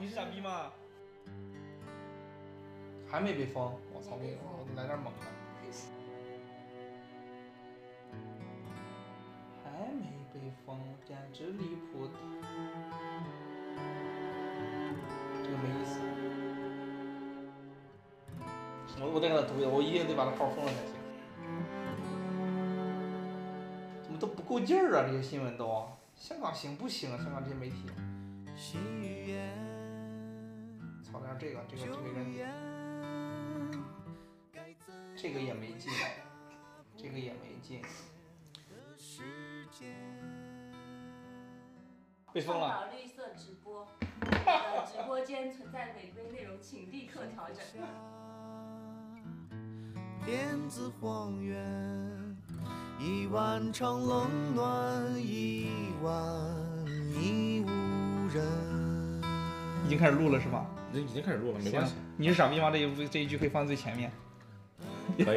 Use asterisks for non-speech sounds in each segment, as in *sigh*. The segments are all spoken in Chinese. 你是傻逼吗？还没被封，我操！没被封我来点猛的。还没被封，简直离谱！这个没意思。我我再给他读一遍，我一定得把他号封了才行。怎么都不够劲儿啊？这些新闻都，香港行不行啊？香港这些媒体，心语言，操！但是这个这个这个就人语，言，该怎这个也没劲，这个也没劲，的时间？被封了。倡导绿色直播，你的直播间存在违规内容，请立刻调整。电子荒原，一晚长冷暖，一晚已无人。已经开始录了是吧？那已经开始录了，没关系，你是傻逼吗？这一这一句可以放最 *laughs* 前面。可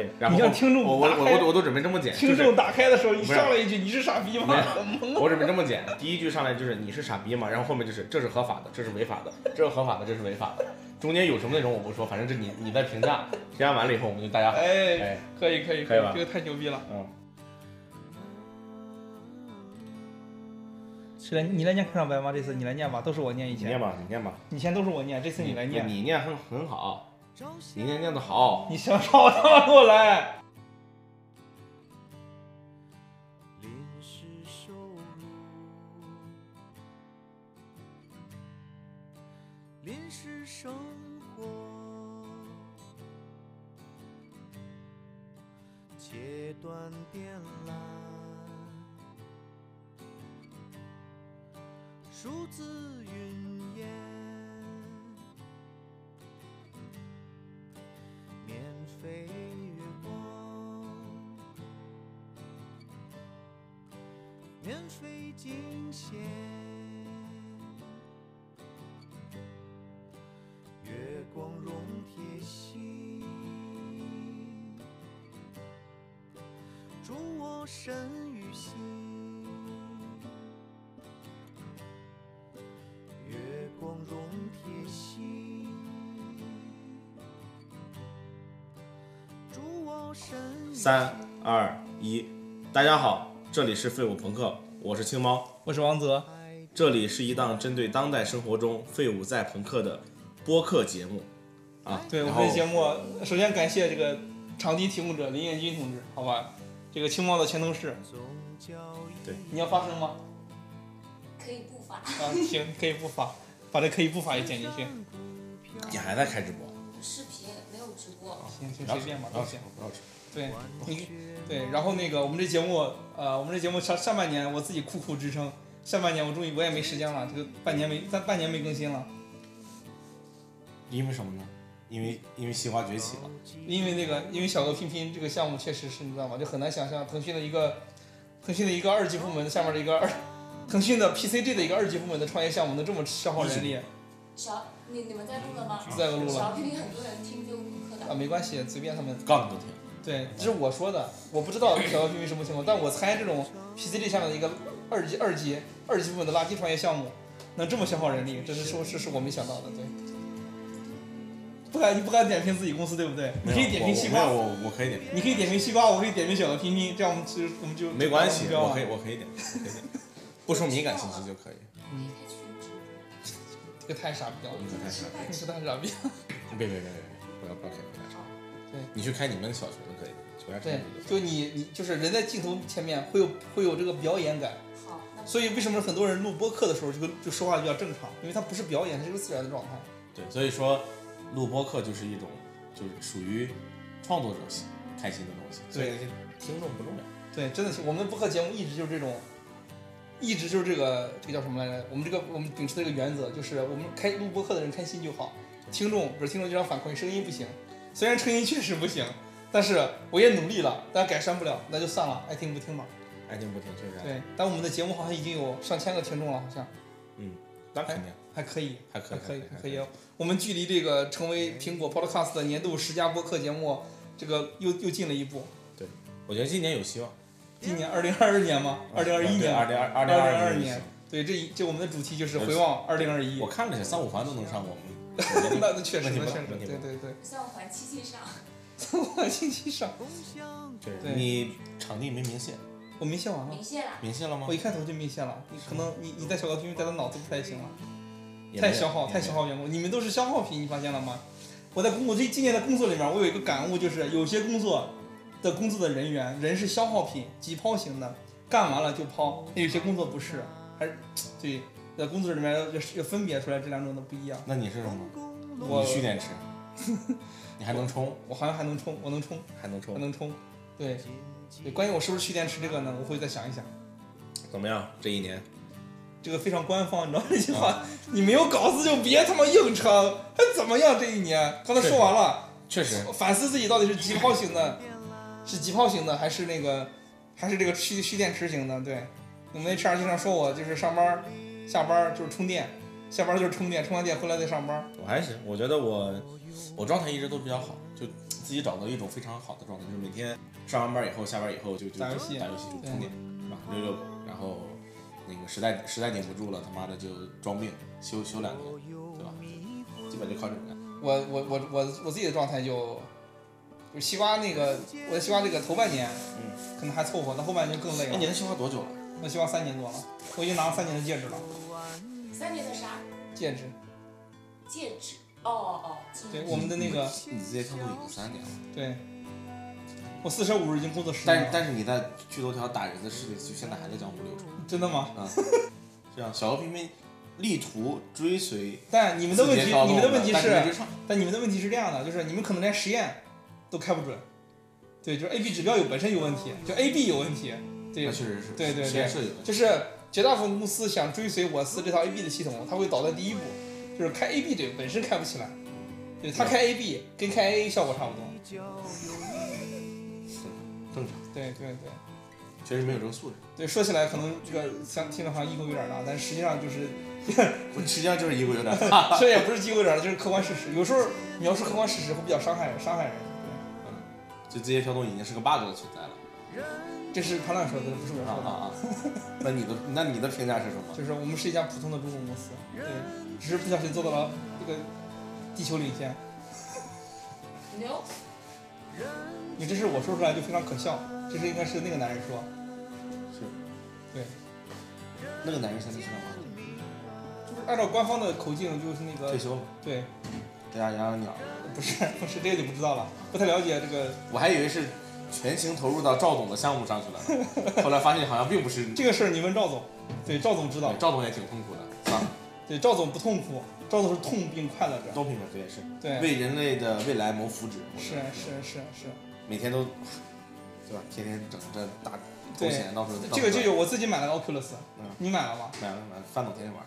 *laughs* 以。然后你让听众我我打我开我我都准备这么剪，听就是众打开的时候，一不是上来一句“你是傻逼吗 *laughs* 没有”，很懵啊。我准备这么剪，第一句上来就是你是傻逼吗？然后后面就是这是合法的，这是违法的，这是合法的，这是违法的。中间有什么内容我不说，反正这你你在评价，评价完了以后我们就大家哎，哎可以可以可以吧这个太牛逼了。嗯，是来你来念课上白吗？这次你来念吧，都是我念以你念前，吧，你念吧，以前都是我念，这次你来念。你念很很好，你念念的好，你想让我他妈给我来？临时收入，临时生活，切断电缆，数字云烟，免费月光。免费惊险，月光融铁心，助我身与心。月光融铁心，助我身与三心二一，大家好，这里是废物朋克，我是青猫，我是王泽，这里是一档针对当代生活中废物在朋克的播客节目啊。对我然们的后节目，首先感谢这个场地提供者林彦军同志，好吧？这个青猫的前同事，总交易对你要发声吗？可以不发，啊，行，可以不发，把这可以不发也剪进去。你还在开直播？视频没有直播，行行，不要随吃便吧，不都要行吃。不要吃。对，你对，然后那个我们这节目，呃，我们这节目上上半年我自己苦苦支撑，下半年我终于我也没时间了，这个半年没咱半年没更新了，因为什么呢？因为因为西瓜崛起哦了。因为那个因为小鹅拼拼这个项目确实是你知道吗？就很难想象腾讯的一个腾讯的一个二级部门下面的一个二， *laughs* 腾讯的 PCG 的一个二级部门的创业项目能这么消耗人力小你你们在录了吗？在录了小品里很多人听这个播客啊，的，没关系，随便他们。杠都听。对，这是我说的，我不知道小鹅拼拼什么情况，但我猜这种 PCG 下面的一个二级、二级、二级部门的垃圾创业项目，能这么消耗人力，这是说是是我没想到的，对。不敢，你不敢点评自己公司，对不对？你可以点评西没有瓜，我我我可以点评。你可以点评西瓜，我可以点评小鹅拼拼，这样我们就我们就没关系，达到目标啊我可以了我可以点评，我可以点评。不说敏感信息就可以。可嗯以开群直播。这个太傻逼了，你可太失傻了败这是太傻逼了。别别别别别，不要不要开不要开对你去开你们小群就可以，九家对城就，可以就你你就是人在镜头前面会有会有这个表演感，好，那所以为什么很多人录播客的时候就跟就说话比较正常，因为他不是表演，是一个自然的状态。对，所以说录播课就是一种就是属于创作者喜开心的东西，所以那些听众不重要。对，真的是我们的播客节目一直就是这种，一直就是这个这个叫什么来着？我们这个我们秉持的这个原则就是，我们开录播客的人开心就好，听众不是听众就要反馈声音不行，虽然声音确实不行，但是我也努力了，但改善不了，那就算了，爱听不听吧。爱听不听确实，对，但我们的节目好像已经有上千个听众了，好像嗯，那肯定还可以，还可还以，可以，还还可以。哎我们距离这个成为苹果 Podcast 的年度十佳播客节目，这个又又近了一步。我觉得今年有希望，今年二零二二年吗？二零二一年，二零二二二零零二二年，对，这一这我们的主题就是回望二零二一我。看了一下，三五环都能上我们。 *laughs* 那那确实，问题那不大确实，问题不对大对对， *laughs* 三五环七七上，我星期上，对对你场地没明细，我没卸完了明，谢了。明细了吗我？一看头就没卸了。你可能你你带小高因为带的脑子不太行了，也没太有消耗太消。耗员工，你们都是消耗品，你发现了吗？我在工我这今年的工作里面，我有一个感悟，就是有些工作的工作的人员人是消耗品，即抛型的，干完了就抛；那有些工作不是，还是对在工作里面要要要分别出来这两种的不一样。那你是什么？我你蓄电池， *laughs* 你还能充，我好像还能充，我能充。还能还抽。能充。对，对，关于我是不是蓄电池这个呢，我会再想一想。怎么样？这一年这个非常官方，你知道 *laughs* 这句话，啊你没有稿子就别他妈硬撑，还怎么样？这一年刚才说完了，确实反思自己到底是急抛型的，是急抛型的，还是那个，还是这个蓄蓄电池型的？对，我们 HR 经常说我就是上班儿、下班儿就是充电，下班儿就是充电，充完电回来再上班儿。我还行，我觉得我我状态一直都比较好，就自己找到一种非常好的状态，就是每天上完班以后、下班以后就就打游戏打游戏就充电，是吧？遛遛狗，然后那个实在实在顶不住了，他妈的就装病休休两天，对吧？基本就靠这种干。我我我我我自己的状态就，就西瓜那个，我的西瓜这个头半年，可能还凑合，到后半年就更累了。嗯哎，你的计划多久了？我希望三年多了，我已经拿了三年的戒指了。三年的啥？戒指，戒指。哦哦哦。对我们的那个，你这些跳都已经三年了，对，我四舍五入已经工作十年但了。但是你在巨头条打人的事情，就现在还在江湖流传。真的吗？啊，这样小鹅平平力图追随但你们的问题，字节跳动你们的问题但没是，追上但你们的问题是这样的，就是你们可能连实验都开不准。对，就是 A B 指标有本身有问题，就 A B 有问题。对那，确实是对对实对验设计的问题，就是绝大部分公司想追随我司这套 A B 的系统，它会倒在第一步，就是开 A B 队本身开不起来。对，它开 A B 跟开 A A 效果差不多。正常，对对对。确实没有这个素质。对，说起来可能这个像听着好像 ego 有点大，但实际上就是我实际上就是一个 *laughs* 有点大，这也不是 ego 有点大，就是客观事实。有时候描述客观事实会比较伤害人，伤害人。就字节跳动已经是个 bug 的存在了。对，这是潘乱说的，不是我啊说啊的。啊！ *laughs* 那你的那你的评价是什么？就是我们是一家普通的中国公司，对，只是不小心做到了这个地球领先。牛。你这事我说出来就非常可笑，这是应该是那个男人说，是对，那个男人现在是干嘛？就是按照官方的口径就是那个退休了，对，在家养养鸟。不是不是这个就不知道了，不太了解这个我还以为是全情投入到赵总的项目上去了，后来发现好像并不是。这个事儿，你问赵总，对赵总知道对，赵总也挺痛苦的，算了，对赵总不痛苦，赵总是痛并快乐着。都平平对也是对，为人类的未来谋福祉。我觉是得是是是，每天都，对吧？天天整这大头对衔，到时候这个这个我自己买了 Oculus，嗯你买了吗？买了买了，范总天天玩。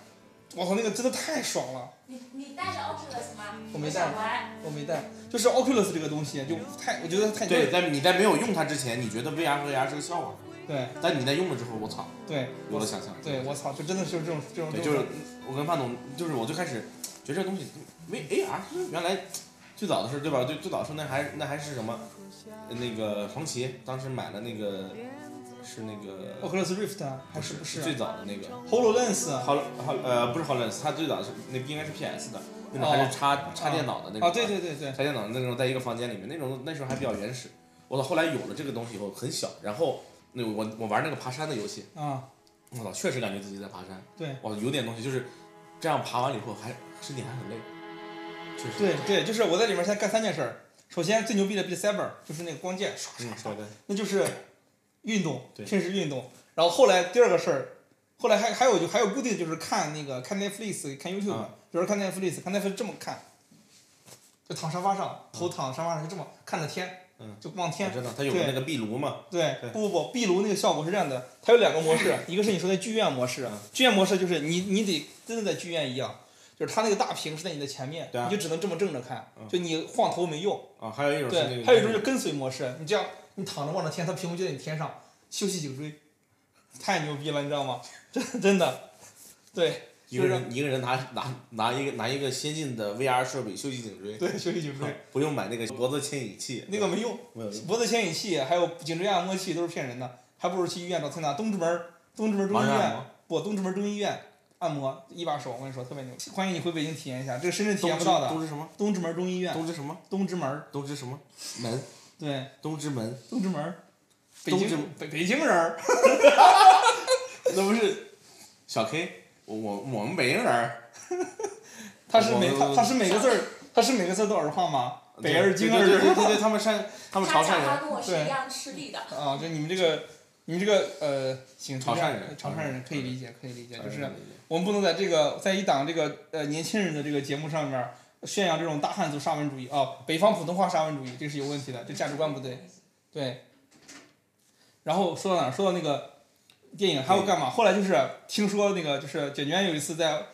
我操，那个真的太爽了，你你带着 Oculus 吗？我没带想玩。我没带。就是 Oculus 这个东西就太，我觉得太对，在你在没有用它之前，你觉得 VR 和 AR 是个笑话，对但你在用了之后，我操，对，有我了想象。对我操，就真的是这种这种对，这就是种，我跟范总，就是我最开始觉得这东西没 AR，就是原来最早的时候，对吧？最最早的时候那还那还是什么，呃那个黄旗当时买了那个是那个 Oculus Rift 啊还是不是是最早的那个 Hololens 啊好了好呃不是 Hololens，它最早是那个应该是 PS 的，那种哦还是插插电脑的那种。啊？对对对对，插电脑的那种，在一个房间里面，那种那时候还比较原始。我操，后来有了这个东西以后很小，然后那我我玩那个爬山的游戏，啊我操，确实感觉自己在爬山。对哇，有点东西，就是这样爬完了以后还身体还很累，确实。对对，就是我在里面先干三件事儿。首先最牛逼的 Beat Saber 就是那个光剑，唰嗯，对对，那就是运动，对确实运动。然后后来第二个事儿，后来还还有就还有固定就是看那个看 Netflix 看 YouTube，、啊比如说看 Netflix 看 Netflix 这么看，就躺沙发上，头躺沙发上就这么看着天，啊嗯就望我天。知道，它有个那个壁炉嘛，对，对不不不，壁炉那个效果是这样的，它有两个模式，一个是你说的剧院模式嗯，剧院模式就是你你得真的在剧院一样。就是它那个大屏是在你的前面，对啊你就只能这么正着看，嗯就你晃头没用。啊，还有一种是那对，个，还有一种就是跟随模式，你这样你躺着望着天，它屏幕就在你天上，休息颈椎，太牛逼了，你知道吗？真真的，对一个人一个人拿拿拿一个拿一个先进的 VR 设备休息颈椎，对，休息颈啊椎 *laughs* 不用买那个脖子牵引器，那个没用，没有用，脖子牵引器还有颈椎按摩器都是骗人的，还不如去医院找崔娜，东直门东直门中盲医人按院摩，我东直门中医院按摩一把手，我跟你说特别牛，欢迎你回北京体验一下，这个深圳体验不到东的。芝什么？东直门中医院，东芝什么？东直门儿，东芝什么？门？对，东直门？东直门儿，北东直京北北京人儿，那不是小 K？我我我们北京人儿，他是每我他他是每个字儿，他是每个字儿都儿化吗？北对二京对二对对人啊 *laughs* 对对，他们山他们潮他汕讲他人，跟我是对一样吃力的，啊，就你们这个你们这个呃，行，就潮这样汕人嗯潮潮汕汕人人可以理解，可以理解，就是嗯我们不能在这个在一档这个呃年轻人的这个节目上面儿宣扬这种大汉族沙文主义啊、北方普通话沙文主义，这是有问题的，这价值观不对。对。然后说到哪儿？说到那个电影，还有干嘛？后来就是听说那个就是简娟有一次在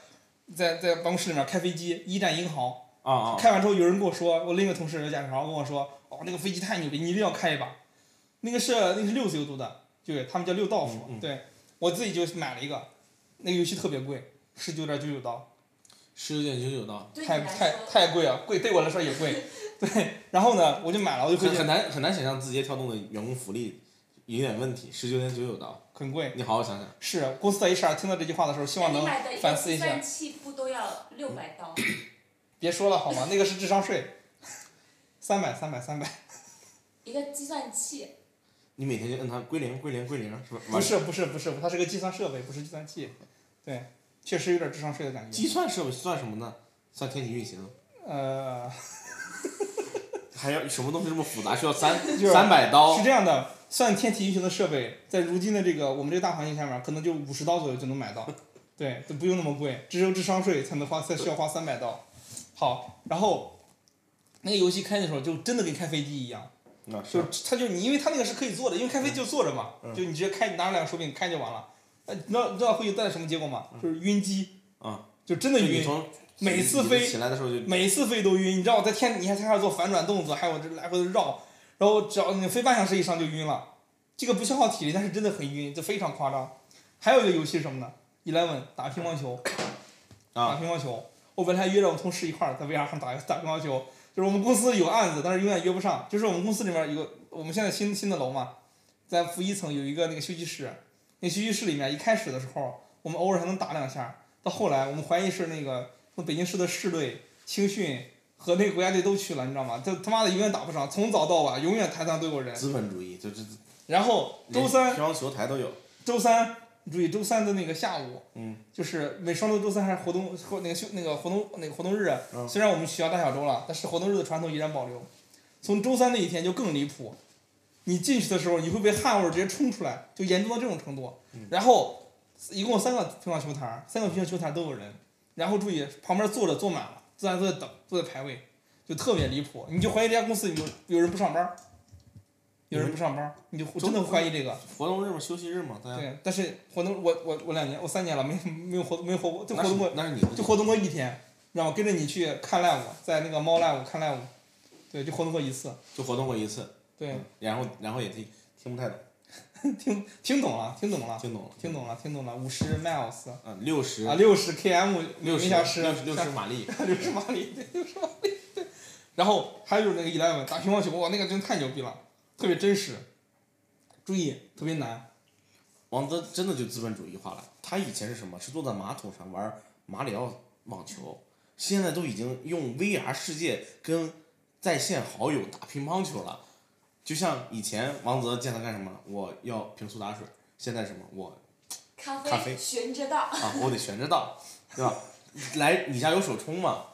在在办公室里面开飞机，一战英豪，啊啊，开完之后有人跟我说，我另一个同事的驾驶员跟我说，哦，那个飞机太牛逼，你一定要开一把。那个是那个是六自由度的，对，他们叫六道夫。嗯嗯对我自己就买了一个，那个游戏特别贵，十九点九九刀，十九点九九刀，对你太来太说，太贵了，贵对我来说也贵。 *laughs* 对，然后呢，我就买了，我就回去很很，难很难想象字节跳动的员工福利有点问题，十九点九九刀，很贵。你好好想想，是公司的 HR 听到这句话的时候，希望你能买的一个反思一计下算器不都要六百刀？别说了好吗？那个是智商税， *laughs* 三百三百三百，一个计算器，你每天就摁它归零归零归零，是吧？不是不是不是，它是个计算设备，不是计算器。对，确实有点智商税的感觉。计算设备算什么呢？算天体运行，呃，还要什么东西这么复杂？需要三就是三百刀是，这样的，算天体运行的设备，在如今的这个我们这个大环境下面，可能就五十刀左右就能买 *laughs* 到，对，都不用那么贵，只有智商税才能花，才需要花三百刀。好，然后那个游戏开的时候，就真的跟开飞机一样，啊就它就你，因为它那个是可以坐的，因为开飞机就坐着嘛，嗯就你直接开，拿着两个手柄开就完了。呃，你知道你知道会带来什么结果吗？就是晕机，嗯就真就的你晕，从每次椅子飞起来的时候就每次飞都晕，你知道我在天，你还在开始做反转动作，还有这来回的绕，然后只要你飞半小时以上就晕了，这个不消耗体力，但是真的很晕，这非常夸张。还有一个游戏是什么呢？Eleven 打乒乓球，打啊，乒乓球，我本来还约着我同事一块儿在 VR 上打打乒乓球，就是我们公司有案子，但是永远约不上。就是我们公司里面有个，我们现在新新的楼嘛，在负一层有一个那个休息室，那休息室里面一开始的时候，我们偶尔还能打两下，到后来我们怀疑是那个从北京市的市队、青训和那个国家队都去了，你知道吗？这他妈的永远打不上，从早到晚永远台上都有人。资本主义就是然后周三乒乓球台都有，周三，你注意周三的那个下午，嗯，就是是每双周周三还是活动活那个休那个活动那个活动日，啊嗯虽然我们取消大小周了，但是活动日的传统依然保留。从周三那一天就更离谱，你进去的时候你会被汗味儿直接冲出来，就严重到这种程度。嗯然后一共有三个乒乓球台儿，三个乒乓球台儿都有人，然后注意旁边坐着坐满了，坐在坐在等坐在排位，就特别离谱，你就怀疑这家公司有有人不上班儿，有人不上班儿，你就真的怀疑这个。活动日嘛，休息日嘛，大家对，但是活动我我我两年我三年了没没有活没有活过就活那是动过那是你的就活动过一天，然后跟着你去看 live，在那个猫 live 看 live，对，就活动过一次，就活动过一次，对，然后然后也听听不太懂，听听懂了，听懂了，听懂了，听懂了，听懂了，五十 miles 嗯，六十啊，六十 km 六每十小时六十六十马力， *laughs* 六十马力，对，六十马力，对。然后还有就是那个 eleven 打乒乓球，哇，那个真太牛逼了，特别真实。注意，特别难，王泽真的就资本主义化了。他以前是什么？是坐在马桶上玩马里奥网球，现在都已经用 VR 世界跟在线好友打乒乓球了。就像以前王泽见他干什么？我要平苏打水。现在什么？我咖咖啡悬着道，啊，我得悬着倒，对吧？来，你家有手冲吗？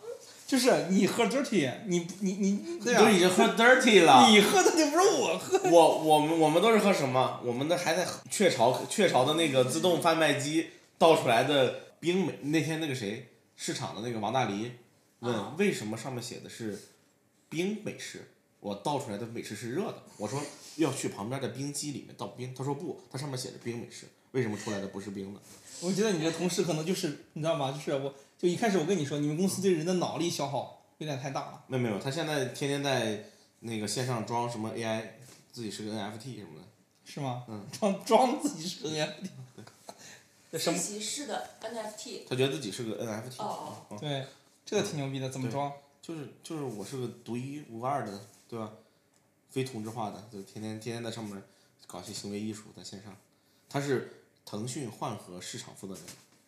就是你喝 dirty，你你你，对都已啊，经 *laughs* 喝 dirty 啊了。你喝的就不是我喝的我我们我们都是喝什么？我们的还在喝雀巢雀巢的那个自动贩卖机倒出来的冰美。那天那个谁市场的那个王大黎啊问为什么上面写的是冰美式，我倒出来的美式是热的。我说要去旁边的冰机里面倒冰，他说不，它上面写着冰美式，为什么出来的不是冰的？我觉得你这同事可能就是你知道吗？就是我就一开始我跟你说，你们公司对人的脑力消耗有点太大了。没有没有，他现在天天在那个线上装什么 AI，自己是个 NFT 什么的。是吗？嗯装装自己是个 NFT，这 *laughs* 什实么？习室的 NFT，他觉得自己是个 NFT，、哦嗯、对，这个挺牛逼的，怎么装？就是就是我是个独一无二的，对吧？非同质化的，就天天天天在上面搞一些行为艺术，在线上，他是他腾讯换和市场负责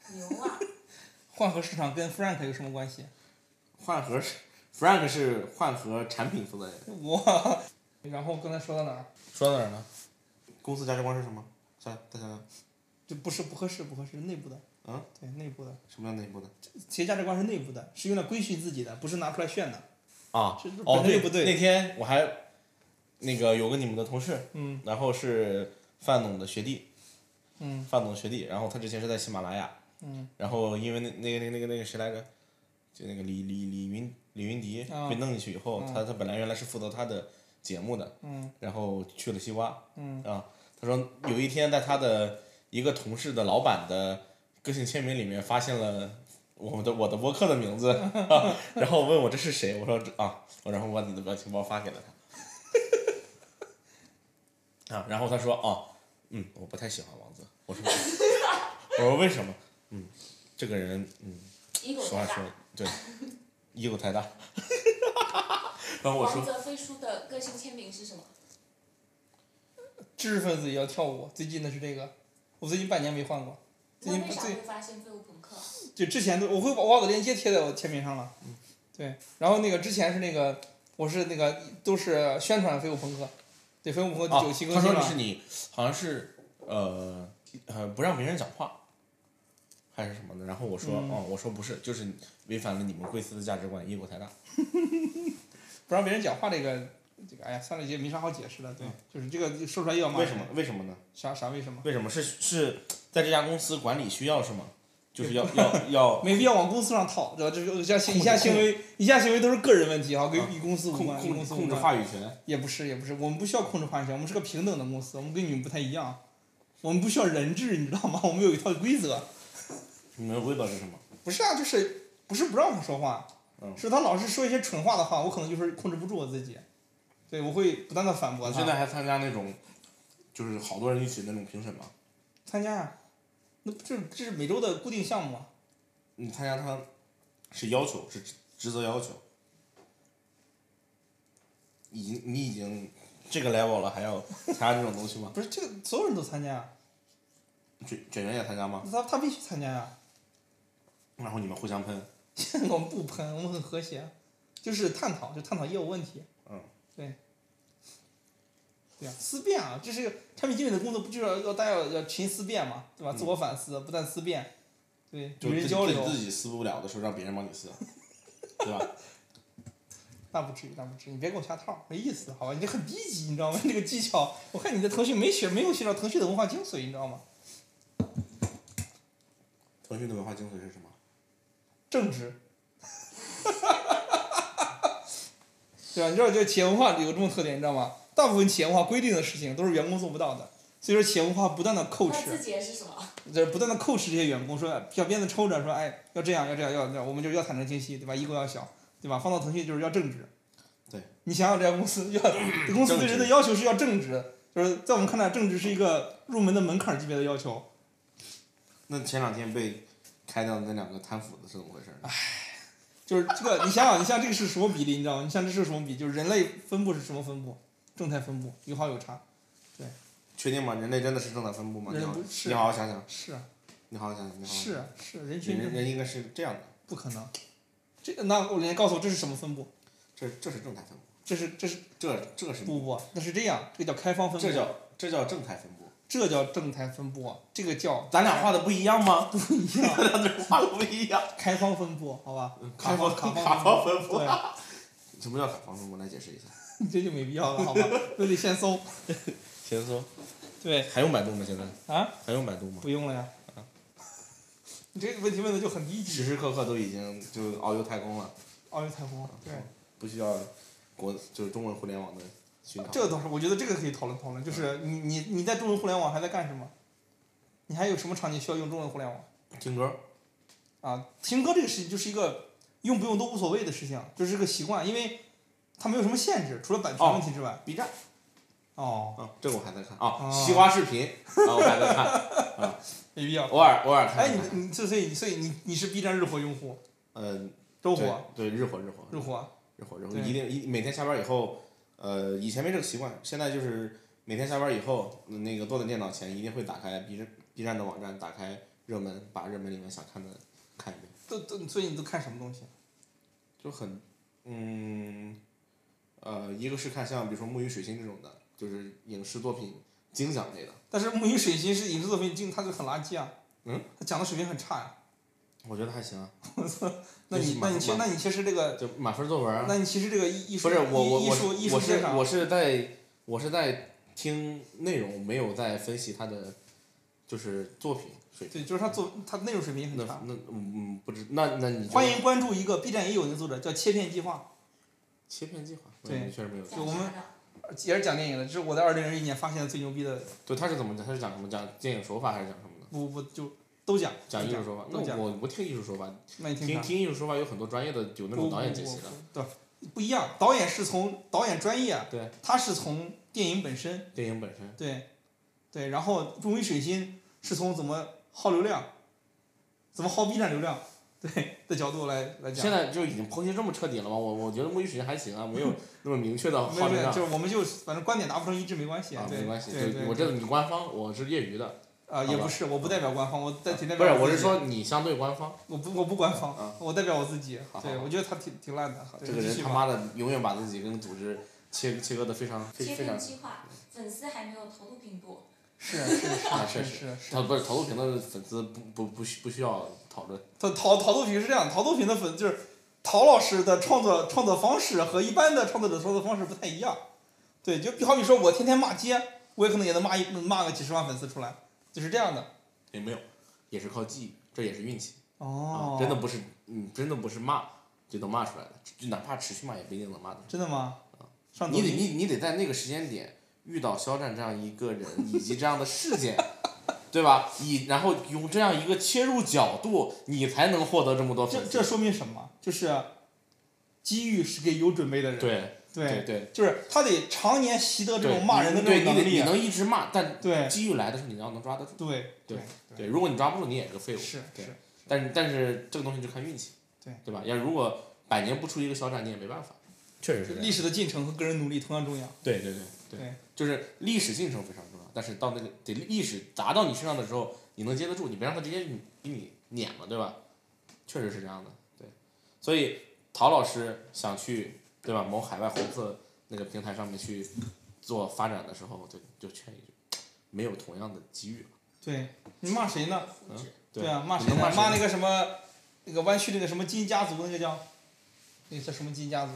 人。牛啊！换和市场跟 Frank 有什么关系？换和是 Frank 是换和产品负责人。我， *laughs* 然后刚才说到哪儿？说到哪儿了？公司价值观是什么？算了，再想想就不是不合适，不合适，内部的。嗯，对，内部的，什么样内部的？企业价值观是内部的，是用来规训自己的，不是拿出来炫的。啊这这本哦身对就不对。那天我还那个有个你们的同事，嗯然后是范总的学弟，嗯范总学弟，然后他之前是在喜马拉雅，嗯，然后因为那那个那个那个那个谁来着，就那个李李李云李云迪啊被弄进去以后，嗯他他本来原来是负责他的节目的，嗯然后去了西瓜，嗯啊，他说有一天在他的一个同事的老板的个性签名里面发现了我的我的播客的名字，啊、 *laughs* 然后问我这是谁，我说这啊，我然后我把你的表情包发给了他， *laughs* 啊，然后他说啊，嗯，我不太喜欢王子，我说 *laughs* 我说为什么？嗯，这个人嗯，一狗说啊话太说大。对，衣服太大， *laughs* 然后我说王泽飞书的个性签名是什么？知识分子也要跳舞，最近的是这个，我最近半年没换过。最那近为啥最会发现废物朋克啊？就之前都我会把我把链接贴在我签名上了。嗯对，然后那个之前是那个我是那个都是宣传飞舞朋克，对飞舞朋克啊九期，他更说新你是了。你好像是呃呃不让别人讲话，还是什么的？然后我说、嗯哦，我说不是，就是违反了你们贵司的价值观，异国太大。不让别人讲话这个这个，哎呀，算了，也没啥好解释的。对，就是这个说出来又要骂。嗯为什么？？为什么呢？啥啥为什么？为什么是是在这家公司管理需要是吗？就是要要要没必要往公司上套，对吧？这这以下行为，以下行为都是个人问题哈，跟啊与公司无 *laughs* 控关。与控公制司无控制关话语权。也不是也不是，我们不需要控制话语权，我们是个平等的公司，我们跟你们不太一样，我们不需要人治，你知道吗？我们有一套规则。你们的规则是什么？不是啊，就是不是不让我说话，嗯是他老是说一些蠢话的话，我可能就是控制不住我自己，对我会不断的反驳我他。现在还参加那种就是好多人一起那种评审嘛。参加呀，那不这这是每周的固定项目啊，你参加他是要求是职职责要求，已经你已经这个 level 了，还要参加这种东西吗？不是这个所有人都参加啊，卷卷圆也参加吗？他他必须参加呀、啊然后你们互相喷， *laughs* 我们不喷，我们很和谐，就是探讨，就探讨业务问题。嗯，对。对啊，思辨啊，这是个产品经理的工作，不就是要要大家要要勤思辨嘛，对吧？嗯自我反思，不断思辨，对，就与是人交流自己，自己撕不了的时候，让别人帮你撕，对 *laughs* 吧？那不至于，那不至于，你别给我下套，没意思，好吧？你这很低级，你知道吗？这个技巧，我看你在腾讯没学，没有学到腾讯的文化精髓，你知道吗？腾讯的文化精髓是什么？正直。 *laughs* 对吧？你知道这企业文化有这么特点，你知道吗？大部分企业文化规定的事情都是员工做不到的，所以说企业文化不断的他 coach，自己也是什么？就是不断的 coach 这些员工，说小鞭子抽着，说哎要这样要这样要这样，我们就是要坦诚清晰，对吧？一 g 要小，对吧？放到腾讯就是要正直。对，你想想这家公司 *clears throat* 要公司对人的要求是要正直，就是在我们看来，正直是一个入门的门槛级别的要求。那前两天被开掉的那两个贪腐的是怎么回事呢？就是这个，你想想，你像这个是什么比例，你知道吗？你像这是什么比？就是人类分布是什么分布？正态分布，有好有差。确定吗？人类真的是正态分布吗？你人类好不是你好好想想，是啊你好好想想，你好好想是啊是啊，人想群嗯人人应该是这样的，不可能。这那我人家告诉我这是什么分布？这这是正态分布，这是这是这这是不不，那是这样，这个叫开放分布，这叫这叫正态分布。这叫正态分布，啊这个叫咱俩画的不一样吗？不一样，咱俩画的不一样。开放分布，好吧？卡方方卡卡方分分布布，，对，什么叫卡方分布？来解释一下。你这就没必要了，好吧？都得先搜。先说，对还用百度吗？现在啊，还用百度吗？不用了呀。你这个问题问的就很低级。时时刻刻都已经就遨游太空了，奥运彩虹，对。不需要国就是中文互联网的熏陶。这个倒是，我觉得这个可以讨论讨论，就是你你你在中文互联网还在干什么？你还有什么场景需要用中文互联网听歌，啊？听歌这个事情就是一个用不用都无所谓的事情，就是个习惯，因为它没有什么限制，除了版权问题之外。 B 站哦，啊，这个我还在看啊，哦西瓜视频啊，我还在看，没必要。偶尔偶尔看。哎，你你所以所以你你是 B 站日活用户，嗯，周对活对日活日活日活，日活日活，对一定一每天下班以后，呃，以前没这个习惯，现在就是每天下班以后，嗯那个坐在电脑前一定会打开 B 站 B 站的网站，打开热门，把热门里面想看的看一遍，都都，所以你都看什么东西？就很，嗯，呃，一个是看像比如说《木鱼水星》这种的，就是影视作品精讲类的，但是《木鱼水星》是影视作品，就它就很垃圾啊。嗯。它讲的水平很差呀、我觉得还行啊，那就是你那满你其满那你其实这个，就满分作文啊。那你其实这个艺艺术不是我我艺艺我术艺我术是鉴赏我是在我是在听内容，没有在分析他的就是作品水平。对，就是他做他内容水平也那很差。那嗯嗯不知那那你觉得欢迎关注一个 B 站也有一个作者叫切片计划，切片计划，对嗯确实没有。讲我们啥的？呃也是讲电影的，这是我在二零二一年发现的最牛逼的，对，他是怎么讲？他是讲什么？讲电影手法还是讲什么呢？不不就都讲讲都艺术手法？都那讲。我不听艺术手法，那你听啥？听艺术手法有很多专业的，有那不种导演不解析不的。对，不一样。导演是从导演专业，啊对，他是从电影本身，电影本身，对，对。然后《中于水星》是从怎么耗流量，怎么耗 B 站流量，对的角度来来讲现。在就已经剖析这么彻底了吗？我我觉得《木鱼水星》还行啊，*laughs* 没有那么明确的没有耗没流有，量就是我们就反正观点达不成一致没关系，啊，对没关系。对就对，我这你官方，我是业余的，啊好也吧啊不是，我不代表官方，我代仅代不表是，自我是己说你相对官方。我不我不官方，啊我代表我自己。好对，好我觉得他挺挺烂的。对这个继人续他吧妈的永远把自己跟组织切切割的非常非切非片常，计划，粉丝还没有投入频度，是是啊是确是实是是他。不是陶杜平的粉丝不不不需不需要讨论，他陶陶杜平是这样，陶杜平的粉就是陶老师的创作创作方式和一般的创作者创作方式不太一样。对，就好比说我天天骂街，我也可能也能骂一骂个几十万粉丝出来，就是这样的。也没有，也是靠记忆，这也是运气哦啊，，真的不是，嗯，真的不是骂就能骂出来的，就哪怕持续骂也不一定能骂得出真的吗？来。上抖你得音你你得在那个时间点遇到肖战这样一个人以及这样的事件。 *laughs* 对吧？以然后用这样一个切入角度，你才能获得这么多粉这丝。这说明什么？就是机遇是给有准备的人。对对对，对，就是他得常年习得这对种骂人的你这种对你能得你力。啊能一直骂，但对机遇来的时候你要能抓得住。对对对，如果你抓不住，你也是个废物。是对是，但是但是这个东西就看运气，对对吧？要如果百年不出一个肖战，你也没办法。确实就历史的进程和个人努力同样重要。对对对对就是历史进程非常重要，但是到那个得历史砸到你身上的时候，你能接得住，你别让他直接给你给你碾了，对吧？确实是这样的，对。所以陶老师想去对吧某海外红色那个平台上面去做发展的时候，就就劝一句，没有同样的机遇了。对你骂谁呢？复制。对啊，骂你谁呢？能骂谁骂呢那个什么，那个湾区那个什么金家族，那个叫，那个叫什么金家族？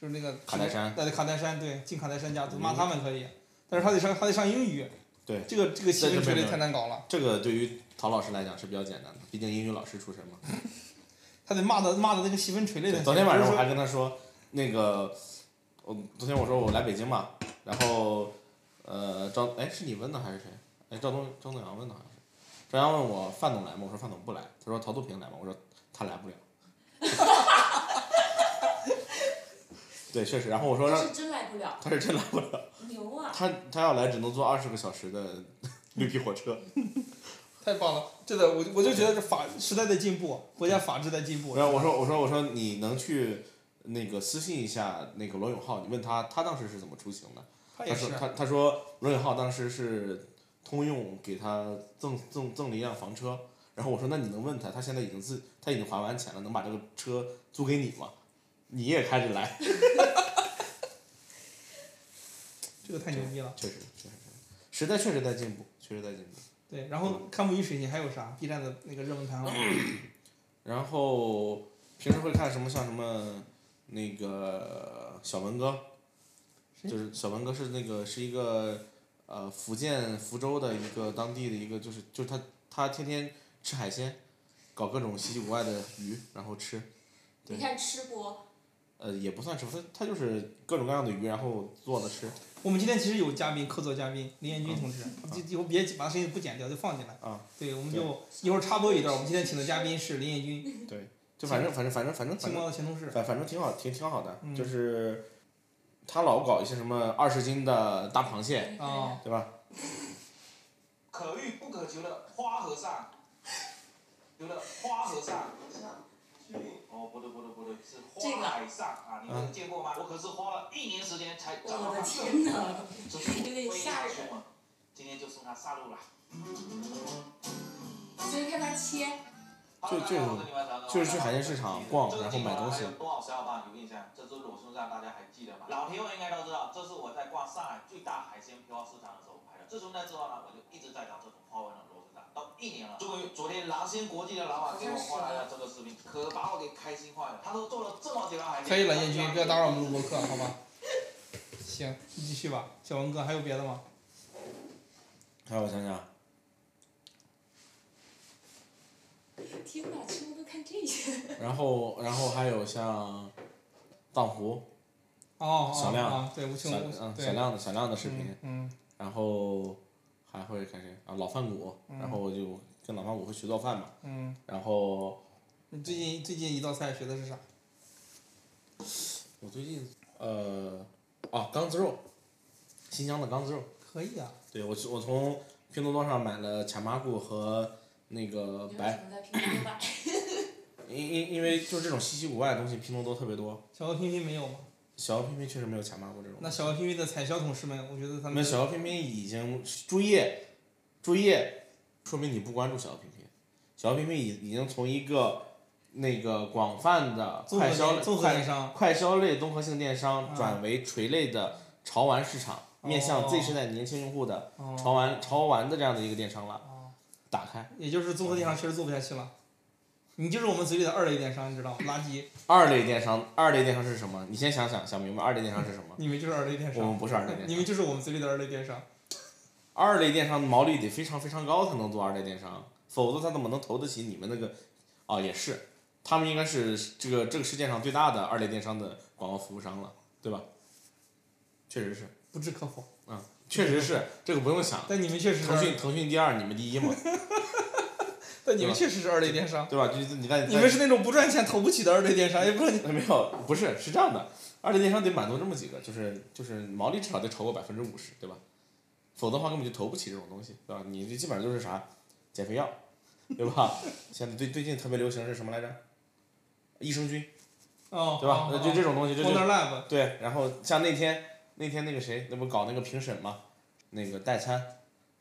就是那个卡戴珊对卡戴珊，对，金卡戴珊家族，骂他们可以，但是他得上，他得上英语。对这个这个新闻绝没对有太难搞了，这个对于陶老师来讲是比较简单的，毕竟英语老师出身嘛。他得骂的骂的那个细分垂类的。昨天晚上比我如还说跟他说，那个，我昨天我说我来北京嘛，然后，呃，张哎是你问的还是谁？哎，赵东张东阳问的好像是。张阳问我范总来吗？我说范总不来。他说陶杜平来吗？我说他来不了。 *laughs* 对，确实。然后我说他让是真来不了，他是真来不了，牛啊！他他要来只能坐二十个小时的 *laughs* 绿皮火车。太棒了，真的，我我就觉得这法时代在进步，国家法治在进步。然后我说我说我说你能去那个私信一下那个罗永浩，你问他他当时是怎么出行的？他他也说是，他他说罗永浩当时是通用给他赠赠赠了一辆房车，然后我说那你能问他，他现在已经自他已经还完钱了，能把这个车租给你吗？你也开着来，这个太牛逼了。确实确实，时代确实在进步，确实在进步。对，然后看木鱼水星还有啥？B 站的那个热门排 *clears throat* 行榜。然后平时会看什么像什么那个小文哥，谁就是小文哥是那个是一个呃福建福州的一个当地的一个就是就是他他天天吃海鲜，搞各种稀奇古怪的鱼，然后吃，对你看吃播，呃也不算吃，他他就是各种各样的鱼，然后做了吃我们今天其实有嘉宾，客座嘉宾林彦军同志，就以后别把他声音不剪掉，就放进来。啊，对，我们就一会儿插播一段。我们今天请的嘉宾是林彦军，就反正反正反正反正青反正猫的前同事。反反正挺好挺挺好的，嗯就是他老搞一些什么二十斤的大螃蟹，你看啊，对吧？可遇不可求的花和尚，有的花和尚，对，哦，不对不对不对，是这花个海上啊，你嗯们见过吗？我可是花了一年时间才找到我的它天哪，这是有点吓人。今天就送他杀戮了。所以看他切，就就是就是去海鲜市场逛然后买东西这个景观还有多少小伙伴有印象？这只裸胸站大家还记得吗？老铁们应该都知道，这是我在逛上海最大海鲜批发市场的时候拍的。自从那之后呢，我就一直在找这种花纹的裸胸站，到一年了。终于昨天狼心国际的老板给我发来了这个视频，可把我给开心坏了。他都做了这么几道海鲜，可以了，燕君，不要打扰我们录播课，好吧？行，你继续吧，小文哥，还有别的吗？还哎有我想啊想，天哪，全部都看这些。然后然后还有像荡湖哦，哦小亮啊，对，吴小青，嗯吴对小亮的小亮的视频，嗯嗯，然后还会看谁啊老饭骨，然后我就跟老饭骨会学做饭嘛，嗯，然后你最近最近一道菜学的是啥？我最近呃啊缸子肉，新疆的缸子肉，可以啊，对我去我从拼多多上买了卡麻菇和那个你为白，什么在拼多多买？因因因为就是这种稀奇古怪的东西，拼多多特别多。小鹅拼拼没有吗？小鹅拼拼确实没有卡麻菇这种。那小鹅拼拼的产销同事们，我觉得他我们们小鹅拼拼已经注意注意，说明你不关注小鹅拼拼。小鹅拼拼已已经从一个那个广泛的综合快消类电综合电商，快消类综合性电商嗯转为垂类的潮玩市场，面向哦 Z 世代年轻用户的哦，潮玩潮玩的这样的一个电商了。哦打开也就是综合电商确实做不下去了。你就是我们嘴里的二类电商，你知道吗？垃圾，二类电商，二类电商是什么？你先想想想明白二类电商是什么。你们就是二类电我商们，不是二类电你商，们就是我们嘴里的二类电商。二类电商的毛利得非常非常高才能做二类电商，否则他怎么能投得起你们那个？哦，也是，他们应该是这个这个世界上最大的二类电商的广告服务商了，对吧？确实是，不置可否，确实是，这个不用想。但你们确实腾是，讯腾讯第二，你们第一嘛，但你们确实是二类电商。对吧？就是你在 *laughs* 你们是那种不赚钱、投不起的二类电商，也不知道你在 *laughs* 没有不是是这样的，二类电商得满足这么几个，就是就是毛利至少得超过百分之五十，对吧？否则的话根本就投不起这种东西，对吧？你这基本上就是啥减肥药，对吧？ *laughs* 现在最最近特别流行是什么来着？益生菌，哦，对吧？那就这种东西，这就 Corner Lab，对，然后像那天那天那个谁，那不搞那个评审嘛，那个代餐，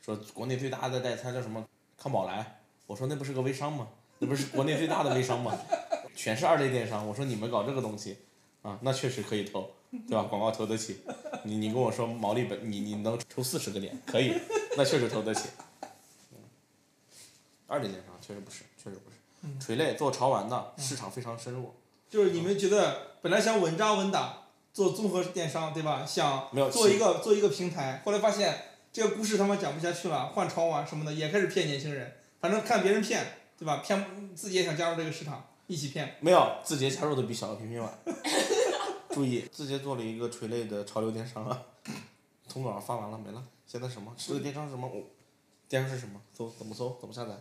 说国内最大的代餐叫什么康宝莱，我说那不是个微商吗？那不是国内最大的微商吗？全是二类电商，我说你们搞这个东西，啊，那确实可以投，对吧？广告投得起，你你跟我说毛利本，你你能抽四十个点，可以，那确实投得起。嗯二类电商确实不是，确实不是，垂类做潮玩的市场非常深入，就是你们觉得本来想稳扎稳打做综合电商，对吧？想没有做一个做一个平台，后来发现这个故事他妈讲不下去了，换潮玩什么的也开始骗年轻人，反正看别人骗，对吧？骗自己也想加入这个市场，一起骗。没有，字节加入的比小鹅拼拼晚。 *laughs* 注意，字节做了一个垂类的潮流电商啊， *laughs* 通稿发完了没了。现在什么？这个电商是什么？我、电商是什么？搜怎么搜？怎么下载？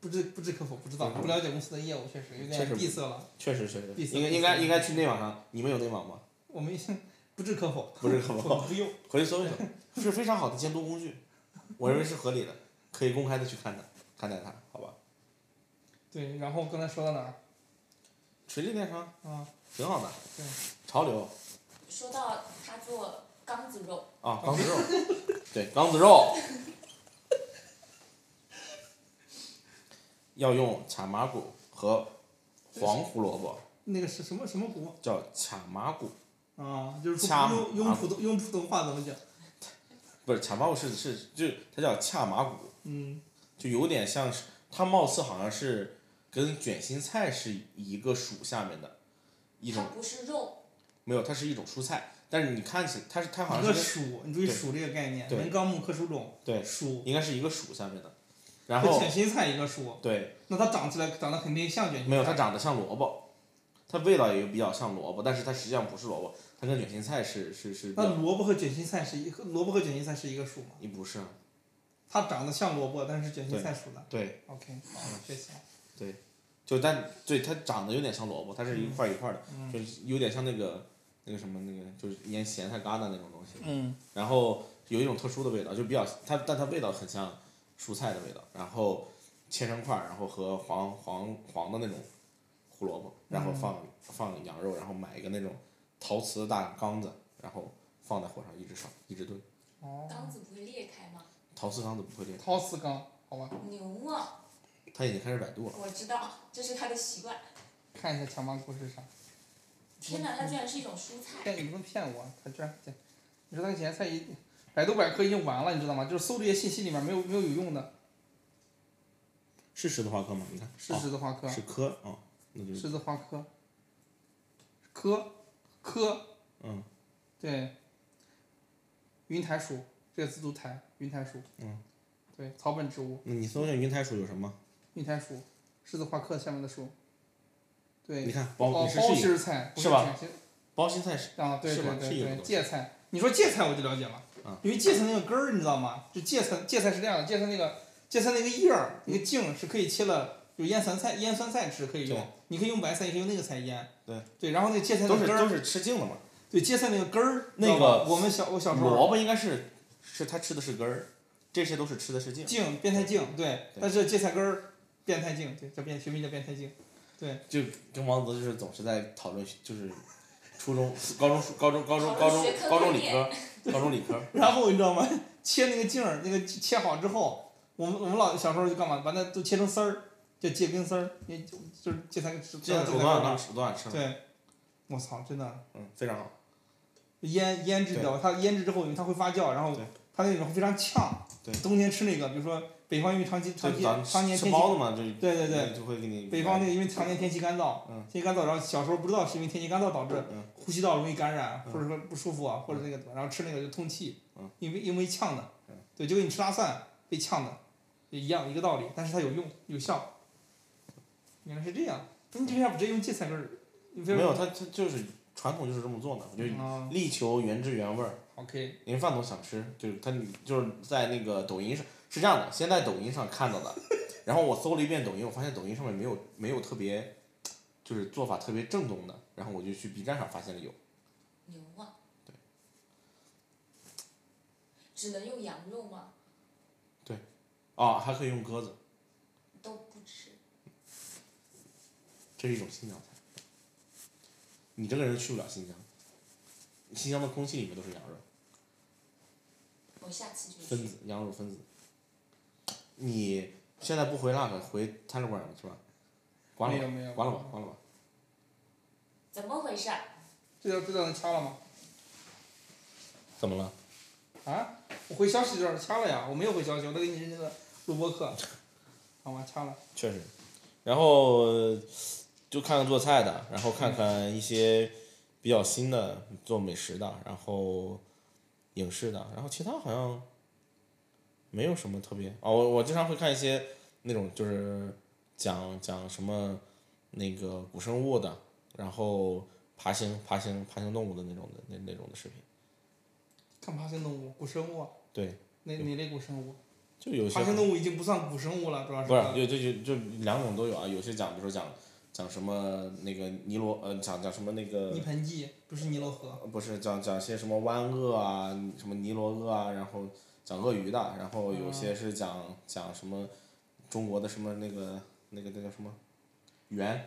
不知不知可否，不知道，不了解公司的业务，确实有确点实不闭塞了。确实确实，第四应该第四应该应该去内网上。你们有内网吗？我们不置可否， *laughs* 不置可否 *laughs* 我们不用。回 *laughs* 去搜一搜，是非常好的监督工具，我认为是合理的，可以公开的去看待看待它，好吧？对，然后刚才说到哪儿？垂类电商啊，挺好的对，潮流说到他做缸子肉，啊，缸子肉，对，缸子肉，要用卡麻古和黄胡萝卜，那个是什么什么国叫卡麻古，啊？就是说掐用麻用普通用普通话怎么讲？不是卡麻古是是就它叫恰麻古，嗯，就有点像是它貌似好像是跟卷心菜是一个属下面的一它种，不是肉，没有，它是一种蔬菜，但是你看起它是它好一像个是属，你注意对属这个概念，对人纲目科属种，对属应该是一个属下面的，然和后卷心菜一个属，对那它长起来长得肯定像卷心菜。没有，它长得像萝卜，它味道也比较像萝卜，但是它实际上不是萝卜，它跟卷心菜是是是比那较，萝卜和卷心菜是一个萝卜和卷心菜是一个属吗？你不是啊？它长得像萝卜，但是卷心菜属的。对， OK，好，学习了。就但对它长得有点像萝卜，它是一块儿一块儿的，嗯就是有点像那个那个什么那个就是腌咸菜疙瘩那种东西，嗯然后有一种特殊的味道，就比较它，但它味道很像蔬菜的味道，然后切成块儿，然后和黄黄黄的那种胡萝卜，然后放、放羊肉，然后买一个那种陶瓷的大缸子，然后放在火上一直烧一直炖。哦，缸子不会裂开吗？陶瓷缸子不会裂，陶瓷缸，好吧，牛啊！他已经开始百度了。我知道，这是他的习惯。看一下强妈故事是啥。天哪，它居然是一种蔬菜！骗你不能骗我，他居然骗！你说他咸菜一，百度百科已经完了，你知道吗？就是搜这些信息里面没有没有有用的，是十字花科吗？你看，是十字花科哦、，是科啊、哦那就是十字花科，科科，嗯，对，云台属这个字读台，云台属，嗯，对，草本植物，那你搜一下云台属有什么？云台属，十字花科下面的属，你对，看包包包你是是一心个儿菜不是吧卷心包心菜是啊，对是对吧是一个对对，东西芥菜。你说芥菜我就了解了，啊因为芥菜那个根儿你知道吗？就芥菜，芥菜是这样的，芥菜那个芥菜那个叶儿那个茎是可以切了，有腌酸菜、腌酸菜吃可以用对，你可以用白菜，也可以用那个菜腌。对对，然后那芥菜那都个是根都儿，是吃茎的嘛。对芥菜那个根儿，那知道吧个我们小我小时萝候卜应该是是他吃的是根儿，这些都是吃的是茎。茎变态茎，对，对但是芥菜根儿变态茎，对，叫变学名叫变态茎。就跟王子就是总是在讨论，就是初中、高中、高中、高中、讨高论中学科、高中概理科、高中理科。 *laughs* 然后你知道吗？切那个茎儿，那个切好之后，我们我们老小时候就干嘛？把那都切成丝儿，叫芥根丝儿，也就就是芥菜是这样芥菜我昨根晚儿刚吃，昨晚吃了，对，我操，真的嗯，非常好。腌腌制掉，它腌制之后，因为它会发酵，然后对它那种非常呛。对冬天吃那个，比如说北方因为长期就长期咱常年吃天包气，子嘛，就对对对，就会给你北方那个因为常年天气干燥，嗯天气干燥，然后小时候不知道是因为天气干燥导致嗯呼吸道容易感染，嗯或者说不舒服啊，或者那个，然后吃那个就通气嗯，因为因为呛的嗯，对，就跟你吃拉蒜被呛的一样一个道理，但是它有用有效，原来是这样，那你为啥不直接用芥菜根儿？你非要没有，他他就是传统就是这么做的，就啊力求原汁原味儿。 ，OK，因为饭总想吃，就是他就是在那个抖音上是这样的，先在抖音上看到的，然后我搜了一遍抖音，我发现抖音上面没有没有特别，就是做法特别正宗的，然后我就去 B 站上发现了有，牛啊！对。只能用羊肉吗？啊、还可以用鸽子，都不吃。这是一种新疆菜。你这个人去不了新疆，新疆的空气里面都是羊肉我下次就分去。子，羊肉分子。你现在不回那个，回餐馆了是吧？关没了有吧，没有，关了吧，，关了吧。怎么回事儿？这段这段能掐了吗？怎么了？啊，我回消息这段掐了呀，我没有回消息，我在给你认真的录播课，好吧，掐了，确实，然后呃就看看做菜的，然后看看嗯一些比较新的做美食的，然后影视的，然后其他好像没有什么特别哦。我我经常会看一些那种就是讲讲什么那个古生物的，然后爬行爬行爬行动物的那种的那那种的视频，看爬行动物，古生物，对，哪哪类古生物？就有些爬行动物已经不算古生物了，主要是不是，就就就就两种都有啊。有些讲，比如说讲讲什么那个尼罗，呃，讲讲什么那个泥盆纪，不是尼罗河。不是讲讲些什么湾鳄啊，什么尼罗鳄啊，然后讲鳄鱼的，然后有些是讲、讲什么中国的什么那个那个那叫什么猿，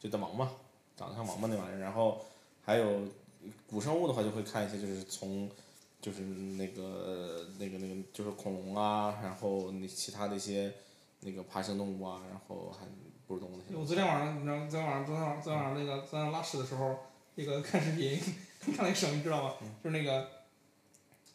就的王八，长得像王八那玩意儿。然后还有古生物的话，就会看一些就是从就是那个那个那个就是恐龙啊，然后那其他的一些那个爬行动物啊，然后还哺乳动物那些我东西。昨天晚上，你知道吗，昨天晚上，昨天晚上，昨天晚上那个，昨天晚上拉屎的时候，那个看视频，看了一个什么，你知道吗？就是那个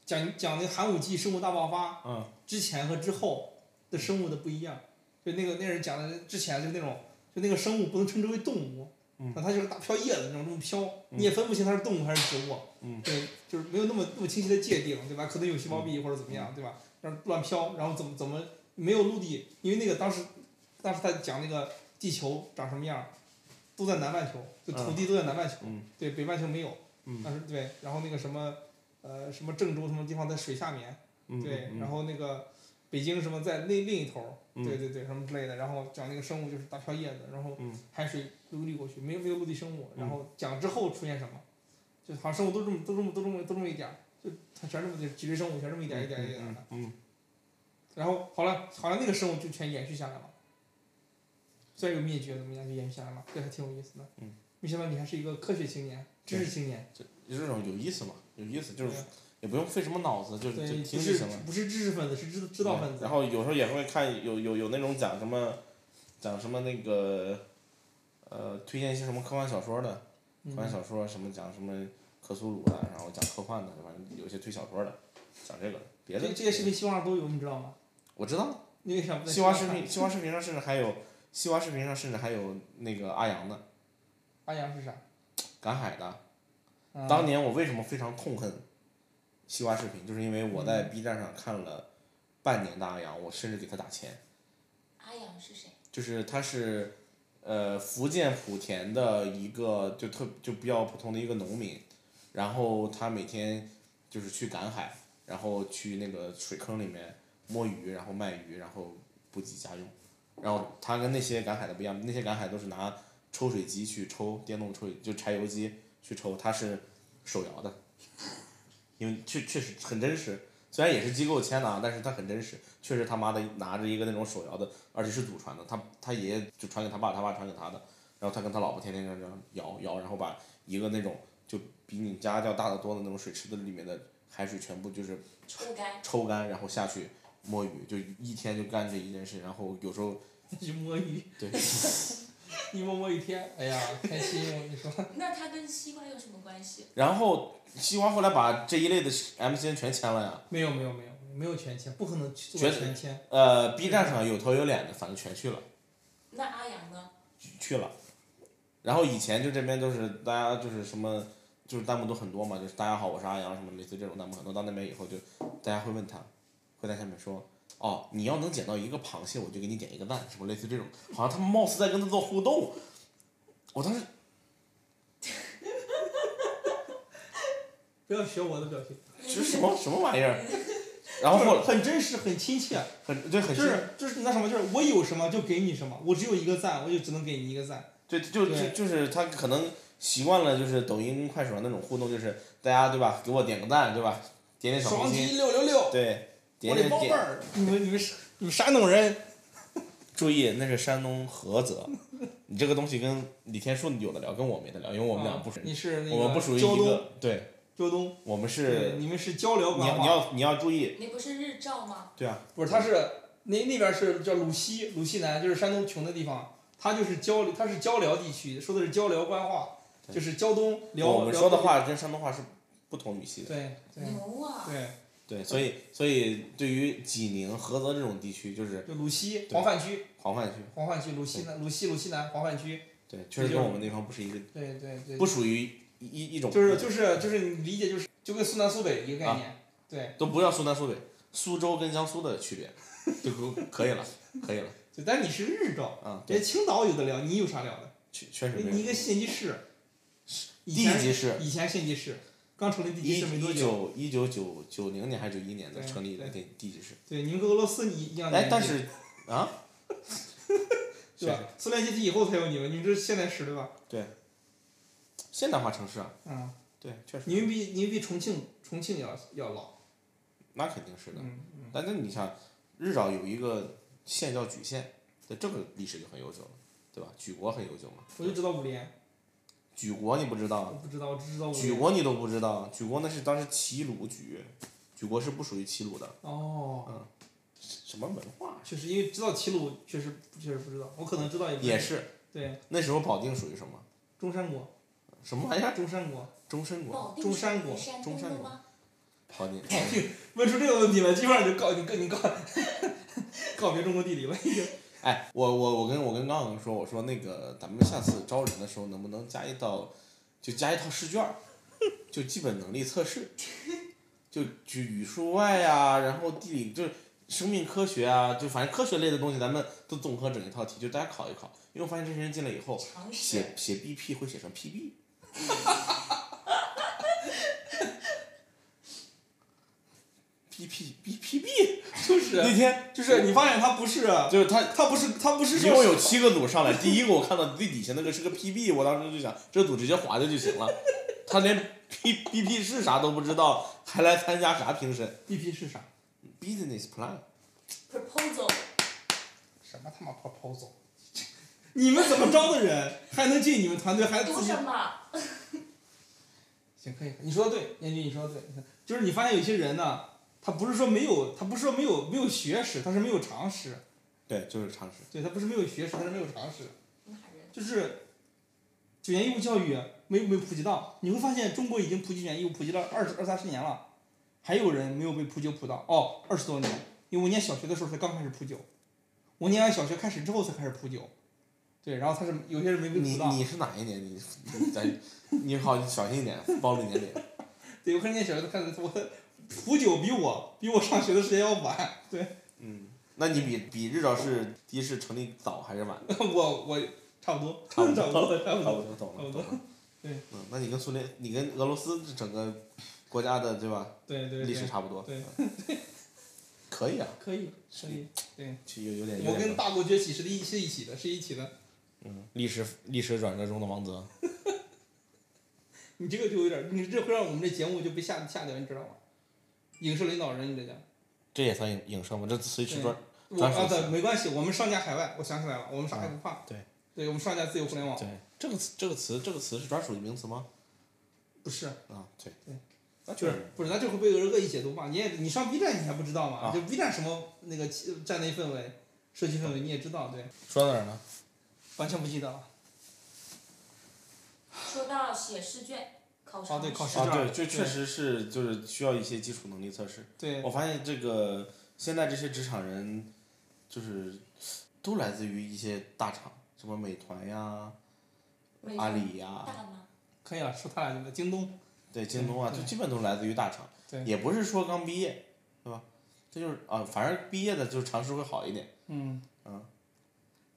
讲讲那个寒武纪生物大爆发嗯，之前和之后的生物的不一样。就那个那人讲的，之前就那种，就那个生物不能称之为动物，嗯那它就是大飘叶子那种，那么飘，你也分不清它是动物还是植物，嗯对，就是没有那么那么清晰的界定，对吧？可能有细胞壁或者怎么嗯样，对吧？然后乱飘，然后怎么怎么没有陆地，因为那个当时当时他讲那个地球长什么样，都在南半球，就土地都在南半球，嗯对，北半球没有，嗯当时对，然后那个什么呃什么郑州什么地方在水下面，嗯对，嗯然后那个北京什么在另另一头儿，嗯对对对，什么之类的，然后讲那个生物就是大飘叶子，然后嗯海水流滤过去，没有没有陆地生物，嗯然后讲之后出现什么，就好像生物都这么都这么都这么都这么一点儿，就它全这么几类生物全这么一点儿一点儿一点儿的，嗯嗯嗯然后好了好了那个生物就全延续下来了，虽然有灭绝，怎么样就演下来了，这还挺有意思的。嗯，没想到你还是一个科学青年、知识青年，就这种有意思嘛，有意思就是对也不用费什么脑子，就就对，听不就是行了。不是知识分子，是知知道分子。嗯然后有时候也会看有有有那种讲什么，讲什么那个，呃，推荐一些什么科幻小说的，嗯科幻小说什么讲什么克苏鲁的，然后讲科幻的，反正有一些推小说的，讲这个的别这的这些视频西瓜上都有，你知道吗？我知道，你为啥不在西瓜上视看频西瓜视频上甚至还有西瓜视频上甚至还有那个阿阳的阿阳是啥？赶海的，嗯当年我为什么非常痛恨西瓜视频，就是因为我在 B 站上看了半年的阿阳，我甚至给他打钱。阿阳是谁？就是他是呃福建莆田的一个就特就比较普通的一个农民，然后他每天就是去赶海，然后去那个水坑里面摸鱼，然后卖鱼，然后补给家用。然后他跟那些赶海的不一样，那些赶海都是拿抽水机去抽，电动抽水就柴油机去抽，他是手摇的，因为确确实很真实。虽然也是机构签的啊，但是他很真实，确实他妈的拿着一个那种手摇的，而且是祖传的，他他爷爷就传给他爸，他爸传给他的，然后他跟他老婆天天这样摇摇，然后把一个那种就比你家要大得多的那种水池子里面的海水全部就是抽干。抽干，然后下去摸鱼，就一天就干这一件事，然后有时候 *laughs* 去摸鱼，对， *laughs* 一摸摸一天，哎呀，开心！我跟你说， *laughs* 那他跟西瓜有什么关系？然后西瓜后来把这一类的 MCN 全签了呀，没有没有没有没有全签，不可能去做绝到全签。呃，B 站上有头有脸的，反正全去了。那阿阳呢？去了。然后以前就这边都是大家就是什么，就是弹幕都很多嘛，就是大家好，我是阿阳什么类似这种弹幕很多。到那边以后就大家会问他，会在下面说，哦，你要能捡到一个螃蟹，我就给你点一个赞，什么类似这种，好像他们貌似在跟他做互动。我当时不要学我的表情，这是什么什么玩意儿？然后后来很真实，很亲切，很对很就是就是那什么，就是我有什么就给你什么，我只有一个赞，我就只能给你一个赞。对，就就对就是他可能习惯了，就是抖音快手上那种互动，就是大家对吧，给我点个赞，对吧？点点小双红心，击六六六，对，点我的点宝贝点。儿，你们你们是你们山东人， *laughs* 注意，那是山东菏泽，你这个东西跟李天树有的聊，跟我没得聊，因为我们俩不属啊，你是那个我们不属于胶一东，个，对，胶东，我们对，是，你们是交流你官要话，你要你要注意，那不是日照吗？对啊，不是，他是那那边是叫鲁西，鲁西南就是山东穷的地方，他就是交流，他是交辽地区，说的是交辽官话，对就是胶东辽。我们辽说的，话跟山东话是不同语系的，对对牛啊！对，对，所以所以对于济宁、菏泽这种地区，就是就鲁西对黄泛区，黄泛区，黄泛区鲁西南鲁西鲁西南黄泛区，对，确实就跟我们那方不是一个，对对对，不属于一一一种，就是就是就是你理解就是就跟苏南苏北一个概啊念，对都不要苏南苏北，苏州跟江苏的区别，就可可以了，可以了，对，但你是日照，啊，对，人家青岛有的聊，你有啥聊的？确确实没有你一个县级市，以地前级市。以前县级市刚成立地级一市没多一久，九一九九九零年还是九一年的成立的地地级市，对，你们跟俄罗斯你一样的年哎纪，，但是啊，对吧？苏联解体以后才有你们，你们这是现代史对吧？现代化城市啊，嗯，对，确你实，们比你们比重庆重庆要要老，那肯定是的。嗯嗯，但那你想，日照有一个县叫莒县，对，这个历史就很悠久了，对吧？莒国很悠久嘛，我就知道五连，莒国你不知我道，不知道，我只知道五莒连。国你都不知道，莒国那是当时齐鲁莒，莒国是不属于齐鲁的，哦，什么文化？确实，因为知道齐鲁，确实确实不知道，我可能知道一部分也是对那时候保定属于什么？中山国，什么玩意儿？中山国，中山国，保定中是山国山中东山的国吗？保定，问出这个问题了，基本上就告你告你告 *laughs* 告别中国地理了，已经。哎，我我我跟我跟刚刚说，我说那个咱们下次招人的时候能不能加一道，就加一套试卷儿， *laughs* 就基本能力测试， *laughs* 就就语数外啊，然后地理就是生命科学啊，就反正科学类的东西咱们都综合整一套题，就大家考一考。因为我发现这些人进来以后，常识。写写 BP 会写成 *laughs* PB，BP BPB，就是那天就是你发现他不是，就是他他不是他不是一共说有七个组上来，第一个我看到最底下那个是个 PB，我当时就想这组直接划掉就行了。他连 P B P *laughs* 是啥都不知道，还来参加啥评审 BP 是啥？ ？Business plan， proposal， *laughs* 什么他妈 proposal？你们怎么招的人，还能进你们团队，还读自己什么？行，可以，你说的对，燕军，你说的对，就是你发现有些人呢，他不是说没有，他不是说没有没有学识，他是没有常识，对，就是常识。对他不是没有学识，他是没有常识，哪人？就是九年义务教育没有没有普及到，你会发现中国已经普及九年义务普及了二十二三十年了，还有人没有被普及普到，哦，二十多年，因为我念小学的时候才刚开始普及，我念完小学开始之后才开始普及，对，然后他是有些人没被你普到，你是哪一年？你你咱你好小心一点，暴露年龄。对，我开始念小学都开始我普九比我比我上学的时间要晚，对。嗯，那你比比日照市第一市成立早还是晚？ *laughs* 我我差不多，差不 *laughs* 差多不多，差不差不多。多，嗯懂差不了，多懂了。对，嗯，那你跟苏联，你跟俄罗斯这整个国家的对吧？对对历史对，差不多。对嗯， *laughs* 可以啊，可以可以。去有有点。有我点跟大国崛起是一是一起的，是一起的。嗯历史历史转折中的王泽，你这个就有点，你这会让我们这节目就被下下掉，你知道吗？影射领导人，你这叫。这也算影影射吗？这随时对转我当时啊，是嗯对，没关系，我们上架海外，我想起来了，我们啥也不怕。对。对我们上架自由互联网，对这个词这个词这个词是专属于名词吗？不是，啊，对对，那就确实是不是，咱这会被恶恶意解读嘛？你也你上 B 站你还不知道吗？啊就 B 站什么那个气站内氛围、社区氛围你也知道，对，说到哪儿了？完全不记得了。说到写试卷，考试。啊对考试啊，这对，样这确对实是就是需要一些基础能力测试。对，我发现这个现在这些职场人，就是都来自于一些大厂，什么美团呀、美阿团里啊大呀，吗？可以了，说他俩就得京东。对，京东啊，对就对基本都来自于大厂对，也不是说刚毕业，对吧？这就是啊，反正毕业的就常识会好一点。嗯嗯，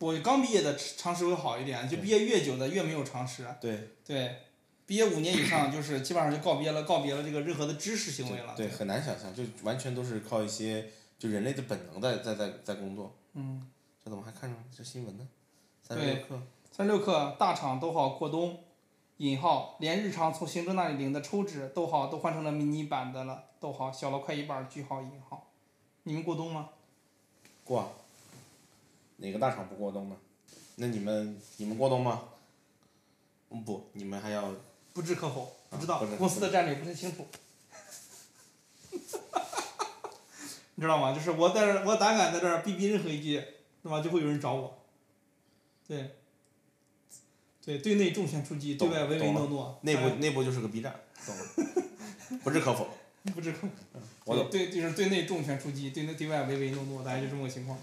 我刚毕业的常识会好一点，就对毕业越久的越没有常识。对，对，毕业五年以上就是基本上就告别了告别了这个任何的知识行为了。对，对，很难想象，就完全都是靠一些就人类的本能在在在在工作。嗯，这怎么还看上这新闻呢？三十六氪，三十六氪大厂都好过冬，引号连日常从行政那里领的抽纸逗号都换成了迷你版的了，逗号小了快一半儿句号引号。你们过冬吗？过啊，哪个大厂不过冬呢？那你们你们过冬吗？嗯，不，你们还要不置可否，不知啊道、不知公司的战略不太清楚。 *laughs* 你知道吗？就是我在这儿，我胆敢在这儿逼逼任何一句，那么就会有人找我。对，对，对内重拳出击，对懂外唯唯懂了诺诺，内部哎内部就是个 B 站，懂了， *laughs* 不置可否。哎不知可我懂。对，对就是对内重拳出击，对内对外唯唯诺诺，大概就这么个情况。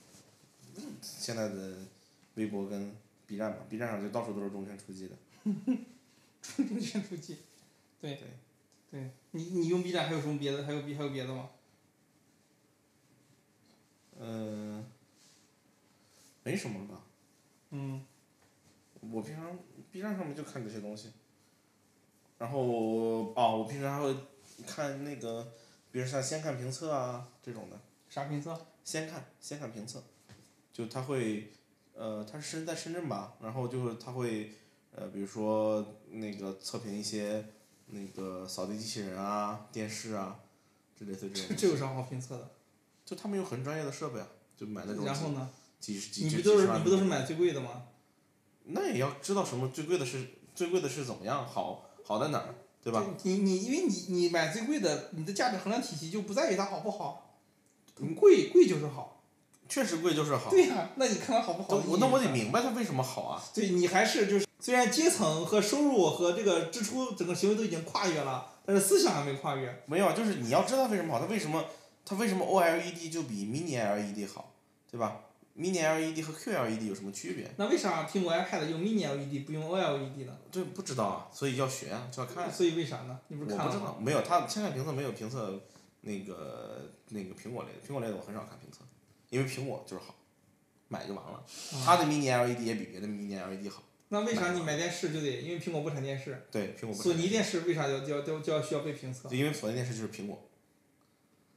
*laughs* 现在的微博跟 B 站吧，B 站上就到处都是中拳出击的。重拳出击，对，对对，你你用 B 站还有什么别的？还有别还有别的吗？嗯、没什么了吧？嗯，我平常 B 站上面就看这些东西，然后我哦，我平常还会看那个，比如像先看评测啊这种的，啥评测？先看先看评测，就他会，呃，他是深在深圳吧，然后就是他会，呃，比如说那个测评一些那个扫地机器人啊、电视啊，之类的这种这东这有西，啥好评测的？就他们有很专业的设备啊，就买那种然后呢？几十几你几不十都是万你不都是的买最贵的吗？那也要知道什么最贵的是最贵的是怎么样，好好在哪儿，对吧？你你因为你你买最贵的，你的价值衡量体系就不在于它好不好，贵贵就是好。确实贵就是好。对呀、那你看它好不好都的意义我是啥？啊那我得明白它为什么好啊。对你还是就是，虽然阶层和收入和这个支出整个行为都已经跨越了，但是思想还没跨越。没有，啊，就是你要知道为什么好，它为什么它为什么 OLED 就比 Mini LED 好，对吧？Mini LED 和 QLED 有什么区别？那为啥苹果 iPad 用 Mini LED 不用 OLED 呢？这不知道啊，所以要学啊，就要看。所以为啥呢？你不我不是知看了吗？道，没有，它现在评测没有评测那个那个苹果类的，苹果类的我很少看评测，因为苹果就是好，买就完了。它啊、的 Mini LED 也比别的 Mini LED 好，那为啥你买电视就得因为苹果不产电视，对，苹果不索尼是电视为啥要就要就要就要需要被评测就？因为索尼电视就是苹果，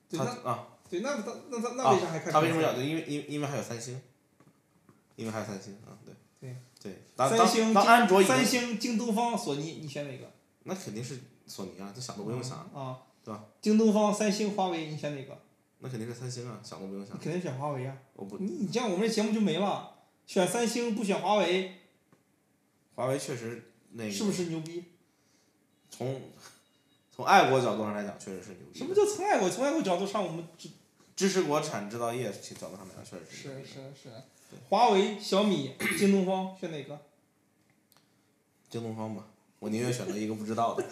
对，它那啊，对那那那那那啊为啥还看？它为什么要？因为因为因为还有三星，因为还有三星啊，对对对，当三星当当京安卓已三经星、京东方、索尼，你选哪个？那肯定是索尼啊，这想都不用想，啊，对吧？京东方、三星、华为，你选哪个？那肯定是三星啊，想都不用想嗯你，肯定选华为啊！我不你你这样我们这节目就没了。选三星不选华为，华为确实那个是不是牛逼？从从爱国角度上来讲，确实是牛逼什的。么叫从爱国？从爱国角度上，我们只支持国产制造业其角度上来讲，确实是牛逼的是是对，华为、小米、京东方选哪个？京东方吧，我宁愿选择一个不知道的， *laughs*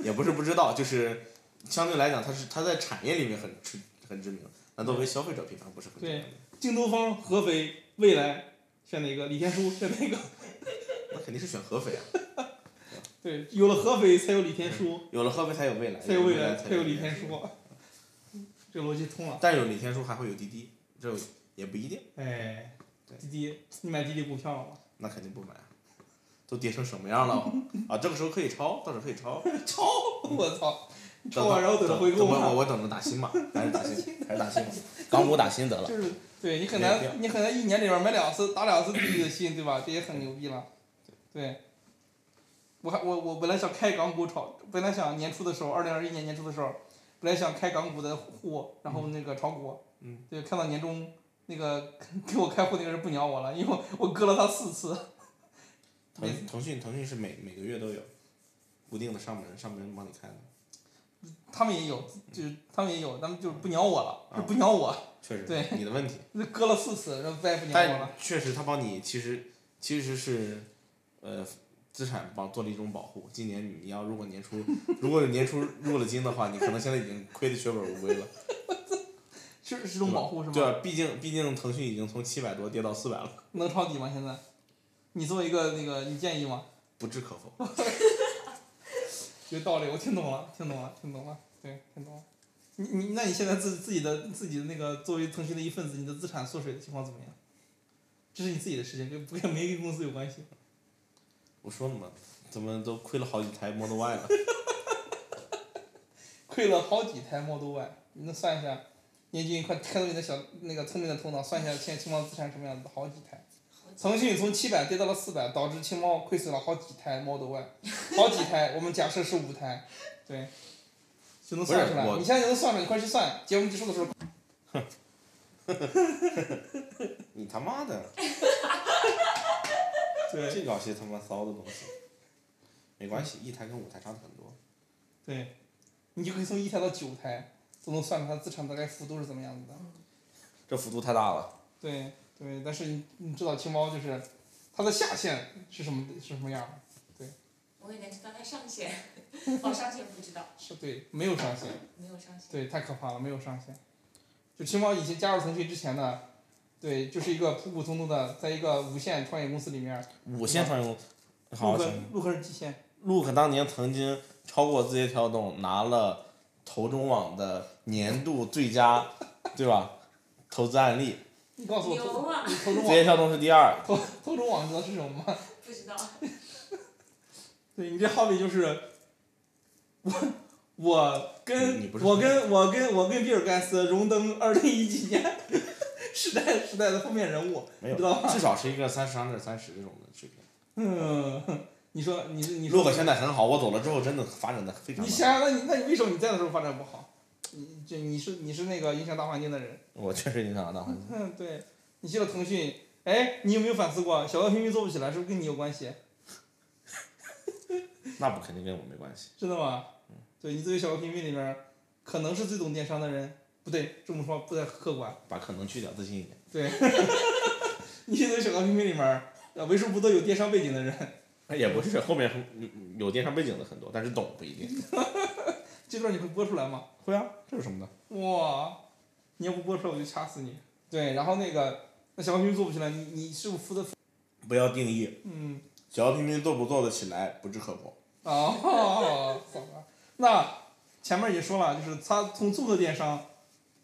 也不是不知道，就是相对来讲，它是它在产业里面很知很知名，但作为消费者品牌不是很知名对。京东方、合肥、未来选哪个？李天舒选哪个？ *laughs* 那肯定是选合肥啊，对，有了合肥才有李天舒，有了合肥才嗯有未来，才有未来，才才有李天天。舒。这逻辑通了。但是有李天舒还会有滴滴，这也不一定，哎，对滴滴，你买滴滴股票了吗？ *laughs* 那肯定不买啊，都跌成什么样了啊？这个时候可以抄，倒是可以抄，超，我操！你等超完然后等着回购等我嘛。我等着打新吧，还是打新，还是打新吧， *laughs* 港股打新得了。就是对你很没有必难，你很难一年里边买两次、打两次滴滴的新，对吧？这也很牛逼了。对，我还我我本来想开港股炒，本来想年初的时候，二零二一年年初的时候，本来想开港股的户，然后那个炒股。嗯。对，看到年终那个 *laughs* 给我开户那个人不鸟我了，因为我我割了他四次。每腾腾讯腾讯是每每个月都有固定的上门上门帮你开的，他们也有，就是他们也有，他们就是不鸟我了，啊是不鸟我，确实对你的问题。那割了四次，然后再也不鸟我但了。确实他帮你其实其实是呃资产帮做了一种保护。今年你要如果年初 *laughs* 如果年初入了金的话，你可能现在已经亏得血本无归 *laughs* 了，是是种保护是吗？对吧？毕竟毕竟腾讯已经从七百多跌到四百了，能抄底吗？现在，你作为一个那个，你建议吗？不置可否。有道理，我听懂了，听懂了，听懂了，对，听懂了。你你那你现在自自己的自己的那个作为腾讯的一份子，你的资产缩水的情况怎么样？这是你自己的事情，跟不跟没跟公司有关系。我说了嘛，咱们都亏了好几台 *laughs* Model Y 了，亏了好几台 Model Y，你能算一下？年均快开动你的小那个聪明的头脑，算一下现在青猫资产什么样子，好几台。腾讯从七百跌到了四百，导致青猫亏损了好几台 Model Y，好几台，我们假设是五台，对，就能算出来不是。我你现在就能算出来，你快去算。节目结束的时候，你他妈的，对净搞些他妈骚的东西。没关系，一台跟五台差的很多。对，你就可以从一台到九台，都能算出它资产大概幅度是怎么样子的。这幅度太大了。对对，但是你你知道青猫就是它的下限是什么是什么样的？我也能知道它上限，哦，上限不知道，是对，没有上限。没有上限。对，太可怕了，没有上限。就青猫以前加入腾讯之前呢，对，就是一个普普通通的，在一个无线创业公司里面，五线创业公司，好陆克好想想。陆克是极限，陆克当年曾经超过字节跳动拿了投中网的年度最佳，对吧？投资案例，你告诉我牛投啊！你投中网字节跳动是第二。投投中网知道是什么吗？不知道，对你这好比就是我我你你跟不是我跟我跟我跟比尔盖茨荣登二零一几年 *laughs* 时代时代的封面人物，没你知道有，吗至少是一个三十二三十这种的水平。嗯，你说你你说陆克现在很好，我走了之后真的发展的非常你好。想想，那你那你为什么你在的时候发展不好？你这你是你是那个影响大环境的人。我确实影响了大环境。嗯，对，你去了腾讯，哎，你有没有反思过，小鹅拼拼做不起来，是不是跟你有关系？那不肯定跟我没关系。真的吗？对你作为小鹅拼拼里面，可能是最懂电商的人，不对，这么说不太客观。把可能去掉，自信一点。 *laughs* 你是作为小鹅拼拼里面，呃，为数不多有电商背景的人，那也不是，后面很有电商背景的很多，但是懂不一定。这段你会播出来吗？会啊，这有什么的？哇，你要不播出来，我就掐死你。对，然后那个，那小鹅拼拼做不起来，你你是不是负责？不要定义，嗯。只要拼拼做不做得起来，不置可否。哦，好吧。那前面也说了，就是它从综合电商，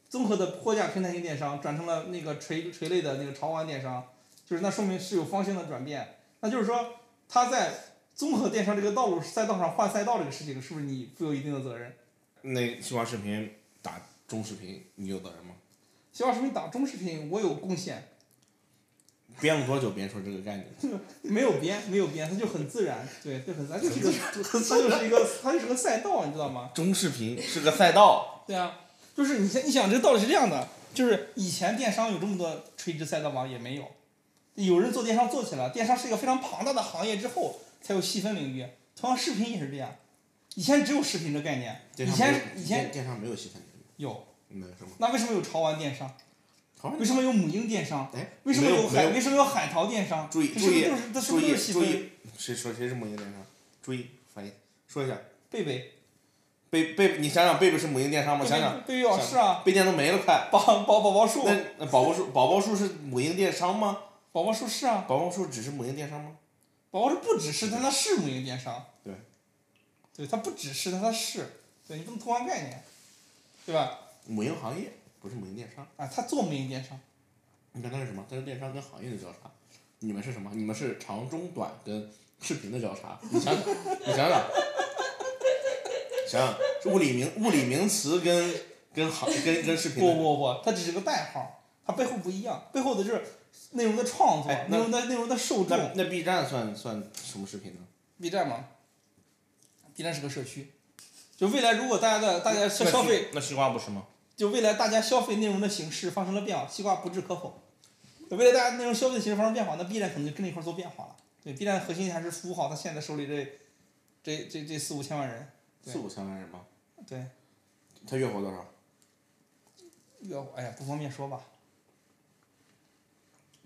综合的货架生态型电商转成了那个垂垂类的那个潮玩电商，就是那说明是有方向的转变。那就是说，它在综合电商这个道路赛道上换赛道这个事情，是不是你负有一定的责任？那西瓜视频打中视频，你有责任吗？西瓜视频打中视频，我有贡献。编了多久编出这个概念？没有编，没有编，它就很自然，对，就很自然，它就是一个，它就是一个，它就是个赛道，你知道吗？中视频是个赛道，对啊，就是你想，你想这个道理是这样的，就是以前电商有这么多垂直赛道吗？也没有，有人做电商做起来，电商是一个非常庞大的行业之后才有细分领域。同样，视频也是这样，以前只有视频这概念，以电商没有前以前电电商没有细分领域，有，没有什么。那为什么有潮玩电商？好像为什么有母婴电商？哎，为什么没有海？没为什么有海淘电商？注意这是不是注意都是这是注不是意都是细注分？意，谁说谁是母婴电商？注意反应，说一下。贝贝，贝贝，你想想贝贝是母婴电商吗？想想贝贝网是啊，贝电都没了快。宝宝宝宝树，那那宝宝树宝宝树是母婴电商吗？宝宝树是啊，宝宝树只是母婴电商吗？宝宝树不只是，但它是母婴电商。对，对，它不只是，但它是，对你不能偷换概念，对吧？母婴行业不是母婴电商。啊，它做母婴电商，你看它是什么？它是电商跟行业的交叉。你们是什么？你们是长中短跟视频的交叉。你想想，你想想，想想是物理名物理名词跟跟行跟跟视频不的。不不，它只是个代号，它背后不一样，背后的就是内容的创作，哎那内容的内容的受那众。那 B 站算算什么视频呢？ B 站嘛，B 站是个社区，就未来如果大家的大家消消费那西瓜不是吗？就未来大家消费内容的形式发生了变化，西瓜不置可否。未来大家内容消费的形式发生变化，那 B 站可能就跟着一块儿做变化了。对，B 站核心还是服务好他现在手里这这这这四五千万人，对四五千万人吗？对，它月活多少要哎呀不方便说吧，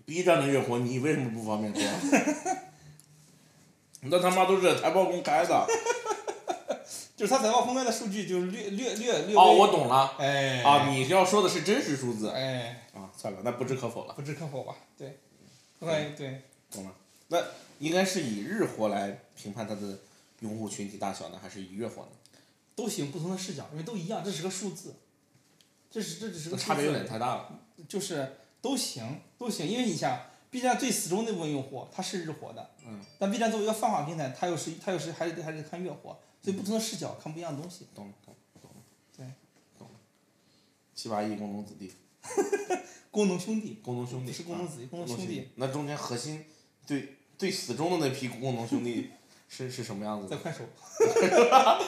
？B 站的月活你为什么不方便说？ *laughs* 那他妈都是财报公开的。 *laughs* 就是他财报公开的数据就是略略略略哦，微我，懂了。哎啊，你要说的是真实数字哎啊？算了，那不置可否了。不置可否吧，对，我感觉对懂了。那应该是以日活来评判它的用户群体大小呢，还是以月活呢？都行，不同的视角，因为都一样，这是个数字，这是这只是这个差别有数字点太大了。就是都行都行，因为你想，B 站最死忠那部分用户他是日活的，嗯，但 B 站作为一个泛化平台，它又是它又是还是还是看月活，所以不同的视角看不一样的东西。懂了，懂了，懂了。对，懂了。七八亿工农子弟，工农兄弟工农兄弟不是工农啊子弟，工工农农兄弟。那中间核心最最死忠的那批工农兄弟是是什么样子在的？快手，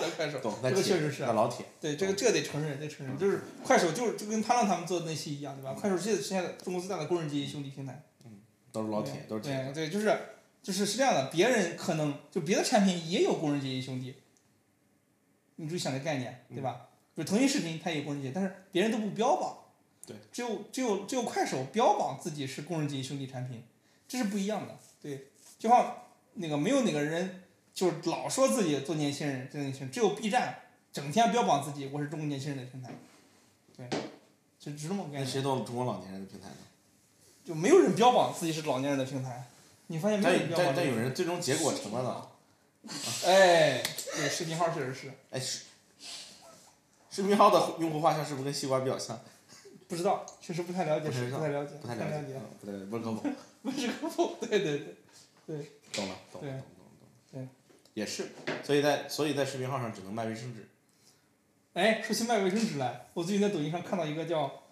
在快手，懂，那这个铁确实是啊那老铁，对这个这个得承认，得承认，就是快手就是就跟潘浪他们做的那期一样，对吧？快手现在现在中国最大的工人阶级兄弟平台，都是老铁，都是铁。对对，就是就是是这样的，别人可能就别的产品也有工人阶级兄弟，你注意想这概念，对嗯吧？就腾讯视频它也有工人阶级，但是别人都不标榜，对，只有只有只有快手标榜自己是工人阶级兄弟产品，这是不一样的，对，就像那个没有哪个人就是老说自己做年轻人，做年轻人，只有 B 站整天标榜自己我是中国年轻人的平台，对，就只这么个概那谁念，做中国老年人的平台呢？就没有人标榜自己是老年人的平台。你发现没有人但标榜但这但个有人最终结果成了呢？哎，对，视频号确实是，哎，视视频号的用户画像是不是跟西瓜比较像？不知道，确实不太了解，不知道不太了解，不太了了解，嗯不太了解，不是科 *laughs* 普。不是科普，对对对，懂了，懂了，懂对了，懂了。也是，所以在所以在视频号上只能卖卫生纸。哎，说起卖卫生纸来，我最近在抖音上看到一个叫，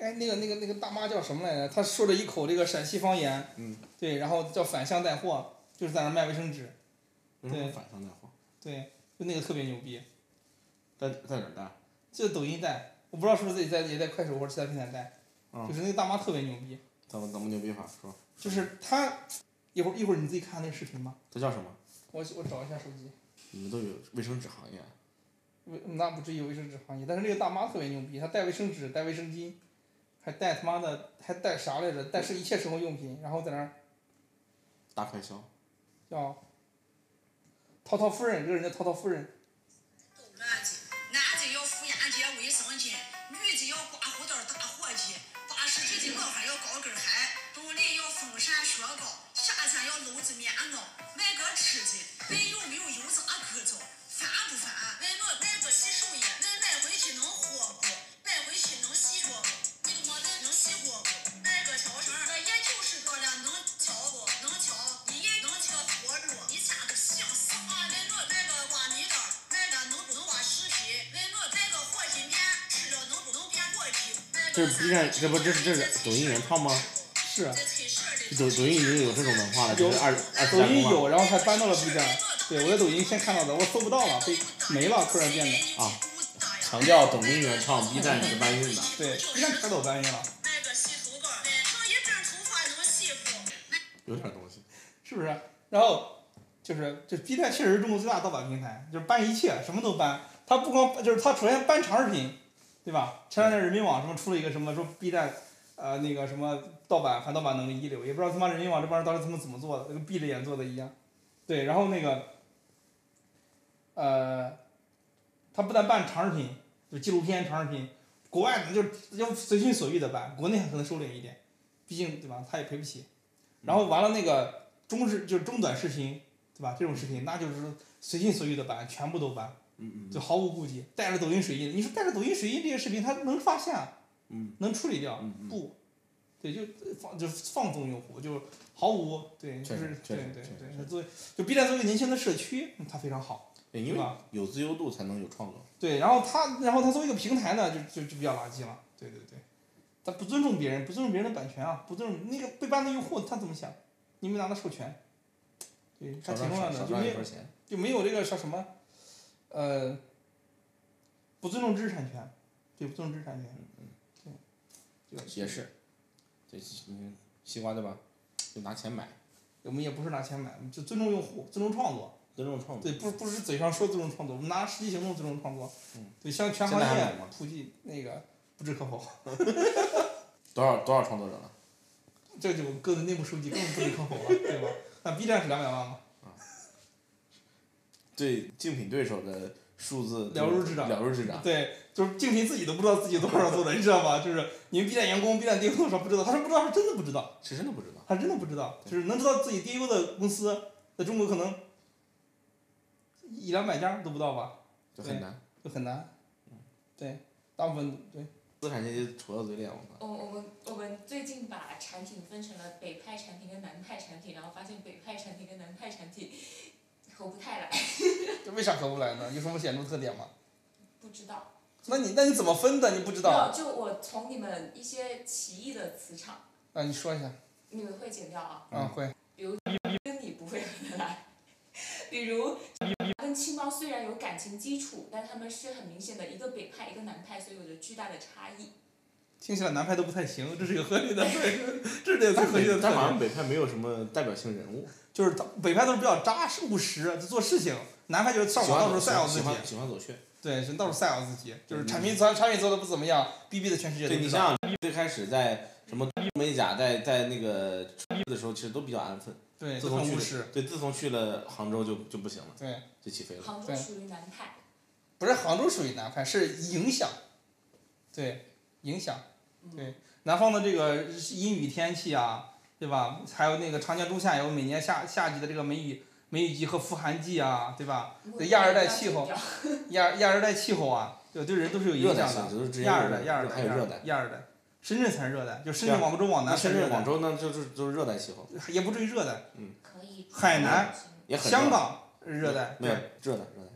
哎，那个那个那个大妈叫什么来着？她说着一口这个陕西方言，嗯，对，然后叫反向带货，就是在那儿卖卫生纸，为什么对反向带货？对，就那个特别牛逼，在在哪儿带？就抖音带，我不知道是不是也在也在快手或者其他平台带，嗯就是那个大妈特别牛逼，怎么怎么牛逼法说？就是她，一会儿一会儿你自己看那个视频吧，这叫什么？我我找一下手机。你们都有卫生纸行业啊？卫那不至于卫生纸行业，但是那个大妈特别牛逼，她带卫生纸，带卫生巾，还带他妈的还带啥来着？带是一切生活用品，然后在那儿大快销。叫涛涛夫人，这个人叫涛涛夫人，男子，男子要妇炎洁卫生巾，女子要刮胡刀打火机，八十斤的老汉要高跟鞋，中年要风扇雪糕，夏天要篓子棉袄，买个吃的，问有没有油炸可糟，烦不烦？问我带着洗手液，恁买回去能喝不？买回去能洗着不？你个没带能洗过不？买个调绳，这也就是个了，能调不？能调，你也能调活路，你家个想啥？问我带个刮泥刀。买了能不能把视频？问我带个火鸡面，吃了能不能变火鸡？这是 B 站，这不这是这是抖音原创吗？是啊抖抖音已经有这种文化了，就是二二次抖加工音吗有，然后还搬到了 B 站，对我在抖音先看到的，我搜不到了，被没了，突然变的。啊。强调董明远唱 B 站是搬运的。对，你看全都搬运了，买个洗头膏，烫一根头发能洗不？有点东西。是不是？然后就是这 B 站确实是中国最大的盗版平台，就是搬一切，什么都搬。它不光就是它首先搬长视频，对吧？前两天人民网什么出了一个什么说 B 站。呃，那个什么盗版反盗版能力一流，也不知道他妈人民网这帮人当时他们怎么做的，跟闭着眼做的一样。对，然后那个，呃，他不但办长视频，就纪录片、长视频，国外的就是就随心所欲的办，国内可能收敛一点，毕竟对吧，他也赔不起。然后完了那个中视就是中短视频，对吧？这种视频那就是随心所欲的办，全部都办，嗯就毫无顾忌，带着抖音、水印，你说带着抖音、水印这些视频，他能发现啊，嗯能处理掉，嗯嗯，不，对，就放就放纵用户，就毫无对，就确实是确对实对确实对，确它作为就 B 站作为年轻的社区，嗯它非常好，对，哎因对为吧？有自由度才能有创造。对，然后它然后它作为一个平台呢，就就就比较垃圾了，对对对，它不尊重别人，不尊重别人的版权啊，不尊重那个被ban 的用户他怎么想？你没拿到授权，对，还挺少赚重要少的，少就赚没一有份钱。就没有这个叫什么，呃，不尊重知识产权，对，不尊重知识产权，对，这个嗯也是，对，嗯，西瓜对吧？就拿钱买，我们也不是拿钱买，就尊重用户，尊重创作。尊重创作。对，不不是嘴上说尊重创作，我们拿实际行动尊重创作。嗯对，向全行现在还业买吗普及那个不置可否，多少多少创作者了？这就各自内部收集更不置可否了，对 *laughs* 吧？那 B 站是两百万吗？对竞品对手的数字了如指掌了如指掌。对，就是啊竞品自己都不知道自己有多少作者，你知道吗？就是你们 B 站员工、B 站 DU 多少不知道，他是不知道，是真的不知道，是真的不知道。他真的不知道，就是能知道自己 DU 的公司在中国可能一两百家都不到吧，就很难。就很难。对，大部分对。资产阶级杵到嘴里，我靠！我我们我们最近把产品分成了北派产品跟南派产品，然后发现北派产品跟南派产品合不太来，这为啥合不来呢？有什么显著特点吗？不知道。那你那你怎么分的？你不知没道？有，就我从你们一些歧义的磁场，啊，你说一下。你们会剪掉啊，啊，会。跟你不会合得来。比如跟青帮虽然有感情基础，但他们是很明显的一个北派一个南派，所以有着巨大的差异。听起来南派都不太行，这是一个合理 *laughs* 的，这是得最合理的特但好像点。北派没有什么代表性人物，就是北派都是比较扎实务实，啊就做事情；南派就是上喜网欢到处晒我喜自己，欢喜欢走穴。对，是到处晒我自己，就是产品产产品做的不怎么样，逼逼的全世界都对你知道。想想，最开始在什么美甲，在在那个的时候，其实都比较安分。对，自都从很去务实。对，自从去了杭州就就不行了，对，就起飞了。杭州对属于南派，不是杭州属于南派，是影响。对，影响。对，南方的这个阴雨天气啊，对吧？还有那个长江中下游每年夏夏季的这个梅雨梅雨季和伏寒季啊，对吧？如果对亚热带要气剪候掉亚亚热带气候啊，对对人都是有热影带响性的。就是之前亚热带，亚热带，还有亚热热带带，。亚热带，深圳才是热带，就深对啊圳往不中往南那才深是热圳、带广，州呢，就就是就是热带气候，也不至于热带。可以海南也很热香港热带，没有对，热带热带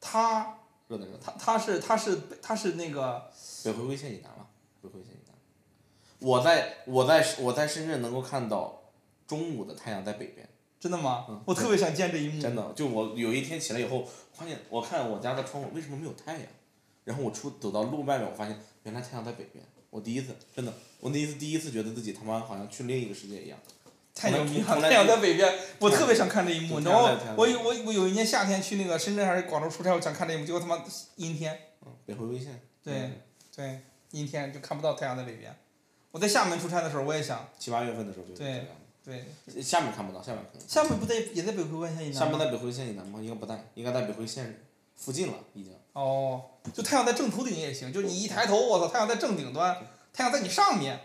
它热带热带，它它是它是它是那个北回归线以南嘛，北回归线以南。我在我在我在深圳能够看到中午的太阳在北边，真的吗嗯？我特别想见这一幕。真的，就我有一天起来以后，发现我看我家的窗户为什么没有太阳，然后我出走到路外面，我发现原来太阳在北边。我第一次真的，我那一次第一次觉得自己他妈好像去另一个世界一样。太牛逼了！从来太阳在北边，我特别想看这一幕。你对知道太吗阳在太？阳我有我我有一年夏天去那个深圳还是广州出差，我想看这一幕，结果他妈阴天，嗯，北回归线。对嗯对，阴天就看不到太阳在北边。我在厦门出差的时候，我也想，七八月份的时候就是这对样。呃对，下面看不到，下面可能。厦门不在也在北回关线以南厦吗门在北回归线以南吗？应该不在，应该在北回归线附近了，已经。哦，就太阳在正头顶也行，就是你一抬头，我操，太阳在正顶端，太阳在你上面，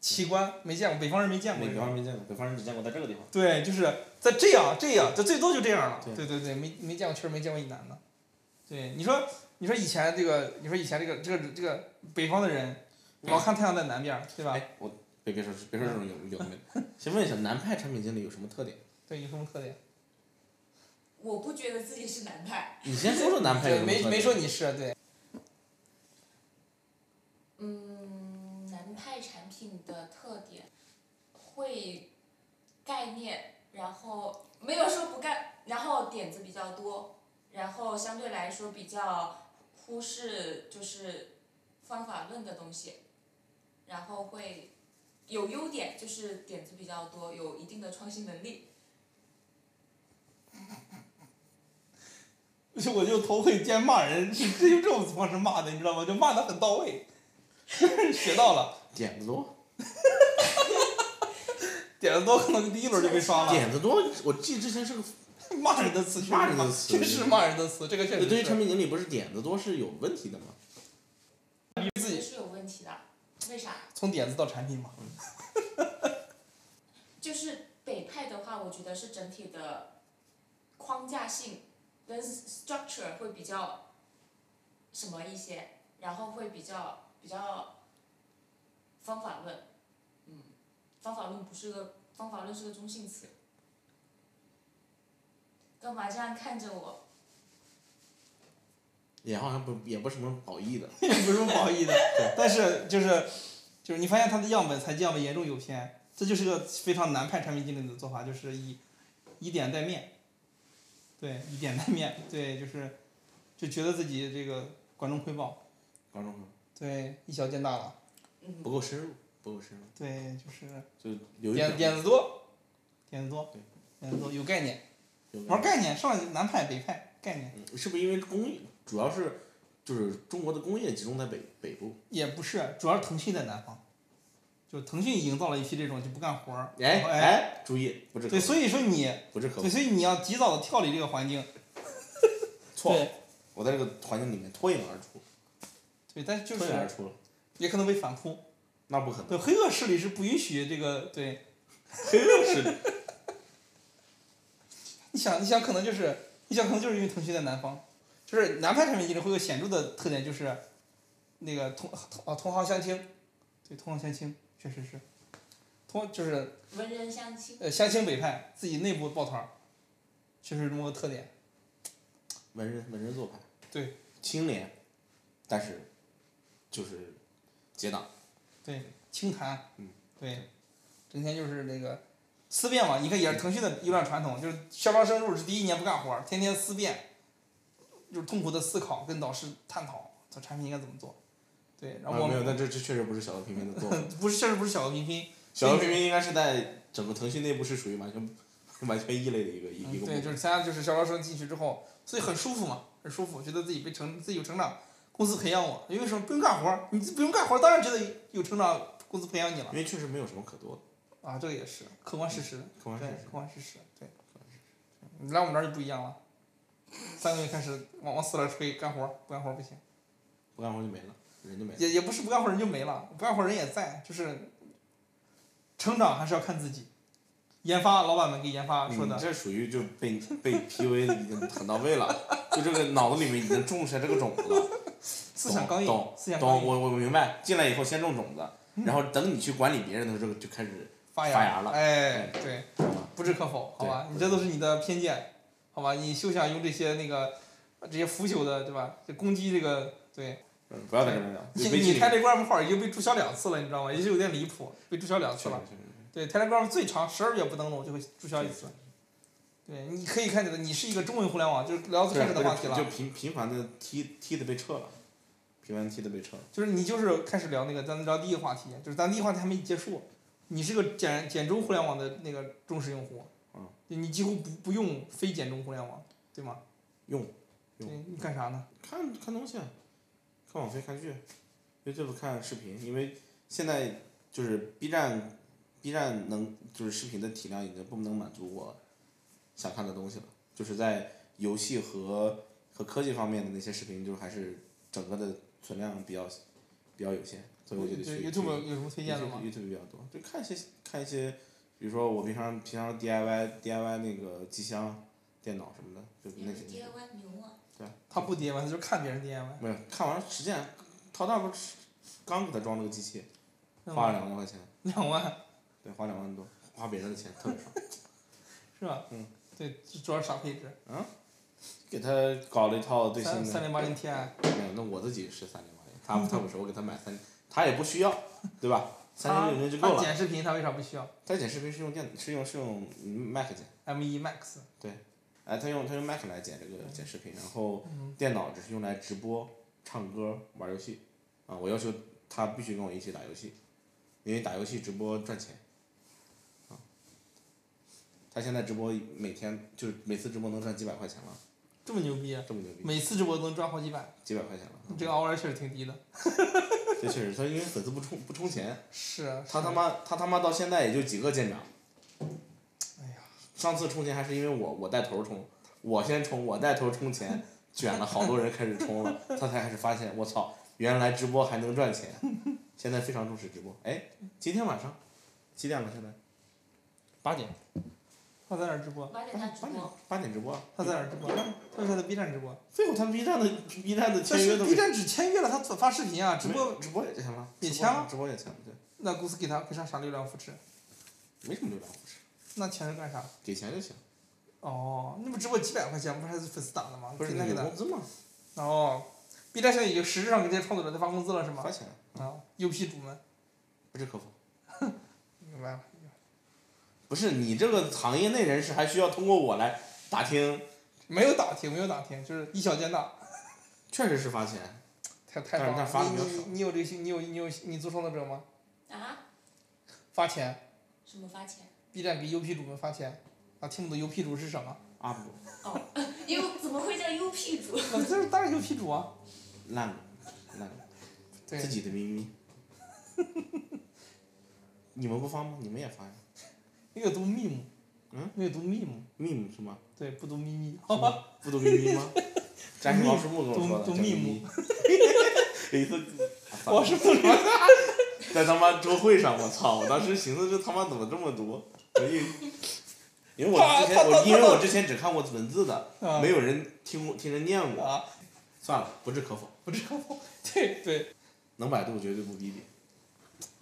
奇观没见过，北方人没见过北这方种。人没见过，北方人只见过在这个地方。对，就是在这样这样，就最多就这样了。对对对对，没没见过，确实没见过一男的。对，你说你说以前这个，你说以前这个这个这个北方的人，老看太阳在南边儿，对吧？哎，我别别说别说这种有有的没的，先问一下南派产品经理有什么特点？对，有什么特点？我不觉得自己是南派，你先说说南派有对，什么特没点没说你是对，嗯，南派产品的特点会概念，然后没有说不干，然后点子比较多，然后相对来说比较忽视就是方法论的东西，然后会有优点，就是点子比较多，有一定的创新能力。就我就头回见骂人，这这就这种方式骂的，你知道吗？就骂的很到位， *laughs* 学到了，点子多，点子多可能第一轮就被刷了。点子多，我记得之前是个骂人的词确实骂人的骂词确实骂人的词，这个确实对于是产品经理不是点子多是有问题的吗？自己是有问题的，为啥？从点子到产品嘛。就是北派的话，我觉得是整体的框架性跟 structure 会比较什么一些，然后会比较比较方法论，嗯，方法论不是个方法论是个中性词。干嘛这样看着我？也好像不也不是什么好意的， *laughs* 也不是不好意的，但是就是就是你发现它的样本采集样本严重有限，这就是个非常南派产品经理的做法，就是以以点带面，对，以点带面， *laughs* 对，就是就觉得自己这个管中窥豹， *laughs* 观众朋友对，一小见大了，嗯不够深入，不够深入，对，就是就有一点点点子多，点子多对，点子多有概念，有一点玩概念，上来南派北派概念嗯是不是因为工业主要是就是中国的工业集中在北北部？也不是，主要是腾讯在南方，就腾讯营造了一批这种就不干活儿，哎哎哎，注意不置可对，否，所以说你。不置可对，否，所以你要及早的跳离这个环境。错，我在这个环境里面脱颖而出，对，但是就脱颖而是出了，也可能被反扑。那不可 *laughs* 能，对，黑恶势力是不允许这个。对，黑恶势力，你想，你想可能就是，你想可能就是因为腾讯在南方，就是南派产品经理会有显著的特点，就是那个同同啊同行相轻。对，同行相轻确实是，同就是文人相亲，呃相亲北派自己内部抱团儿，确实是这么个特点。文人文人做派，对，清廉，但是就是结党，对，清谈，嗯，对，整天就是那个思辨嘛，你看也嗯是腾讯的一贯传统，就是校方生入职第一年不干活儿，天天思辨，就是痛苦的思考，跟导师探讨这产品应该怎么做。对，然后我啊没有，们、那这这确实不是小额平 *laughs* 民的做法，不是确实不是小额平均，小额平民应该是在整个腾讯内部是属于完全完全异类的一个一一嗯，个部对，门，就是大家就是校招生进去之后，所以很舒服嘛，很舒服，觉得自己被成自己有成长，公司培养我，因为什么不用干活儿，你不用干活儿，当然觉得有成长，公司培养你了因为确实没有什么可多的，啊，这个也是客观事实。嗯客观事对，实客。观事实，对。嗯你来我们这儿就不一样了，三个月开始往往死了吹，干活儿不干活儿不行，不干活就没了，人就没了。也也不是不干活儿人就没了，不干活儿人也在，就是成长还是要看自己。研发老板们给研发说你的，这属于就被被 PUA 已经很到位了，就这个脑子里面已经种下这个种子了。思想刚懂硬，思想懂，刚硬我我明白，进来以后先种种子，然后等你去管理别人的时候，这个就开始发发芽了哎，对嗯，不置可否，好对吧，你这都是你的偏见，好吧，你休想用这些那个这些腐朽的，对吧？就攻击这个，对，嗯不要在这么聊。你微信你里开这 gram 号已经被注销两次了，你知道吗？也是有点离谱，被注销两次确实了。确实对，Telegram 最长十二月不登录就会注销一确次实。对，你可以看起来你是一个中文互联网，就是聊到最开始对的话题就了，频频繁的梯梯子被撤了，频繁地梯子被撤了。就是你就是开始聊那个咱们聊第一个话题，就是咱第一个话题还没结束，你是个简简中互联网的那个忠实用户，嗯，你几乎不不用非简中互联网，对吗？用，对用你干啥呢？看看东西，啊，看网飞看剧，YouTube 看视频，因为现在就是 B 站，B 站能就是视频的体量已经不能满足我想看的东西了，就是在游戏和和科技方面的那些视频，就是还是整个的存量比较比较有限，所以我就得对去 YouTube 有什么推荐的 YouTube 吗？ YouTube 比较多，就看一些看一些，比如说我平常平常 DIY DIY 那个机箱、电脑什么的，就你那哦们些。 DIY 牛啊！他不 DIY，他就是看别人 DIY，没有，看完实践，淘大不是刚给他装了个机器，花了两万多块钱，两万。对，花两万多，花别人的钱特 *laughs* 别爽，是吧？嗯，对，主要是啥配置？给他搞了一套最三新三的，零八零 Ti，没有，那我自己是三零八零，他不他不是，我给他买三，他也不需要，对吧？三零六零就够他了。剪视频他为啥不需要他剪视频是用电，是用是用嗯 Mac 剪， M1 E Max？哎，他用他用 Mac 来剪这个剪视频，然后嗯，电脑只是用来直播唱歌、玩游戏，啊，我要求他必须跟我一起打游戏，因为打游戏直播赚钱，啊，他现在直播每天就是每次直播能赚几百块钱了，这么牛逼啊！这么牛逼，每次直播都能赚好几百，几百块钱了，你这个 ROI 确实挺低的。这确实，他因为粉丝不充不充钱，是啊，他是他啊，妈他他妈到现在也就几个舰长，哎呀，上次充钱还是因为我我带头充，我先充，我带头充钱，卷了好多人开始充了，他才开始发现，我操，原来直播还能赚钱，现在非常重视直播。哎，今天晚上几点了？现在八点，他在哪儿直播？晚点他直八点播，八点直播啊，他在哪儿直播？他是在 B 站直播，最后他们 B 站的 B 站的但签约是都 B 站只签约了他发视频啊，直没播直播也签了，也直播签了直播也签了，对，那公司给他给他啥流量扶持？没什么流量扶持，那钱是干啥？给钱就行，哦，那不直播几百块钱，不是还是粉丝打的吗？不是天天那给个他工资嘛，哦，B 站现在已经实质上给这些创作者在发工资了是吗发？钱啊，优批主们，不置可否。明白了。不是你这个行业内人士还需要通过我来打听，没有打听，没有打听，就是以小见大，确实是发钱，太太但是棒了但发的你比较你少你有这个心，你有你有你做创作者吗？啊？发钱什么发钱？ *laughs* ，B 站给 UP 主们发钱，啊，听不懂 UP 主是什么？啊不。又怎么会叫 UP 主？那这是当然 UP 主啊，烂了，烂了，对自己的咪咪。 *laughs* 你们不发吗？你们也发呀那个读 meme，嗯，那个读 meme， ，meme 是 *laughs* 吗？对，不读咪咪，好吧。不读咪咪吗？詹是王师傅跟我读说的，读叫咪密咪。 *laughs* 有一次，啊算 *laughs* 了我是不说， *laughs* 在他妈周会上，我操！我当时寻思这他妈怎么这么多？我因为 *laughs* 因为我之他前他我他因为我之前只看过文字的，啊没有人听过听人念过。啊，算了，不置可否，不知道，对对，能百度绝对不逼逼，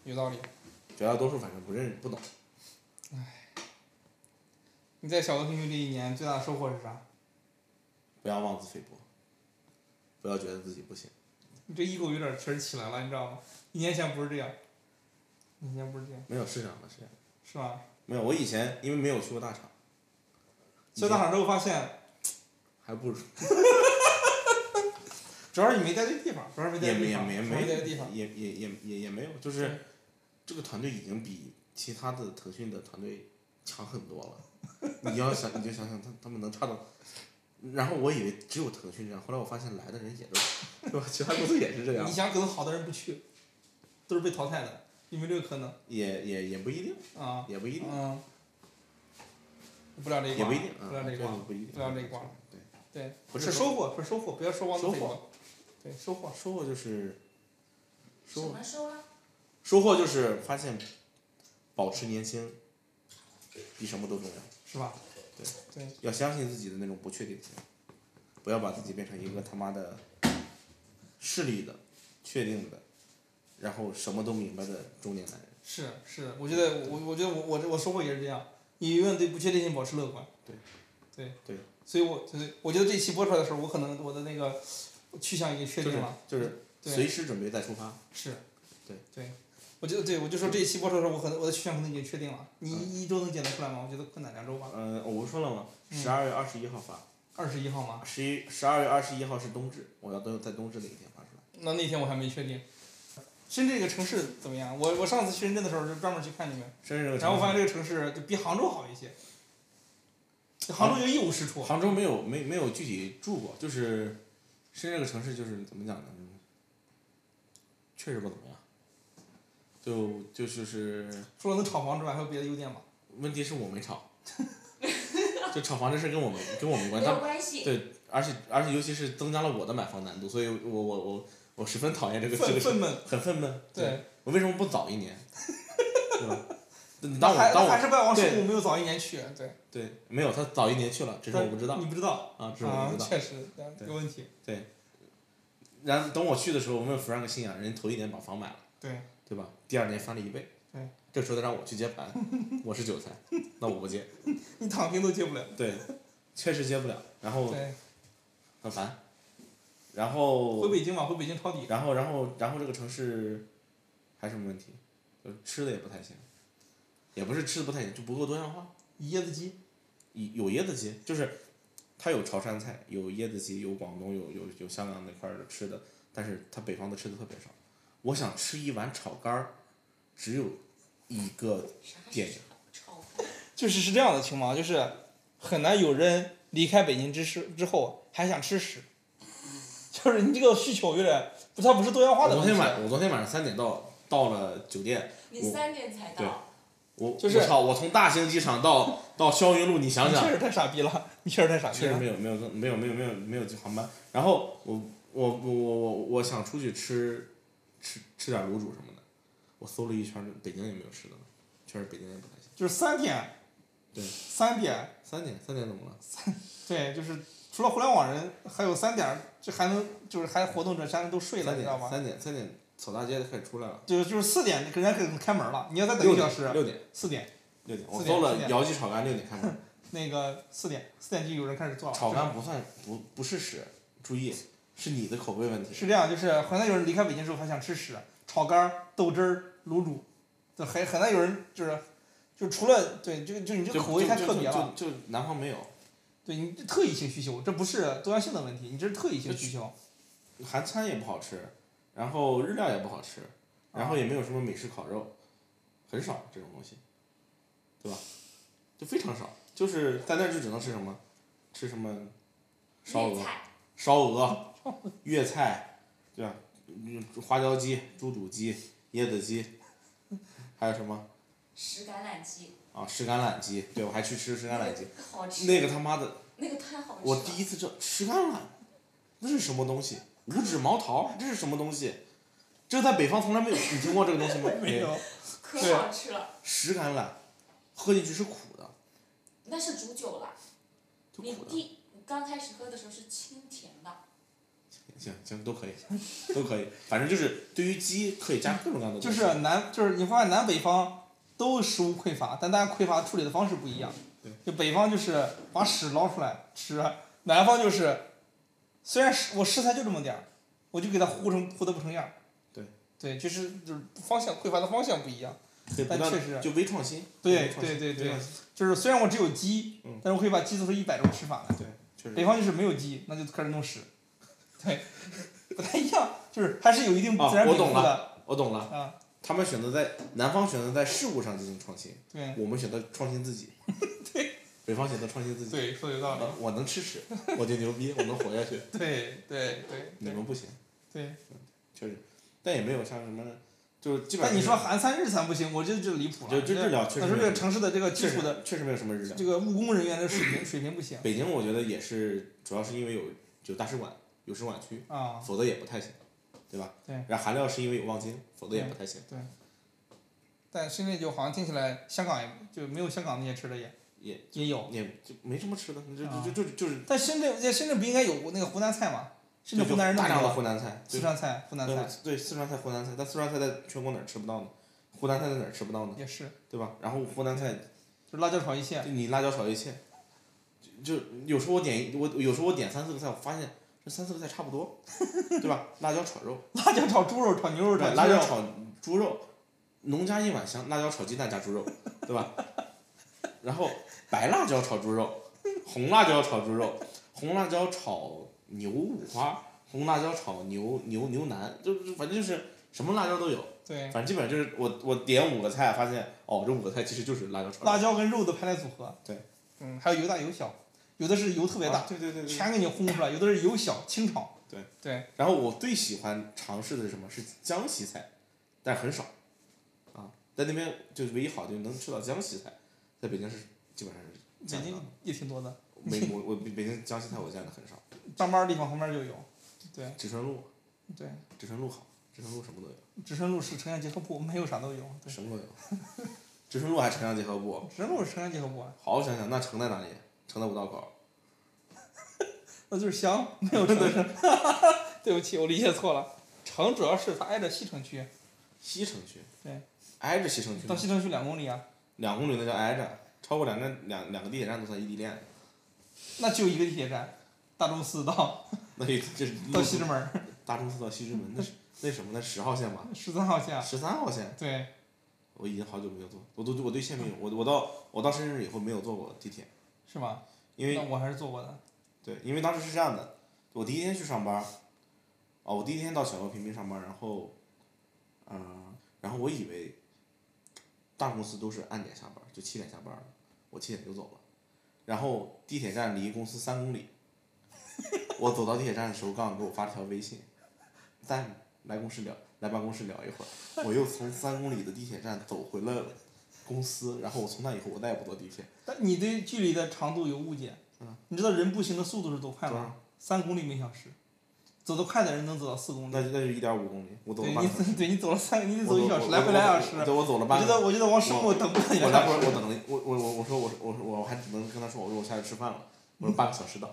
有道理。绝大多数反正不认识不懂。你在小鹅星球这一年最大的收获是啥？不要妄自菲薄，不要觉得自己不行。你这 ego 有点确实起来了，你知道吗？一年前不是这样，一年不是这样，没有市场了，是这样是吧？没有。我以前因为没有去过大厂，去大厂之后发现，还不如主要是你没在对地方，主要是没也在没对地也方，没也主要没是没在对地方。也也也也也没有，就是这个团队已经比其他的腾讯的团队强很多了。你要想你就想想他他们能差到，然后我以为只有腾讯这样，后来我发现来的人也都，对啊吧？其他公司也是这 *laughs* 样你，想，可能好的人不去，都是被淘汰的，有没有这个可能也也也不一定，啊？也不一定，嗯，不聊这一也卦不一定，了，不聊这一嗯，卦了，不一定，不聊这一卦了。对，对，不是是收获，是收获，不要说忘了收这一获卦。对，收获。哦收获就是什收获么收啊？收获就是发现，保持年轻，比什么都重要。是吧？对对，要相信自己的那种不确定性，不要把自己变成一个他妈的势利的、确定的，然后什么都明白的中年男人。是是，我觉得我我觉得我我这我收获也是这样，你永远对不确定性保持乐观。对，对对，所以我就是我觉得这期播出来的时候，我可能我的那个去向已经确就定是了。就是对随时准备再出发。是，对对，我觉得对我就说这一期播出的时候，我可能我的去向可能已经确定了。你一周能剪得出来吗？我觉得困难，两周吧。嗯、我不说了吗？嗯十二月二十一号发，二十一号吗？十一十二月二十一号是冬至，我要都在冬至那一天发出来。那那天我还没确定。深圳这个城市怎么样？我我上次去深圳的时候就专门去看你们，生日这个然后我发城现市这个城市就比杭州好一些，杭州就一无是处。杭州没有没没有具体住过，就是深圳这个城市就是怎么讲呢？嗯确实不怎么样。就就就是除了能炒房之外，还有别的优点吗？问题是我没炒，就炒房这事跟我没跟我没关没系。有他关系。对，而且而且尤其是增加了我的买房难度，所以我我我我十分讨厌这个这愤个事，愤懑，很愤懑。对，对，我为什么不早 *laughs* 一年？对吧？那当我还当那还我是怪王对十五没有早一年去，对，对没有他早一年去了，只是我不知道你不知道啊，只是我嗯啊不，知道。确实对对有问题，然后等我去的时候，我问 Frank 新阳，啊人头一年把房买了，对，对吧？第二年翻了一倍对，这时候再让我去接盘，我是韭菜，那我不接，你躺平都接不了，对，确实接不了，然后对，很烦，然后回北京吧，回北京抄底，然后，然后，然后这个城市还有什么问题？就是吃的也不太行，也不是吃的不太行，就不够多样化。椰子鸡，有有椰子鸡，就是它有潮汕菜，有椰子鸡，有广东，有有有香港那块儿的吃的，但是它北方的吃的特别少。我想吃一碗炒肝儿，只有一个啥电影炒炒就是是这样的情况，就是很难有人离开北京之时之后还想吃屎， *laughs* 就是你这个需求有点，不，它不是多元化我的昨问题天。晚我昨天晚上三点到到了酒店，你三点才到，我就是我操，我从大兴机场到到霄云路，你想你想确，实太傻逼了，你确实太傻逼确实了。没有没有没有没有没有没有航班。然后我我我我我我想出去吃吃吃点卤煮什么的，我搜了一圈，北京也没有吃的了，确实北京也不太行。就是三点，对三点，三点三点怎么了？对，就是除了互联网人，还有三点儿，这还能就是还活动者，山都睡了，三你知道点吗？三点三点扫大街的开始出来了，就是就是四点，人家可能开门了，你要再等一六个小点时，六点四点六点，我四点搜四了点姚记炒肝六点开 *laughs* 门，那个四点四点就有人开始做了。炒就是肝不算不不是屎，注意是你的口味问题。是这样，就是很难有人离开北京之后还想吃屎，炒肝儿、豆汁儿、卤煮，就很很难有人就是，就除了对，就就你这就个口味太就特别了，就就就南方没有，对你这特异性需求，这不是多样性的问题，你这是特异性需求。韩餐也不好吃，然后日料也不好吃，然啊后也没有什么美式烤肉，很少这种东西，对吧？就非常少，就是在那儿就只能吃什么，吃什么烧粤鹅、菜烧鹅、 *laughs* 粤菜，对吧？嗯花椒鸡、猪肚鸡、椰子鸡，还有什么石橄榄鸡，啊？湿橄榄鸡，对我还去吃湿橄榄鸡，好吃，那个他妈的，那个太好吃了。我第一次这湿橄榄，那是什么东西？五指毛桃，这是什么东西？这在北方从来没有，你听过这个东西吗？ *laughs* 没有，可对好吃了，石橄榄，喝进去是苦的，那是煮久了。就你苦的。第你刚开始喝的时候是清甜的，行行，都可以，都可以，反正就是对于鸡可以加各种各样的就东西。是南，就是你发现南北方都食物匮乏，但大家匮乏处理的方式不一样。就北方就是把屎捞出来吃，南方就是，虽然食我食材就这么点儿，我就给它糊成糊的不成样儿。对对，就是就是方向匮乏的方向不一样。可以不但断确实就微创新。对微创新对对对微创新就是虽然我只有鸡，嗯但是我可以把鸡做出一百种吃法来。对，确实。北方就是没有鸡，那就开始弄屎，对，不太一样，就是还是有一定哦自然我禀赋懂了的。我懂了，啊，他们选择在南方选择在事物上进行创新，对我们选择创新自己。 *laughs* 对。北方选择创新自己。对，说的有道理呃。我能吃屎，我就牛逼，我能活下去。对对对你对们不行，对。确实，但也没有像什么，就是基本但上。你说韩餐日餐不行，我觉得这离谱了。就这日料确实那说没这个有城市的这个基确础的实确实没有什么日料这。个务工人员的水平水平不行北京我觉得也是，主要是因为有有大使馆，有使馆区，啊。否则也不太行，对吧？对然后韩料是因为有望京，否则也不太行，但深圳就好像听起来香港也就没有香港那些吃的也也也有，也就没什么吃的，就啊就就就就是但深圳在深圳不应该有那个湖南菜吗？深就圳湖南人那大么量的多，湖南菜，四对川菜、湖南对菜对四川菜、湖南菜，但四川菜在全国哪儿吃不到呢？湖南菜在哪儿吃不到呢？也是，对吧？然后湖南菜就是辣椒炒一切就。你辣椒炒一切，就就有时候我点一我有时候我点三四个菜，我发现这三四个菜差不多， *laughs* 对吧？辣椒炒肉， *laughs* 辣椒炒猪肉、炒牛肉、炒对，鸡辣椒肉炒猪肉，农家一碗香，辣椒炒鸡蛋加猪肉，对吧？然后白辣椒炒猪肉，红辣椒炒猪肉，红辣椒炒牛五花，红辣椒炒牛牛牛腩，就就反正就是什么辣椒都有，对，反正基本上就是我我点五个菜，发现哦这五个菜其实就是辣椒炒辣椒椒跟肉的排列组合。对，嗯，还有油大油小，有的是油特别啊大，对对对对。全给你轰出来；有的是油小清炒。对对，然后我最喜欢尝试的是什么？是江西菜，但很少，啊，在那边就唯一好就能吃到江西菜，在北京是基本上是北见不到京的。也挺多的， *laughs* 没我我北京江西菜我见的很少，上班的地方旁边就有。对只春路，对，只春路好，只春路什么都有，直升路是城乡结合部，没有啥都有。对，什么都有。 *laughs* 只春路还城乡结合部，直升路是城乡结合部，啊好好想想，那城在哪里？城在五道口。那呃就是乡，没有城。 *laughs* 对不起，我理解错了。城主要是它挨着西城区，西城区。对。挨着西城区吗到，西城区两公里啊，两公里那叫挨着，超过两站两两个地铁站都算异地恋。那只有一个地铁站，大钟寺到 *laughs* 那就就是到西直门儿大钟寺到西 *laughs* 直门，那是那什么？那十号线吧，十三号线。啊十三号线。对，我已经好久没有坐，我都我对线没有，我我到我到深圳以后没有坐过地铁，是吗？因那为我还是坐过的。对，因为当时是这样的，我第一天去上班，哦，我第一天到小鹅平平上班，然后，嗯、然后我以为大公司都是按点下班，就七点下班，我七点就走了。然后地铁站离公司三公里，我走到地铁站的时候，刚好给我发了条微信，在来公司聊，来办公室聊一会儿。我又从三公里的地铁站走回了公司，然后我从那以后我再也不坐地铁。但你对距离的长度有误解。嗯你知道人步行的速度是多快多吗少？三公里每小时，走得快的人能走到四公里那。那就一点五公里，我走了对半你个小时。，对你走了三，你得我 *laughs* 走一小时，来我回两小时。我对，我走了我半觉个。得，我觉得王师我傅等不了你我两来小会儿，时。我等了，我我我我说我说我说我还只能跟他说，我说我下去吃饭了，我说半个小时到。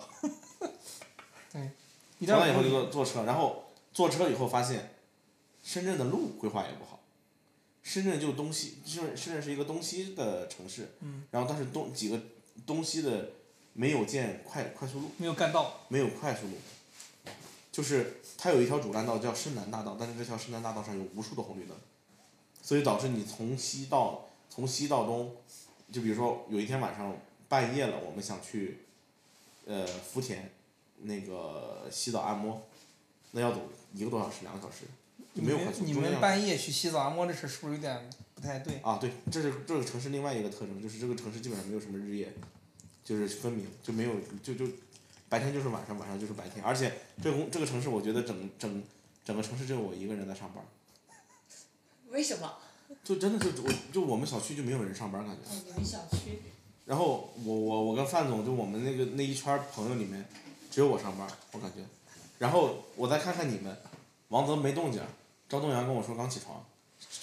你这吃样完以后就坐坐车，然后坐车以后发现，深圳的路规划也不好，深圳就东西，就是深圳是一个东西的城市，嗯然后但是东几个东西的没有建快快速路，没有干道，没有快速路，就是它有一条主干道叫深南大道，但是这条深南大道上有无数的红绿灯，所以导致你从西到从西到东，就比如说有一天晚上半夜了，我们想去，呃福田那个西岛按摩，那要走一个多小时两个小时，你就没有们快速你中间们要半夜去洗澡啊按摩这事儿是不是有点不太对？啊，对，这是这个城市另外一个特征，就是这个城市基本上没有什么日夜，就是分明，就没有就就白天就是晚上，晚上就是白天，而且这个公这个城市，我觉得整整整个城市只有我一个人在上班，为什么？就真的就我就我们小区就没有人上班感觉。哦，你们小区然后我我我跟范总就我们那个那一圈儿朋友里面，只有我上班儿，我感觉。然后我再看看你们，王泽没动静儿，张东阳跟我说刚起床，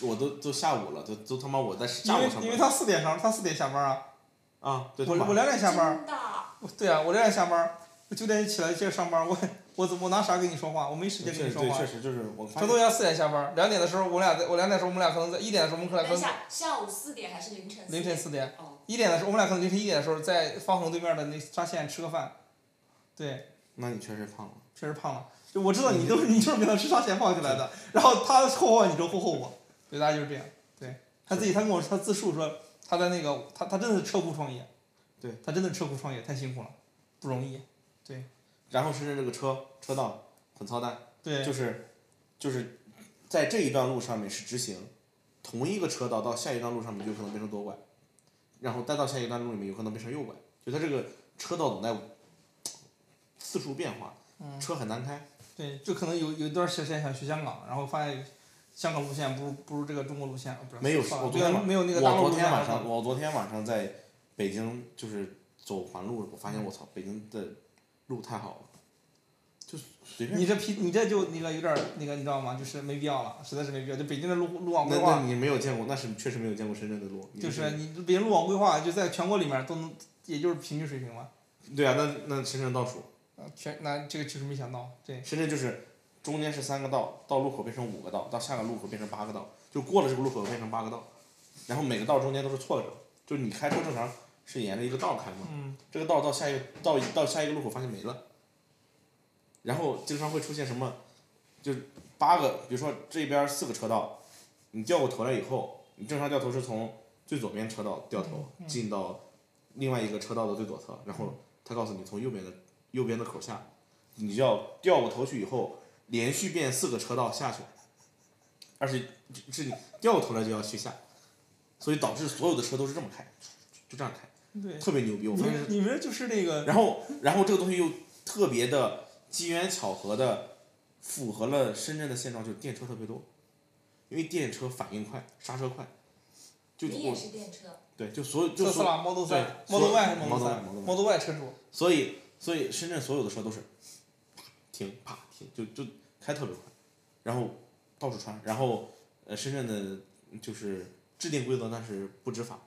我都都下午了，都都他妈我在因下为午上因为班他四点上，他四点下班啊，啊，对，我他晚我两点下班儿，真的，我对啊，我两点下班儿，我九点起来接着上班儿，我我怎么我拿啥跟你说话？我没时间确跟实你说对，话确。实就是我张发现东阳四点下班儿，两点的时候我俩在，我两点的时候我们俩可能在一点的时候我们可能可等一能下，下午四点还是凌晨4点？凌晨四点，哦，一点的时候我们俩可能凌晨一点的时候在方恒对面的那沙县吃个饭，对。那你确实胖了。确实胖了。就我知道你都是你就是跟他吃沙县胖起来的，然后他霍霍你就霍霍我，对，大家就是这样。对他自己，他跟我说他自述说他在那个他他真的是车库创业，对他真的是车库创业太辛苦了，不容易。然后深圳这个车车道很操蛋，对，就是就是在这一段路上面是直行，同一个车道到下一段路上面就可能变成左拐，然后再到下一段路里面有可能变成右拐，就它这个车道总在次数变化，嗯，车很难开。对，就可能有有一段时间想去香港，然后发现香港路线不如不如这个中国路线，不是没有算了啊我昨天晚没有那个大陆我昨路天线晚好上我昨天晚上在北京就是走环路，我发现我操，北京的路太好了，就随便你这皮，你这就那个有点儿那个，你知道吗？就是没必要了，实在是没必要。就北京的路路网规那划那，你没有见过，那是确实没有见过深圳的路。你就是你北京路网规划，就在全国里面都能，也就是平均水平吧。对啊，那那深圳倒数，啊，全那这个确实没想到，对，深圳就是中间是三个道，到路口变成五个道，到下个路口变成八个道，就过了这个路口变成八个道，然后每个道中间都是错着，就是你开车正常是沿着一个道开嘛，嗯，这个道到下一个到到下一个路口发现没了，然后经常会出现什么，就是八个，比如说这边四个车道，你掉过头来以后，你正常掉头是从最左边车道掉头嗯嗯进到另外一个车道的最左侧，然后他告诉你从右边的右边的口下，你就要掉过头去以后，连续变四个车道下去，而且这这你掉过头来就要去下，所以导致所有的车都是这么开，就这样开，对，特别牛逼。我你发现们你们就是那个，然后，然后这个东西又特别的机缘巧合的符合了深圳的现状，就是电车特别多，因为电车反应快，刹车快，就你也我是电车，对，就所有就特斯所拉 Model 对3、所 Model 有 Y 还是 Model Model 3 Y，Model Y Model Y 车主，所以所以深圳所有的车都是停啪停，就就开特别快，然后到处穿，然后呃深圳的就是制定规则但是不执法，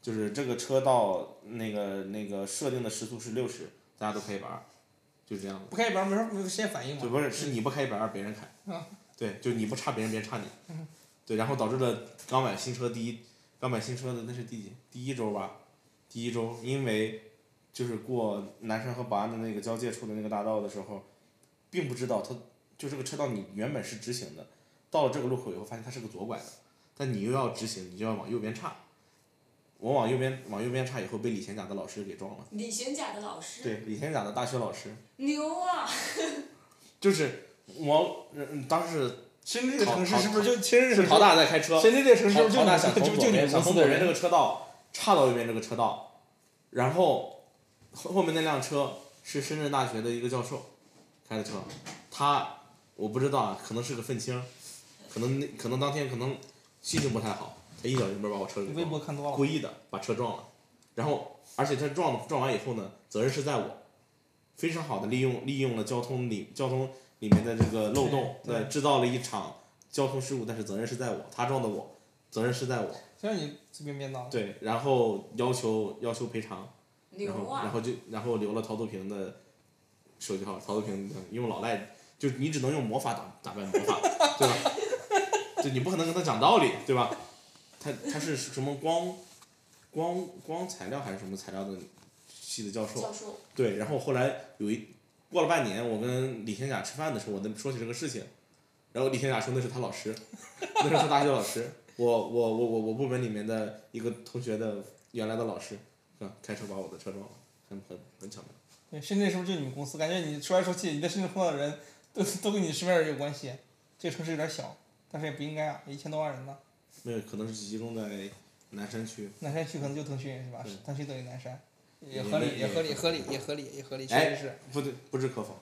就是这个车道那个那个设定的时速是六十，大家都可以玩儿，就是这样的。不开一边没法没有时间反应对，嘛，不是，是你不开一百二，别人开。啊 *laughs* 对，就你不差别人，别人差你嗯。对，然后导致了刚买新车第一，刚买新车的那是第几？第一周吧，第一周，因为就是过南山和宝安的那个交界处的那个大道的时候，并不知道它就这个车道你原本是直行的，到了这个路口以后发现它是个左拐的，但你又要直行，你就要往右边岔。我往右边往右边岔以后被李贤甲的老师给撞了。李贤甲的老师，对，李贤甲的大学老师，牛啊！就是我嗯当时深圳这个城市是不是就其实是陶大在开车，深圳这个城市陶就就陶你大们想就从就左就你边们想公司从左的边这人，个车道岔到右边这个车道，然后后后面那辆车是深圳大学的一个教授开的车，他我不知道啊，可能是个愤青，可能那可能当天可能心情不太好，他一脚油门把我车给你撞微了博看多了故。意的把车撞了，然后而且他撞撞完以后呢，责任是在我，非常好的利用利用了交通里交通里面的这个漏洞，对对对，制造了一场交通事故，但是责任是在我，他撞的我，责任是在我，虽然你随便编的，对，然后要求要求赔偿，然牛后啊然！后就然后留了陶杜平的手机号，陶杜平用老赖，就你只能用魔法打打败魔法，对 *laughs* 吧？就你不可能跟他讲道理，对吧？他他是什么光光光材料还是什么材料的系的教授？教授，对，然后后来有一过了半年，我跟李天甲吃饭的时候，我跟说起这个事情，然后李天甲说那是他老师，那是他大学老师，我我我我我部门里面的一个同学的原来的老师，啊，开车把我的车撞了，很很很巧妙。对，深圳是不是就你们公司？感觉你说来说去，你在深圳碰到的人都都跟你身边人有关系。这个城市有点小，但是也不应该啊，一千多万人呢。没有，可能是集中在南山区。南山区可能就腾讯是吧对？腾讯等于南山，也也合理，没也合理，也合理，也合理，也合理，哎确实是。不对，不置可 *laughs* 否。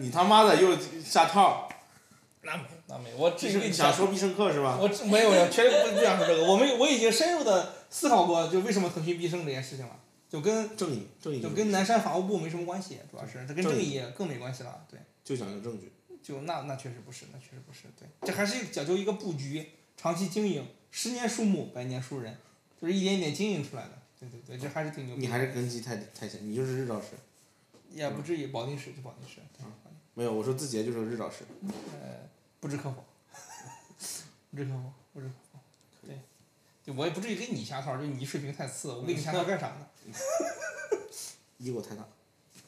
你他妈的又下套，那没，那没，我这只是想说必胜客是吧？我只没有，我确实不不想说这个。我们我已经深入的思考过，就为什么腾讯必胜这件事情了，就跟正义，正就义就是跟南山法务部没什么关系，主要是它跟正正义义更没关系了。对，就讲究证据。就那那确实不是，那确实不是。对，这还是讲究一个布局，长期经营，十年树木，百年树人，就是一点一点经营出来的。对对对，这还是挺牛逼你的。还是根基太太浅，你就是日照师。也不至于保定市就保定市，对没有，我说字节就是日照师。呃，不置可否，不置可否，不置可否。对，就我也不至于给你下套，就你水平太次，我给你下套干啥呢？衣服太大，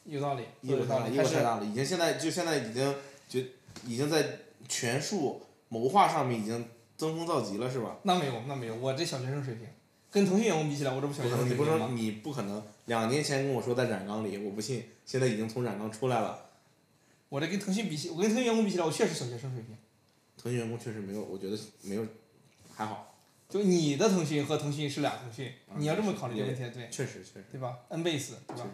有道理，衣服有太道大，理，衣还服太是大了。已经现在就现在已经觉已经在权术谋划上面已经登峰造极了，是吧？那没有那没有，我这小学生水平跟腾讯员工比起来，我这不小不学可生能，你水不平说吗？你不可能。两年前跟我说在染缸里，我不信，现在已经从染缸出来了。我这跟腾讯比起，我跟腾讯员工比起来，我确实小学生水平。腾讯员工确实没有，我觉得没有，还好，就你的腾讯和腾讯是俩腾讯，啊你要这么是考虑这个问题，对确实确实。对吧？Nbase 对吧？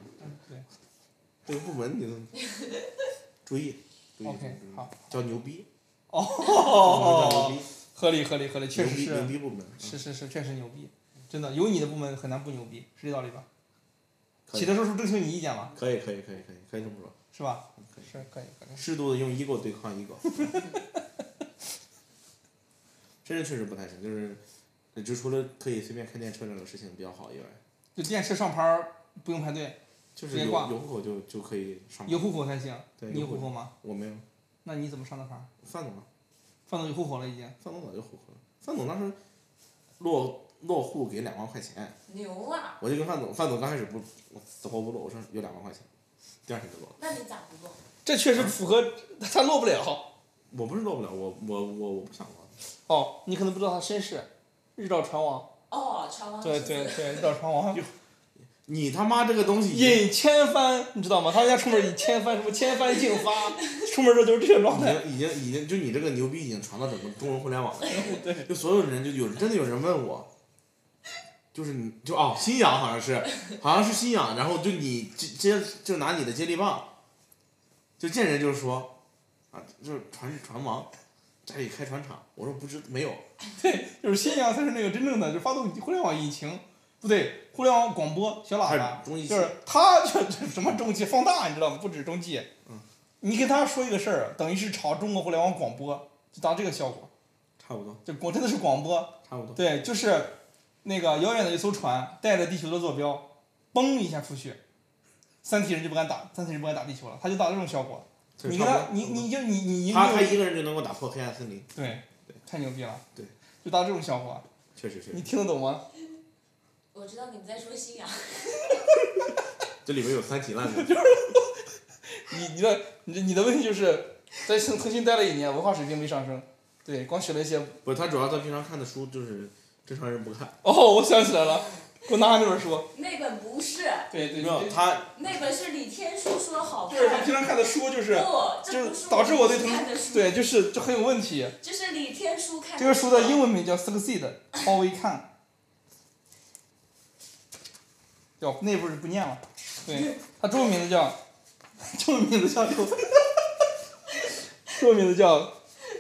这个部门 *laughs* 你都注意，注意。 OK，注意好。嗯叫牛逼。叫哦牛，逼，合理合理合理，确实牛逼是。牛逼部门。嗯是是是，确实牛逼，真的有你的部门很难不牛逼，是这道理吧？可以起的时候是不是征求你意见嘛，可以可以可以可以可以这么说，是吧？可以是可以可以。适度的用 ego 对抗 ego。深圳确实不太行，就是就除了可以随便开电车这种事情比较好以外，就电车上牌儿不用排队，就是别有挂有户口就就可以上班。有户口才行。嗯对你有有户户口口吗？我没有，那你怎么上的牌儿？范总啊，范总有户口了已经，范总早就户口了。范总当时落落户给两万块钱，牛啊！我就跟范总，范总刚开始不死活不落，我说有两万块钱，第二天就落了。那你咋不做？这确嗯实符合他落不了。我不是落不了，我我我我不想落。哦，你可能不知道他身世，日照船王。哦，传王对对对，日照船王你他妈这个东西已经引千帆，你知道吗？他们家出门引千帆，什么千帆竞发，出门之后就是这个状态。已经已经已经，就你这个牛逼已经传到整个中文互 *laughs* 联网了。就所有人就有真的有人问我，就是你就哦，新氧好像是，好像是新氧，然后就你接接就拿你的接力棒，就见人就说，啊，就是船船王，家里开船厂，我说不知没有，就是新疆才是那个真正的，就发动互联网引擎，不对，互联网广播小喇他叭，中医啊就是他就就什么中介放大，你知道吗？不止中介，嗯，你跟他说一个事儿，等于是朝中国互联网广播，就当这个效果，差不多这广真的是广播，差不多，对，就是那个遥远的一艘船带着地球的坐标，嘣一下出去，三体人就不敢打，三体人不敢打地球了，他就打这种效果。对你差跟不他多，你你就你你一他溜他一个人就能够打破黑暗森林，对对，太牛逼了，对，就打这种效果，确实确你实，听得懂吗？我知道你们在说啊新阳， *laughs* 这里面有三体烂梗，你你的你的你的问题就是在腾腾讯待了一年，文化水平没上升，对，光学了一些。不是他主要他平常看的书就是正常人不看。哦，我想起来了，给我拿下那本书，那本不是，对对，没有对他，那本是李天舒说好对我看，平常看的书就是，不，这就不是是导致我对自腾己看的书，对，就是就很有问题。这是李天舒看这个书的英文，文名叫《Succeed》，超微看。哟，那不是不念了。对，它中文名字叫，中文名字叫六，中文名字叫，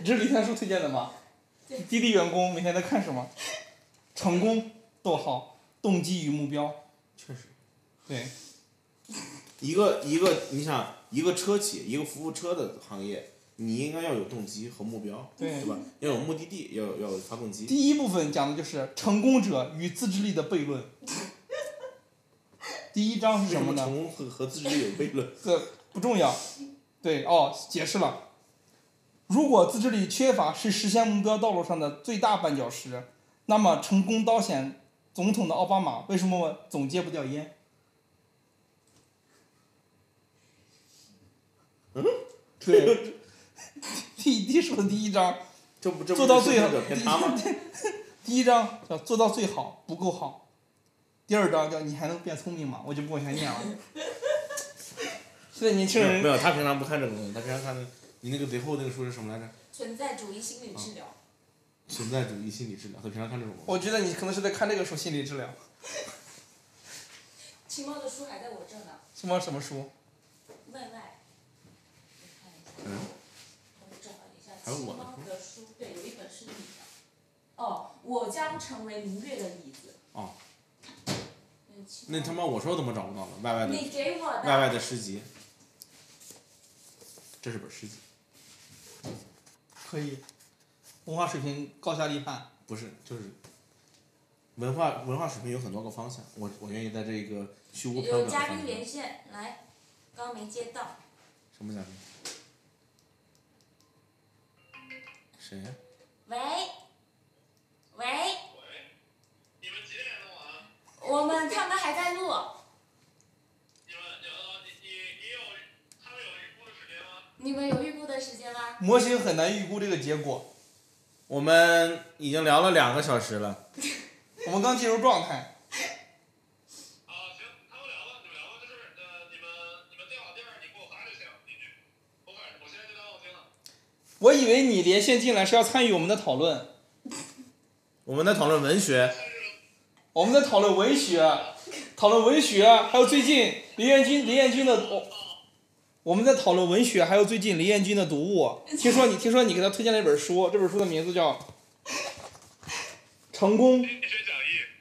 这是李天舒推荐的吗？滴滴员工每天在看什么？成功，逗号，动机与目标。确实，对，一个一个，你想一个车企，一个服务车的行业，你应该要有动机和目标，对对吧？要有目的地，要有要有发动机。第一部分讲的就是成功者与自制力的悖论。第一章是为什什么么呢成？功和和自制力有悖论？这不重要。对哦，解释了。如果自制力缺乏是实现目标道路上的最大绊脚石，那么成功当选总统的奥巴马为什么总戒不掉烟？ *laughs* 嗯， *laughs* 对。第第说的第一章，这不这不做到是最幸好存者偏 *laughs* 差吗？第一章叫做到最好不够好，第二章叫你还能变聪明吗？我就不往下念了。 *laughs* 现在年轻没有人没有，他平常不看这个东西，他平常看那你那个贼后那个书是什么来着？存在主义心理治疗，嗯存在主义心理治疗，他平常看这种东西。我觉得你可能是在看这个时候心理治疗。秦猫的书还在我这呢，什么什么书？问外，我看一下，嗯我找一下还有秦我的猫的书，对，有一本是你的，哦，我将成为明月的椅子，哦嗯，秦那猫他妈我说怎么找不到了？Y Y 的你给我的 Y Y 的诗集，这是本诗集，可以，文化水平高下立判。不是就是文化文化水平有很多个方向，我我愿意在这个虚无缥缈有的嘉方宾连向。线，来，刚没接到，什么嘉宾？谁呀、喂，喂，我们他们还在录，你们有预估的时间吗？ *laughs* 模型很难预估这个结果，我们已经聊了两个小时了，我们刚进入状态。我以为你连线进来是要参与我们的讨论，我们在讨论文学，我们在讨论文学，讨论文学，还有最近林彦君林彦君的我、我们在讨论文学，还有最近林彦君的读物。听说你听说你给他推荐了一本书，这本书的名字叫《成功》。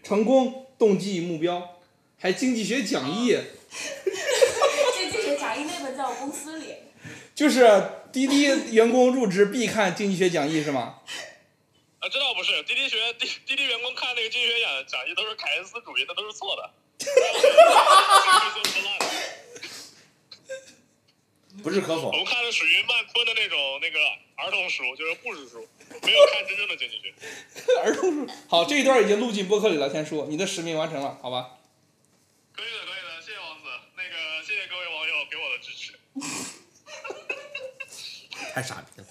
成功、动机与目标，还经济学讲义，这就是贾一那本在我公司里，就是滴滴员工入职必看经济学讲义是吗？啊，这倒不是，滴滴学滴滴滴员工看那个经济学讲讲义都是凯恩斯主义，那都是错的。不置可否我。们看的属于曼昆的那种那个儿童书，就是故事书，没有看真正的经济学。儿童书。 *laughs* 好，这一段已经录进播客里了，天叔，你的使命完成了，好吧？可以的，可以的，谢谢王子，那个谢谢各位网友给我的支持。太傻逼了。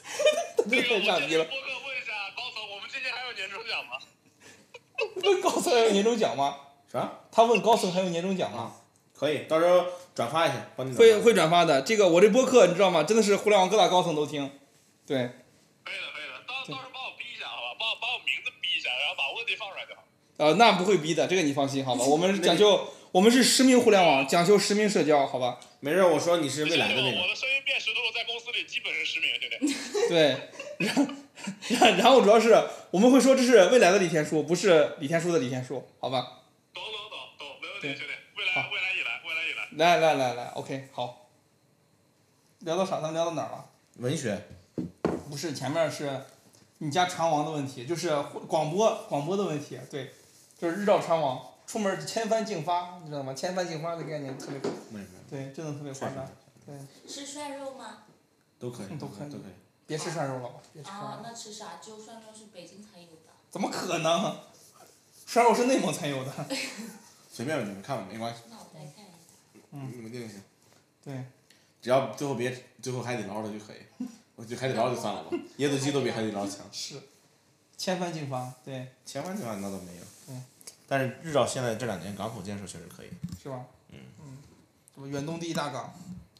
那个我 *laughs* 太傻 *laughs* 逼们今了天！播客问一下高层，我们今年还有年终奖吗？问高层还有年终奖吗？啥？他问高层还有年终奖吗？可以，到时候转发一下，帮你转发会会转发的。这个我这播客你知道吗？真的是互联网各大高层都听。对，可以的，可以的，到到时候把我逼一下，好吧，把我把我名字逼一下，然后把问题放出来就好。呃，那不会逼的，这个你放心，好吧？我们讲究，我们是实名互联网，讲究实名社交，好吧？没事，我说你是未来的那我个。的声音辨识度在公司里基本是实名，兄 *laughs* 弟。对， *laughs* 然后然后主要是我们会说这是未来的李天舒，不是李天舒的李天舒，好吧？懂懂懂懂，没问对题，兄弟。未来好未来以来，未来以来。来来来来，OK，好。聊到啥？咱们聊到哪儿了？文学，不是，前面是你家船王的问题，就是广播广播的问题，对，就是日照船王，出门千帆竞发，你知道吗？千帆竞发的概念特别，没有对，真的特别确夸实张。吃涮肉吗？都可以，嗯都可以都可以。别吃涮肉了，别吃涮啊肉，，那吃啥？只有涮肉是北京才有的，怎么可能？涮肉是内蒙才有的。 *laughs* 随便吧，你们看吧，没关系，那我再看一下。嗯你们定性，对，只要最后别最后海底捞的就可以。 *laughs* 我觉得海底捞就算了吧，椰子鸡都比海底捞强。是千帆竞发，对，千万千万那倒没有嗯。但是日照现在这两年港口建设确实可以，是吧？嗯，什么远东第一大港？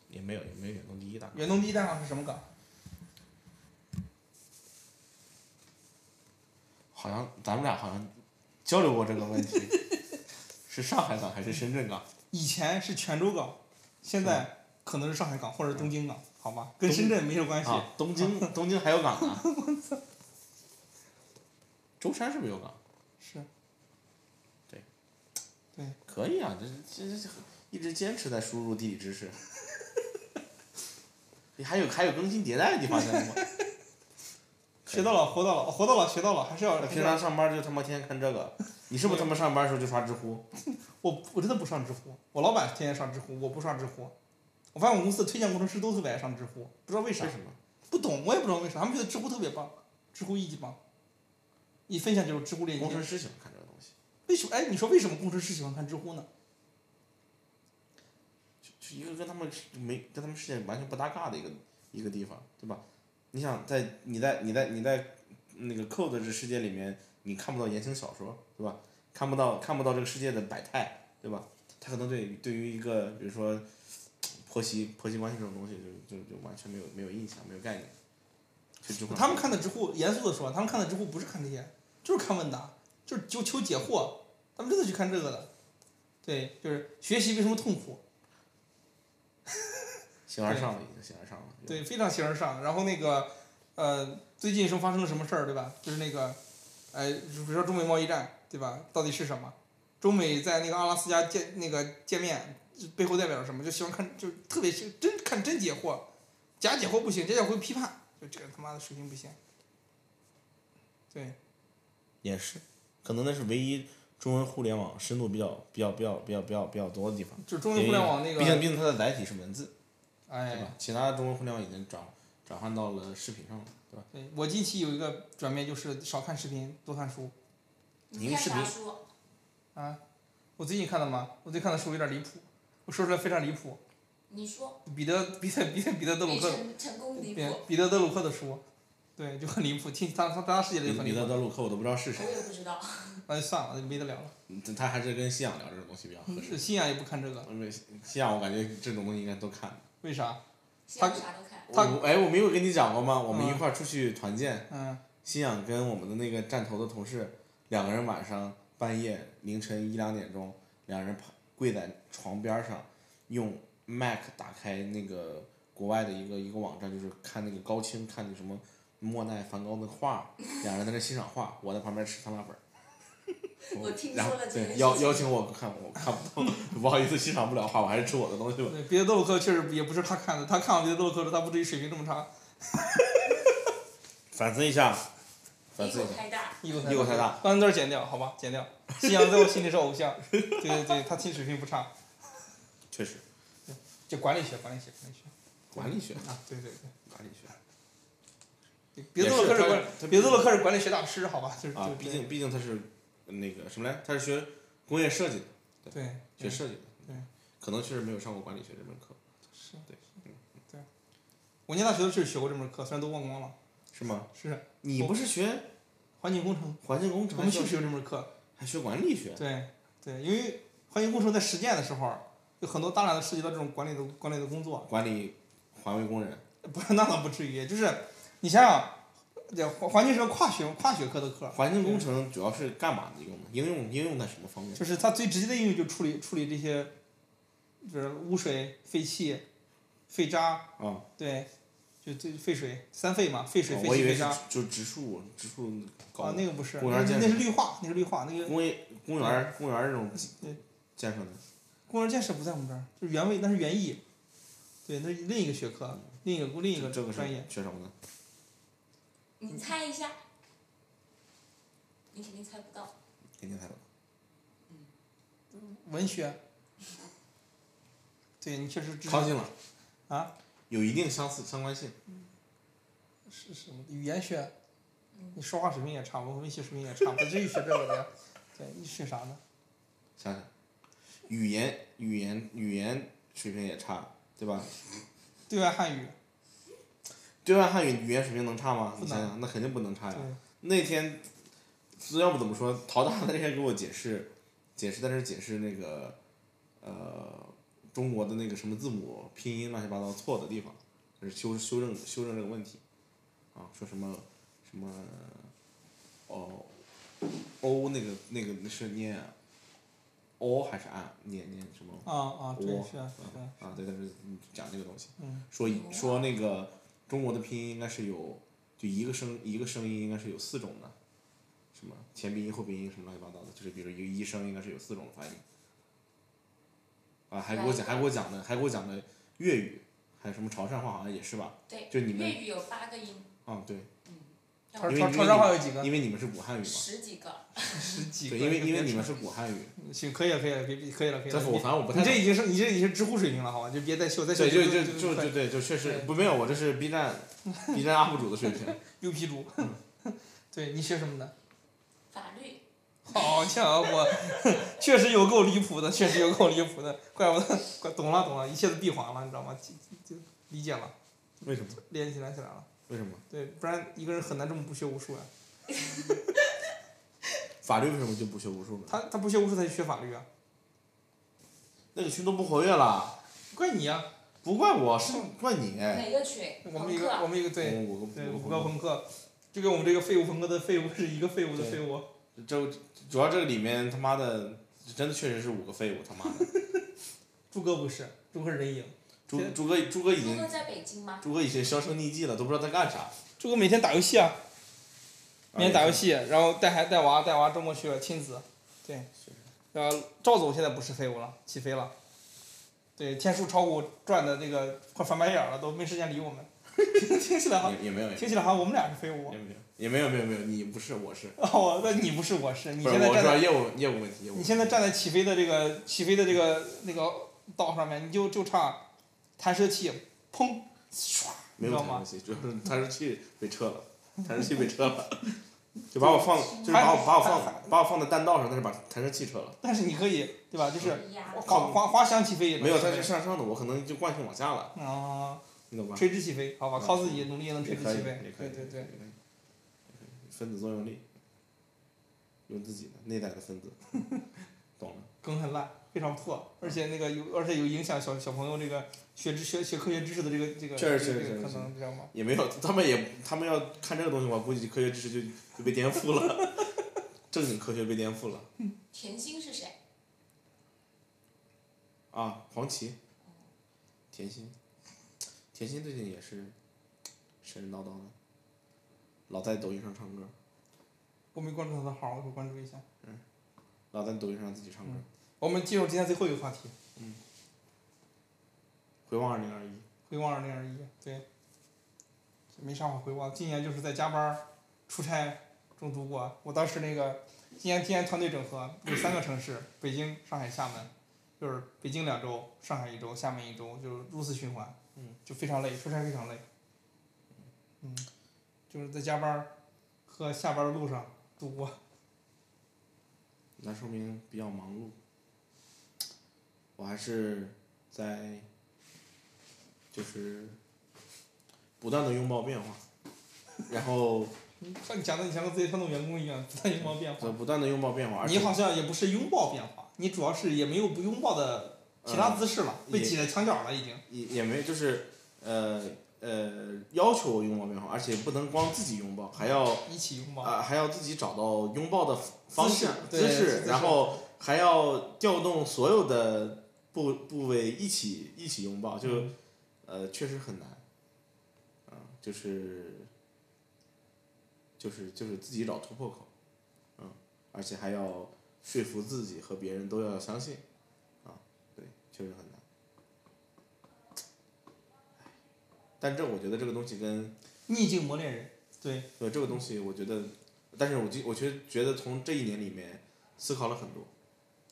也没有也没有远东第一大。远东第一大港是什么港？好像咱们俩好像交流过这个问题， *laughs* 是上海港还是深圳港？以前是泉州港，现在可能是上海港或者东京港，好吧？跟深圳没什么关系。嗯啊，东京东京还有港 *laughs* 呢。舟山是不是有港？是，可以啊，这这这一直坚持在输入地理知识。 *laughs* 你还有还有更新迭代的地方在 *laughs* 吗？学到了，活到了，活到了，学到了，还是要。平常上班就他妈天天看这个，你是不是他妈上班的时候就刷知乎？我我真的不上知乎，我老板天天上知乎，我不上知乎。我发现我们公司的推荐工程师都特别爱上知乎，不知道为啥为，什么？不懂，我也不知道为啥，他们觉得知乎特别棒，知乎一级棒。一分享就是知乎链工程接。师喜欢看这个东西，为什么？哎，你说为什么工程师喜欢看知乎呢？就一个跟他们没跟他们世界完全不搭嘎的一个一个地方，对吧？你想在你在你在你在那个 code 这世界里面，你看不到言情小说，对吧？看不到看不到这个世界的百态，对吧？他可能对对于一个比如说婆媳婆媳关系这种东西就，就就完全没有没有印象，没有概念。就就他们看的知乎，严肃的说，他们看的知乎不是看这些，就是看问答，就是求求解惑，他们真的去看这个的。对，就是学习为什么痛苦？形而上了，已经形而上了。对，非常形而上。然后那个，呃，最近说发生了什么事儿，对吧？就是那个，呃，比如说中美贸易战，对吧？到底是什么？中美在那个阿拉斯加见那个见面，背后代表着什么？就喜欢看，就特别是真看真解惑，假解惑不行，假解惑会批判，就这个他妈的水平不行。对，也是，可能那是唯一中文互联网深度比较比较比较比较比较比较多的地方。就中文互联网那毕竟个，毕竟它的载体是文字，对吧哎？，其他的中文互联网已经转转换到了视频上了，对吧？对我近期有一个转变，就是少看视频，多看书。您是看不啥书？啊，我最近看的嘛，我最近看的书有点离谱，我说出来非常离谱。你说彼得彼得彼得彼得德鲁比克，成成功离彼谱，我彼得德鲁克的书，对，就很离谱，听他他他世界里彼就很离彼得谱，德鲁克我都不知道是谁，也不知 *laughs* 道。那就算了，那就没得聊了。他还是跟信仰聊这种东西比较合适。信仰也不看这个，因为信仰我感觉这种东西应该都看。为啥？现在啥都看。他我哎，我没有跟你讲过吗？我们嗯一块儿出去团建，嗯，信仰跟我们的那个站头的同事，两个人晚上半夜凌晨一两点钟，两人趴跪在床边儿上，用 Mac 打开那个国外的一个一个网站，就是看那个高清，看那什么莫奈、梵高的画，两人在那欣赏画，我在旁边吃酸辣粉儿。 *laughs* 我听然后说了这件对事邀情邀请我看，我看不到， *laughs* 不好意思欣赏不了画，我还是吃我的东西吧。对，彼得德鲁克确实也不是他看的，他看完彼得德鲁克之后，他不至于水平这么差，反思一下，反一思一口下。开大，异构异构太大，刚才那段剪掉，好吧，剪掉。信仰在我心里是偶像， *laughs* 对对对，他其实水平不差，确实，就管理学，管理学，管理学管理学，啊，对对对管理学。对，彼得德鲁克是也管是他，彼得德鲁克是管理学大师，好吧，就是啊就，毕竟毕竟他是那个什么来，他是学工业设计的，对学对设计的，对可能确实没有上过管理学这门课，是，对，对。我念大学的时候学过这门课，虽然都忘光了。是吗？是你不是学环境工程，环境工程，我还们确实学有这门课。还学管理学，对对，因为环境工程在实践的时候，有很多大量的涉及到这种管理的管理的工作。管理环卫工人，不是那倒不至于，就是你想想，这环环境是个跨学跨学科的课，环境工程主要是干嘛的用的？应用应用在什么方面？就是它最直接的应用就处理处理这些，就是污水、废气、废渣，啊，对，就最废水三废嘛，废水、哦废我以气、为废是渣。就植树植树搞啊，那个不是，公那园是建那设是绿化，那是绿化，那个工业公园儿公园儿这种对建设的，公园建设不在我们这儿，就是原位，那是园艺，对，那是另一个学科，另一个另一这个这个是专业。学什么的？你猜一下，你肯定猜不到。天津台的，文学，对你确实知靠近了啊，有一定相似相关性，是什么语言学，你说话水平也差，文文学水平也差，不至于学这个的呀。 *laughs* 对，你学啥呢？想想，语言语言语言水平也差，对吧？对外汉语，对外汉语语言水平能差吗？不你能想想，那肯定不能差呀对。，那天，要不怎么说，陶大那天给我解释，解释在那儿解释那个，呃中国的那个什么字母拼音乱七八糟错的地方，就是修修正修正这个问题，啊，说什么什么哦 o 那个那个是念 o 还是啊念念什么？啊啊，对，我是啊，是啊，啊，对，但是嗯讲这个东西，嗯说说那个中国的拼音应该是有，就一个声一个声音应该是有四种的，什么前鼻音后鼻音什么乱七八糟的，就是比如一个一声应该是有四种的发音。啊，还给我讲，还给我讲的，还给我讲的粤语，还有什么潮汕话好像也是吧？对，就你们粤语有八个音，啊，对，嗯要潮因为潮因潮汕为你话有几个？因为你们是武汉语嘛，十几个，十几个。对，因为因为你们是武汉语，行，可以了，可以了，别别可以了，可以但了。是我反正我不太你懂这已经是你这已经是知乎水平了，好吧？就别再秀，再秀对，就就就就快就对，就确实对不没有，我这是 B 站 B 站 UP 主的 *laughs* 水平。牛皮猪。对你学什么的？法律好家伙， *laughs* 确实有够离谱的，确实有够离谱的，怪不得，怪懂了懂了，一切都闭环了，你知道吗？就就就理解了，为什么？联系来起来了。为什么？对，不然一个人很难这么不学无术呀、法律为什么就不学无术呢？他他不学无术，他就学法律啊，那个群都不活跃了，怪你呀、不怪我，是怪你。哎嗯哪个群？哎我们朋一个克啊我们一个对我对我五个朋克，就跟我们这个废物朋克的废物是一个废物的废物。这主要这里面他妈的真的确实是五个废物，他妈的。朱哥不是，朱哥是人影，朱朱哥朱哥已朱哥经在北京吗？朱哥已经销声匿迹了，都不知道在干啥。朱哥每天打游戏啊，每天打游。啊戏，然后带孩带娃带娃周末去亲子，对，呃，赵总现在不是废物了，起飞了，对，天数炒股赚的这个快翻白眼儿了，都没时间理我们， *laughs* 听起来好，啊也也没有，也听起来好像我们俩是废物也，没有，也没有，没有没有，你不是，我是，哦，那你不是我是，你不是现在我站说在业务业务问题，业务问题你现在站在起飞的这个起飞的这个那个道上面，你就就差弹射器砰唰，你没知有道弹吗射？器，主要是 *laughs* 弹射器被撤了，弹射器被撤了， *laughs* 就把我 *laughs* 放，就是把我把我放把我放在弹道上，但是把弹射器撤了。但是你可以对吧？就是是哎呀，滑滑滑翔起飞也能没有，起它飞是上升的，我可能就惯性往下了，啊。你懂吧？垂直起飞，好吧，嗯靠自己努力也能也垂直可以，起也飞。可对，以对也对可，以，分子作用力，用自己的内在的分子， *laughs* 懂了？梗很烂，非常破，而且那个有，而且有影响小小朋友这个学知学学科学知识的这个这个确实这个确实这个确可实能知道吗？也没有，他们也他们要看这个东西，我估计科学知识就就被颠覆了， *laughs* 正经科学被颠覆了甜心是谁？啊！黄芪，甜心，甜心最近也是神神叨叨的，老在抖音上唱歌，我没关注他的号，我会关注一下。老在抖音上自己唱歌，我们进入今天最后一个话题，回望二零二一，回望二零二一。对，没啥好回望，今年就是在加班、出差中度过。我当时那个今年今年团队整合有三个城市，北京、上海、厦门，就是北京两周，上海一周，厦门一周，就是如此循环。嗯，就非常累，出差非常累。嗯，就是在加班和下班的路上度过。那说明比较忙碌。我还是在，就是不断的拥抱变化，然后看你讲的，你像个自由传统员工一样，不断拥抱变化呃。不断的拥抱变化，而你且好像也不是拥抱变化，你主要是也没有不拥抱的其他姿势了，嗯被也挤在墙角了已经。也也没就是呃呃要求我拥抱变化，而且不能光自己拥抱，还要一起拥抱。啊、还要自己找到拥抱的方姿势向对姿势姿，势然后还要调动所有的部部位一起一起拥抱，就、嗯呃确实很难，啊、就是就是就是自己找突破口，嗯，而且还要说服自己和别人都要相信，啊，对，确实很难。但这我觉得这个东西跟逆境磨练人，对，对这个东西，我觉得，但是我就我觉得觉得从这一年里面思考了很多，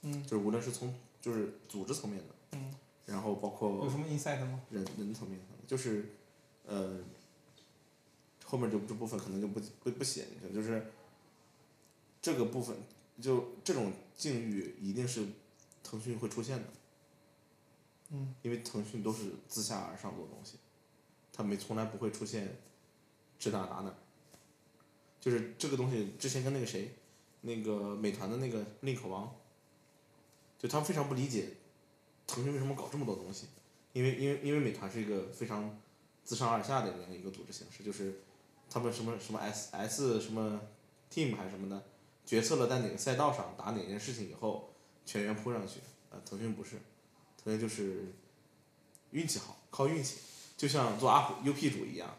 嗯就是无论是从就是组织层面的，嗯，然后包括有什么 insight 吗？人人层面的，就是呃，后面这这部分可能就不不不写进去了，就是这个部分就这种境遇一定是腾讯会出现的，嗯，因为腾讯都是自下而上做东西，它没从来不会出现指哪打哪，就是这个东西之前跟那个谁，那个美团的那个 Link 王，就他们非常不理解腾讯为什么搞这么多东西？因为因为因为美团是一个非常自上而下的这样一个组织形式，就是他们什么什么 S S 什么 team 还是什么的，决策了在哪个赛道上打哪件事情以后，全员扑上去。呃，腾讯不是，腾讯就是运气好，靠运气，就像做 UP UP 主一样，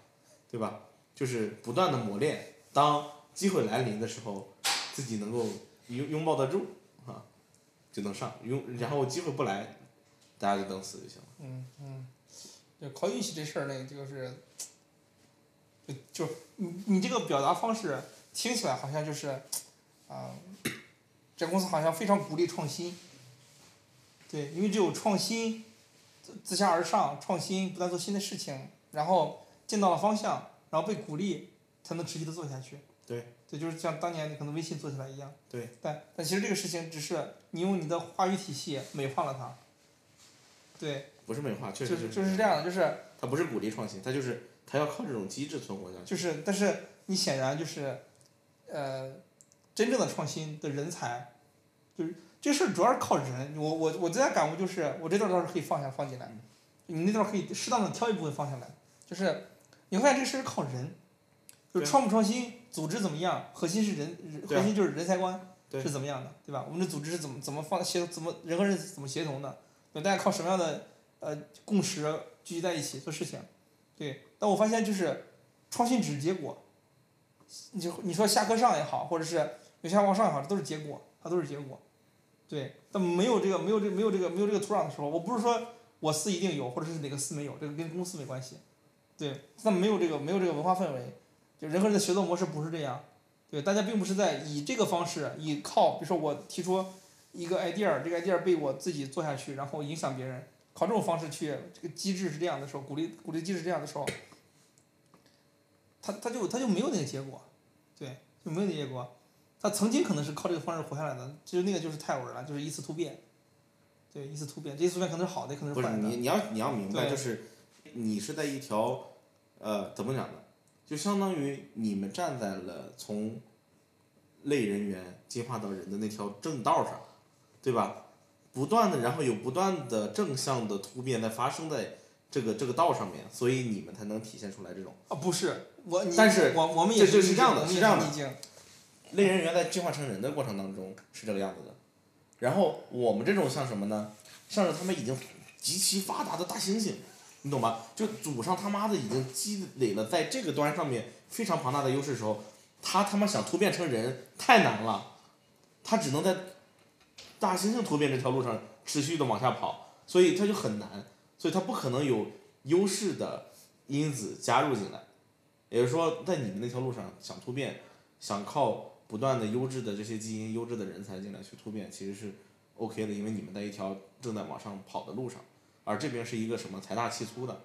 对吧？就是不断的磨练，当机会来临的时候，自己能够拥拥抱得住啊，就能上拥，然后机会不来，大家就等死就行了。嗯，嗯，就靠运气这事儿呢，就是，就就你你这个表达方式听起来好像就是，啊、这公司好像非常鼓励创新，对，因为只有创新，自自下而上，创新不断做新的事情，然后见到了方向，然后被鼓励，才能持续的做下去。对，这就是像当年可能微信做起来一样。对，但但其实这个事情只是你用你的话语体系美化了它。对，不是美化，确就实是是就是这样的，就是他不是鼓励创新，他就是他要靠这种机制存活下去。就是，但是你显然就是，呃，真正的创新的人才，就是这事儿主要是靠人。我我我最大感悟就是，我这段倒是可以放下放进来，嗯你那段可以适当的挑一部分放下来，就是你会发现这事儿是靠人，就是对创不创新，组织怎么样，核心是人，人对啊核心就是人才观对是怎么样的，对吧？我们的组织是怎么怎么放协怎么人和人是怎么协同的，对，大家靠什么样的呃共识聚集在一起做事情，对。但我发现就是创新只是结果，你就你说下课上也好，或者是由下往上也好，这都是结果，它都是结果。对，但没有这个没有这个没有这个没有这个土壤的时候，我不是说我司一定有，或者是哪个司没有，这个跟公司没关系。对，但没有这个没有这个文化氛围，就人和人的协作模式不是这样。对，大家并不是在以这个方式，以靠比如说我提出一个 idea，这个 idea 被我自己做下去，然后影响别人，靠这种方式去这个机制是这样的时候，鼓励鼓励机制是这样的时候，他他就他就没有那个结果，对，就没有那个结果。他曾经可能是靠这个方式活下来的，就是那个就是泰晤尔了，就是一次突变，对，一次突变，这一次突变可能是好的，也可能不是是坏的。你你要你要明白，对就是你是在一条呃怎么讲呢？就相当于你们站在了从类人猿进化到人的那条正道上，对吧？不断的，然后有不断的正向的突变在发生在这个这个道上面，所以你们才能体现出来这种啊，不是我，你但是我我们这也这是是这样的我们是也这样的逆境，类人猿在进化成人的过程当中是这个样子的。然后我们这种像什么呢？像是他们已经极其发达的大猩猩，你懂吧？就祖上他妈的已经积累了在这个端上面非常庞大的优势的时候，他他妈想突变成人太难了，他只能在大猩猩突变这条路上持续的往下跑，所以他就很难，所以他不可能有优势的因子加入进来。也就是说，在你们那条路上想突变，想靠不断的优质的这些基因、优质的人才进来去突变，其实是 OK 的，因为你们在一条正在往上跑的路上，而这边是一个什么财大气粗的，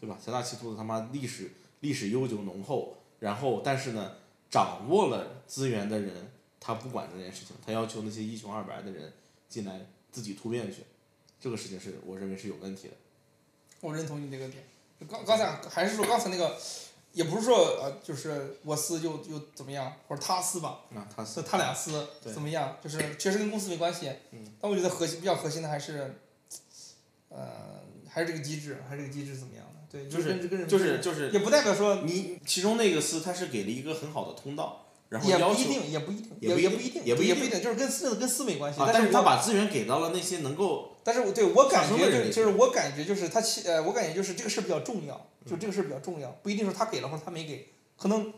对吧？财大气粗的他妈历史历史悠久浓厚，然后但是呢，掌握了资源的人他不管这件事情，他要求那些一穷二白的人进来自己突变去，这个事情是我认为是有问题的。我认同你这个点。刚刚才还是说刚才那个，也不是说呃，就是我司又又怎么样，或者他司吧，那他是是他俩司对怎么样，就是确实跟公司没关系。嗯但我觉得核心比较核心的还是，呃，还是这个机制，还是这个机制怎么样的？对，就是跟跟人就是就是也不代表说你其中那个司，它是给了一个很好的通道，然后也要不一求定，也不一定，也也不一定不一定，也不一也定不一定，就是跟私跟私没关系。啊，但但是他我把资源给到了那些能够但是我对我感上升觉的就人是类就是我感觉就是他其呃我感觉就是这个事儿比较重要，就这个事儿比较重要，不一定是他给了或者他没给，可能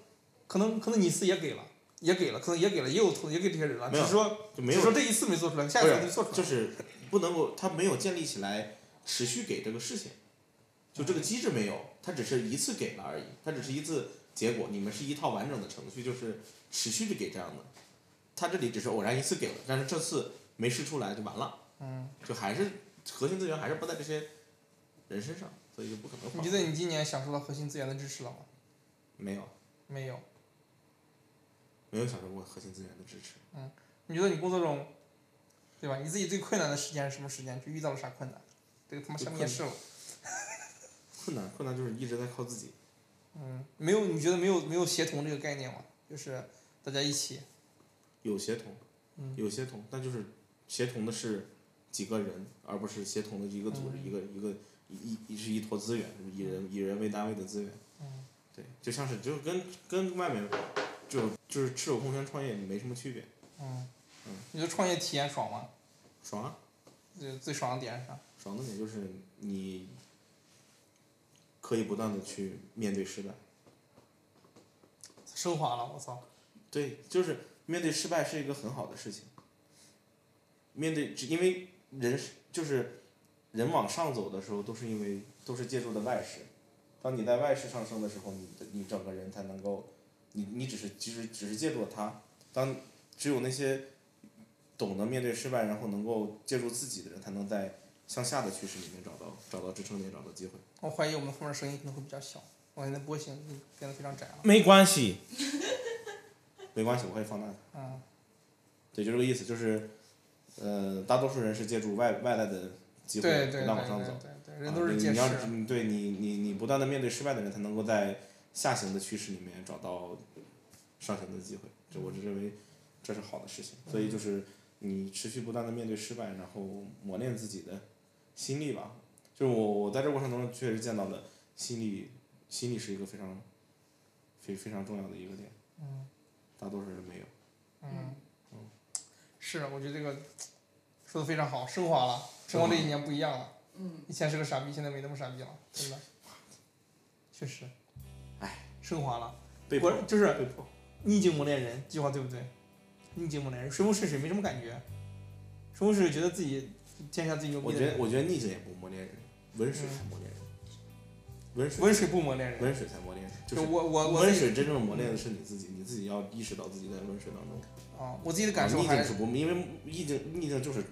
可能可能你司也给了，也给了，可能也给了，也有投也给这些人了，没只有是说就只没有是说这一次没做出来，下一不次是就做出来了，就是不能够，他没有建立起来持续给这个事情，就这个机制没有，他只是一次给了而已，他只是一次结果，你们是一套完整的程序，就是持续的给这样的，他这里只是偶然一次给了，但是这次没试出来就完了，嗯，就还是核心资源还是不在这些人身上，所以就不可能你放。觉得你今年享受到核心资源的支持了吗？没有没有。没有享受过核心资源的支持？你觉得你工作中，对吧？你自己最困难的时间是什么时间？就遇到了啥困难？这个他妈最像困面试了，困难困难就是一直在靠自己。嗯，没有，你觉得没有没有协同这个概念吗？就是大家一起，有协同嗯，有协同，但就是协同的是几个人，而不是协同的一个组织、嗯一个一个一一是一坨资源，以人以人为单位的资源。嗯对，就像是就跟跟外面就就是赤手空拳创业没什么区别，嗯嗯，你觉得创业体验爽吗？爽啊！最最爽的点是啥？爽的点就是你可以不断的去面对失败。升华了，我操！对，就是面对失败是一个很好的事情。面对，只因为人是就是人往上走的时候，都是因为都是借助的外势。当你在外势上升的时候，你的你整个人才能够，你你只是其实只是借助了它。当只有那些懂得面对失败，然后能够借助自己的人，才能在向下的趋势里面找到找到支撑点，找到机会。我怀疑我们后面声音可能会比较小，我现在波形已经变得非常窄了。没关系，没关系，我可以放大它。嗯对，就这个意思，就是，呃，大多数人是借助外外在的机会对对对不断往上对走，对对，人都是啊你借你势要。嗯对你你你不断的面对失败的人，才能够在下行的趋势里面找到上行的机会，这我是认为这是好的事情，所以就是你持续不断的面对失败，然后磨练自己的心力吧。就是我我在这过程中确实见到了心力，心力是一个非常非非常重要的一个点，嗯大多数人没有。嗯嗯，是，我觉得这个说的非常好，升华了，生活这一年不一样了。嗯，以前是个傻逼，现在没那么傻逼了，真的。确实，哎唉，升华了。被迫我就是被迫，逆境磨练人，这句话对不对？逆境磨练人，顺风顺水没什么感觉，顺风顺水觉得自己天下最牛我逼的觉人得，我觉得逆境也不磨练人，温水才磨练人，温水嗯温水不磨练人。温水才磨练人，就是我我我温自己水真正磨练的是你自己，你自己要意识到自己在温水当中。啊，我自己的感受逆还境是是不，因为逆境逆境就是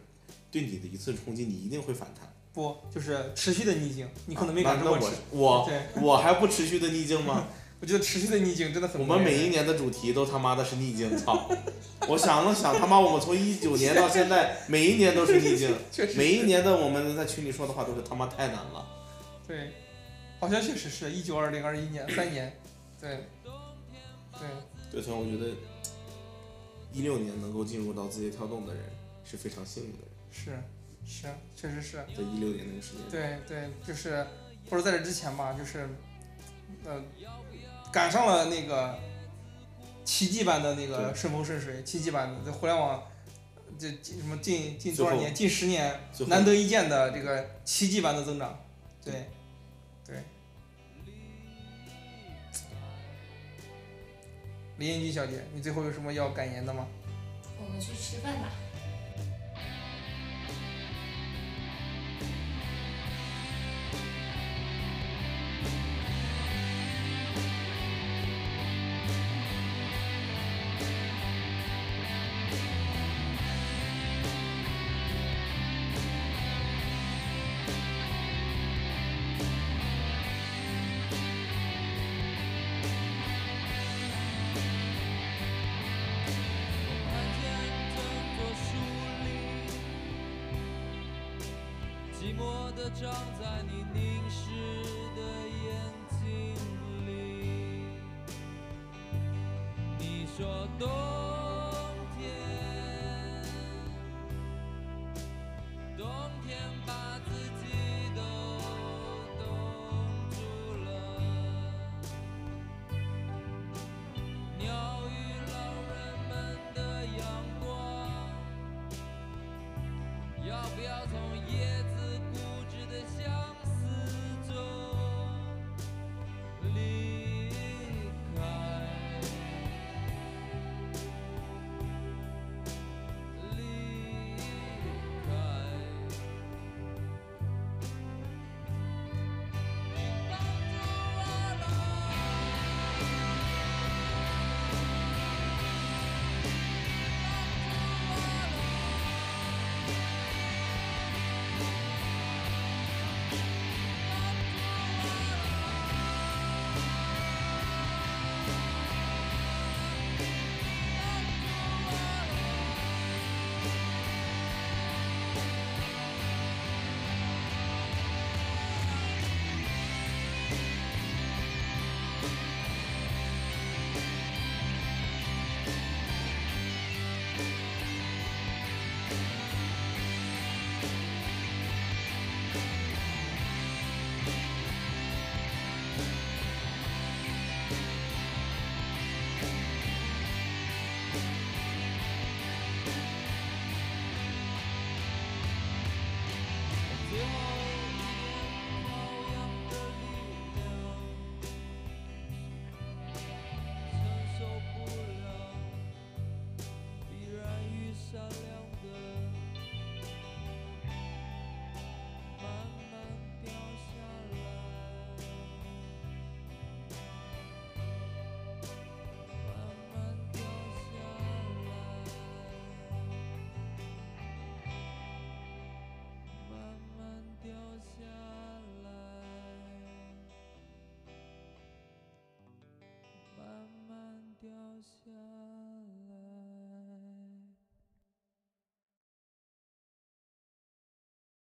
对你的一次冲击，你一定会反弹。啊不就是持续的逆境，你可能没感受那过那持。我对， *laughs* 我我还不持续的逆 *laughs* 境吗？我觉得持续的逆境真的很我磨们练人。每一年的主题都他妈的是逆境，操！ *laughs* 我想了想，他妈我们从一九年到现在，每一年都是 *laughs* 逆境，确实每一年的我们在群里说的话都是他妈太难了。对，好像确实是一九二零二一年三年，对，对，对，所以我觉得一六年能够进入到字节跳动的人是非常幸运的人，是是，确实是。在一六年那个时间，对对，就是或者在这之前吧，就是呃，赶上了那个奇迹般的那个对顺风顺水，奇迹般的在互联网这这什么近近最多少后年，近十年最后难得一见的这个奇迹般的增长，对对。林彦君小姐，你最后有什么要感言的吗？我们去吃饭吧。看见整座树林，寂寞地长在你凝视的眼睛里。你说冬天，冬天把自己都冻住了。鸟与老人们的阳光，要不要从叶子固执的相思中离开？离开。你挡住我了。你挡住我了，我。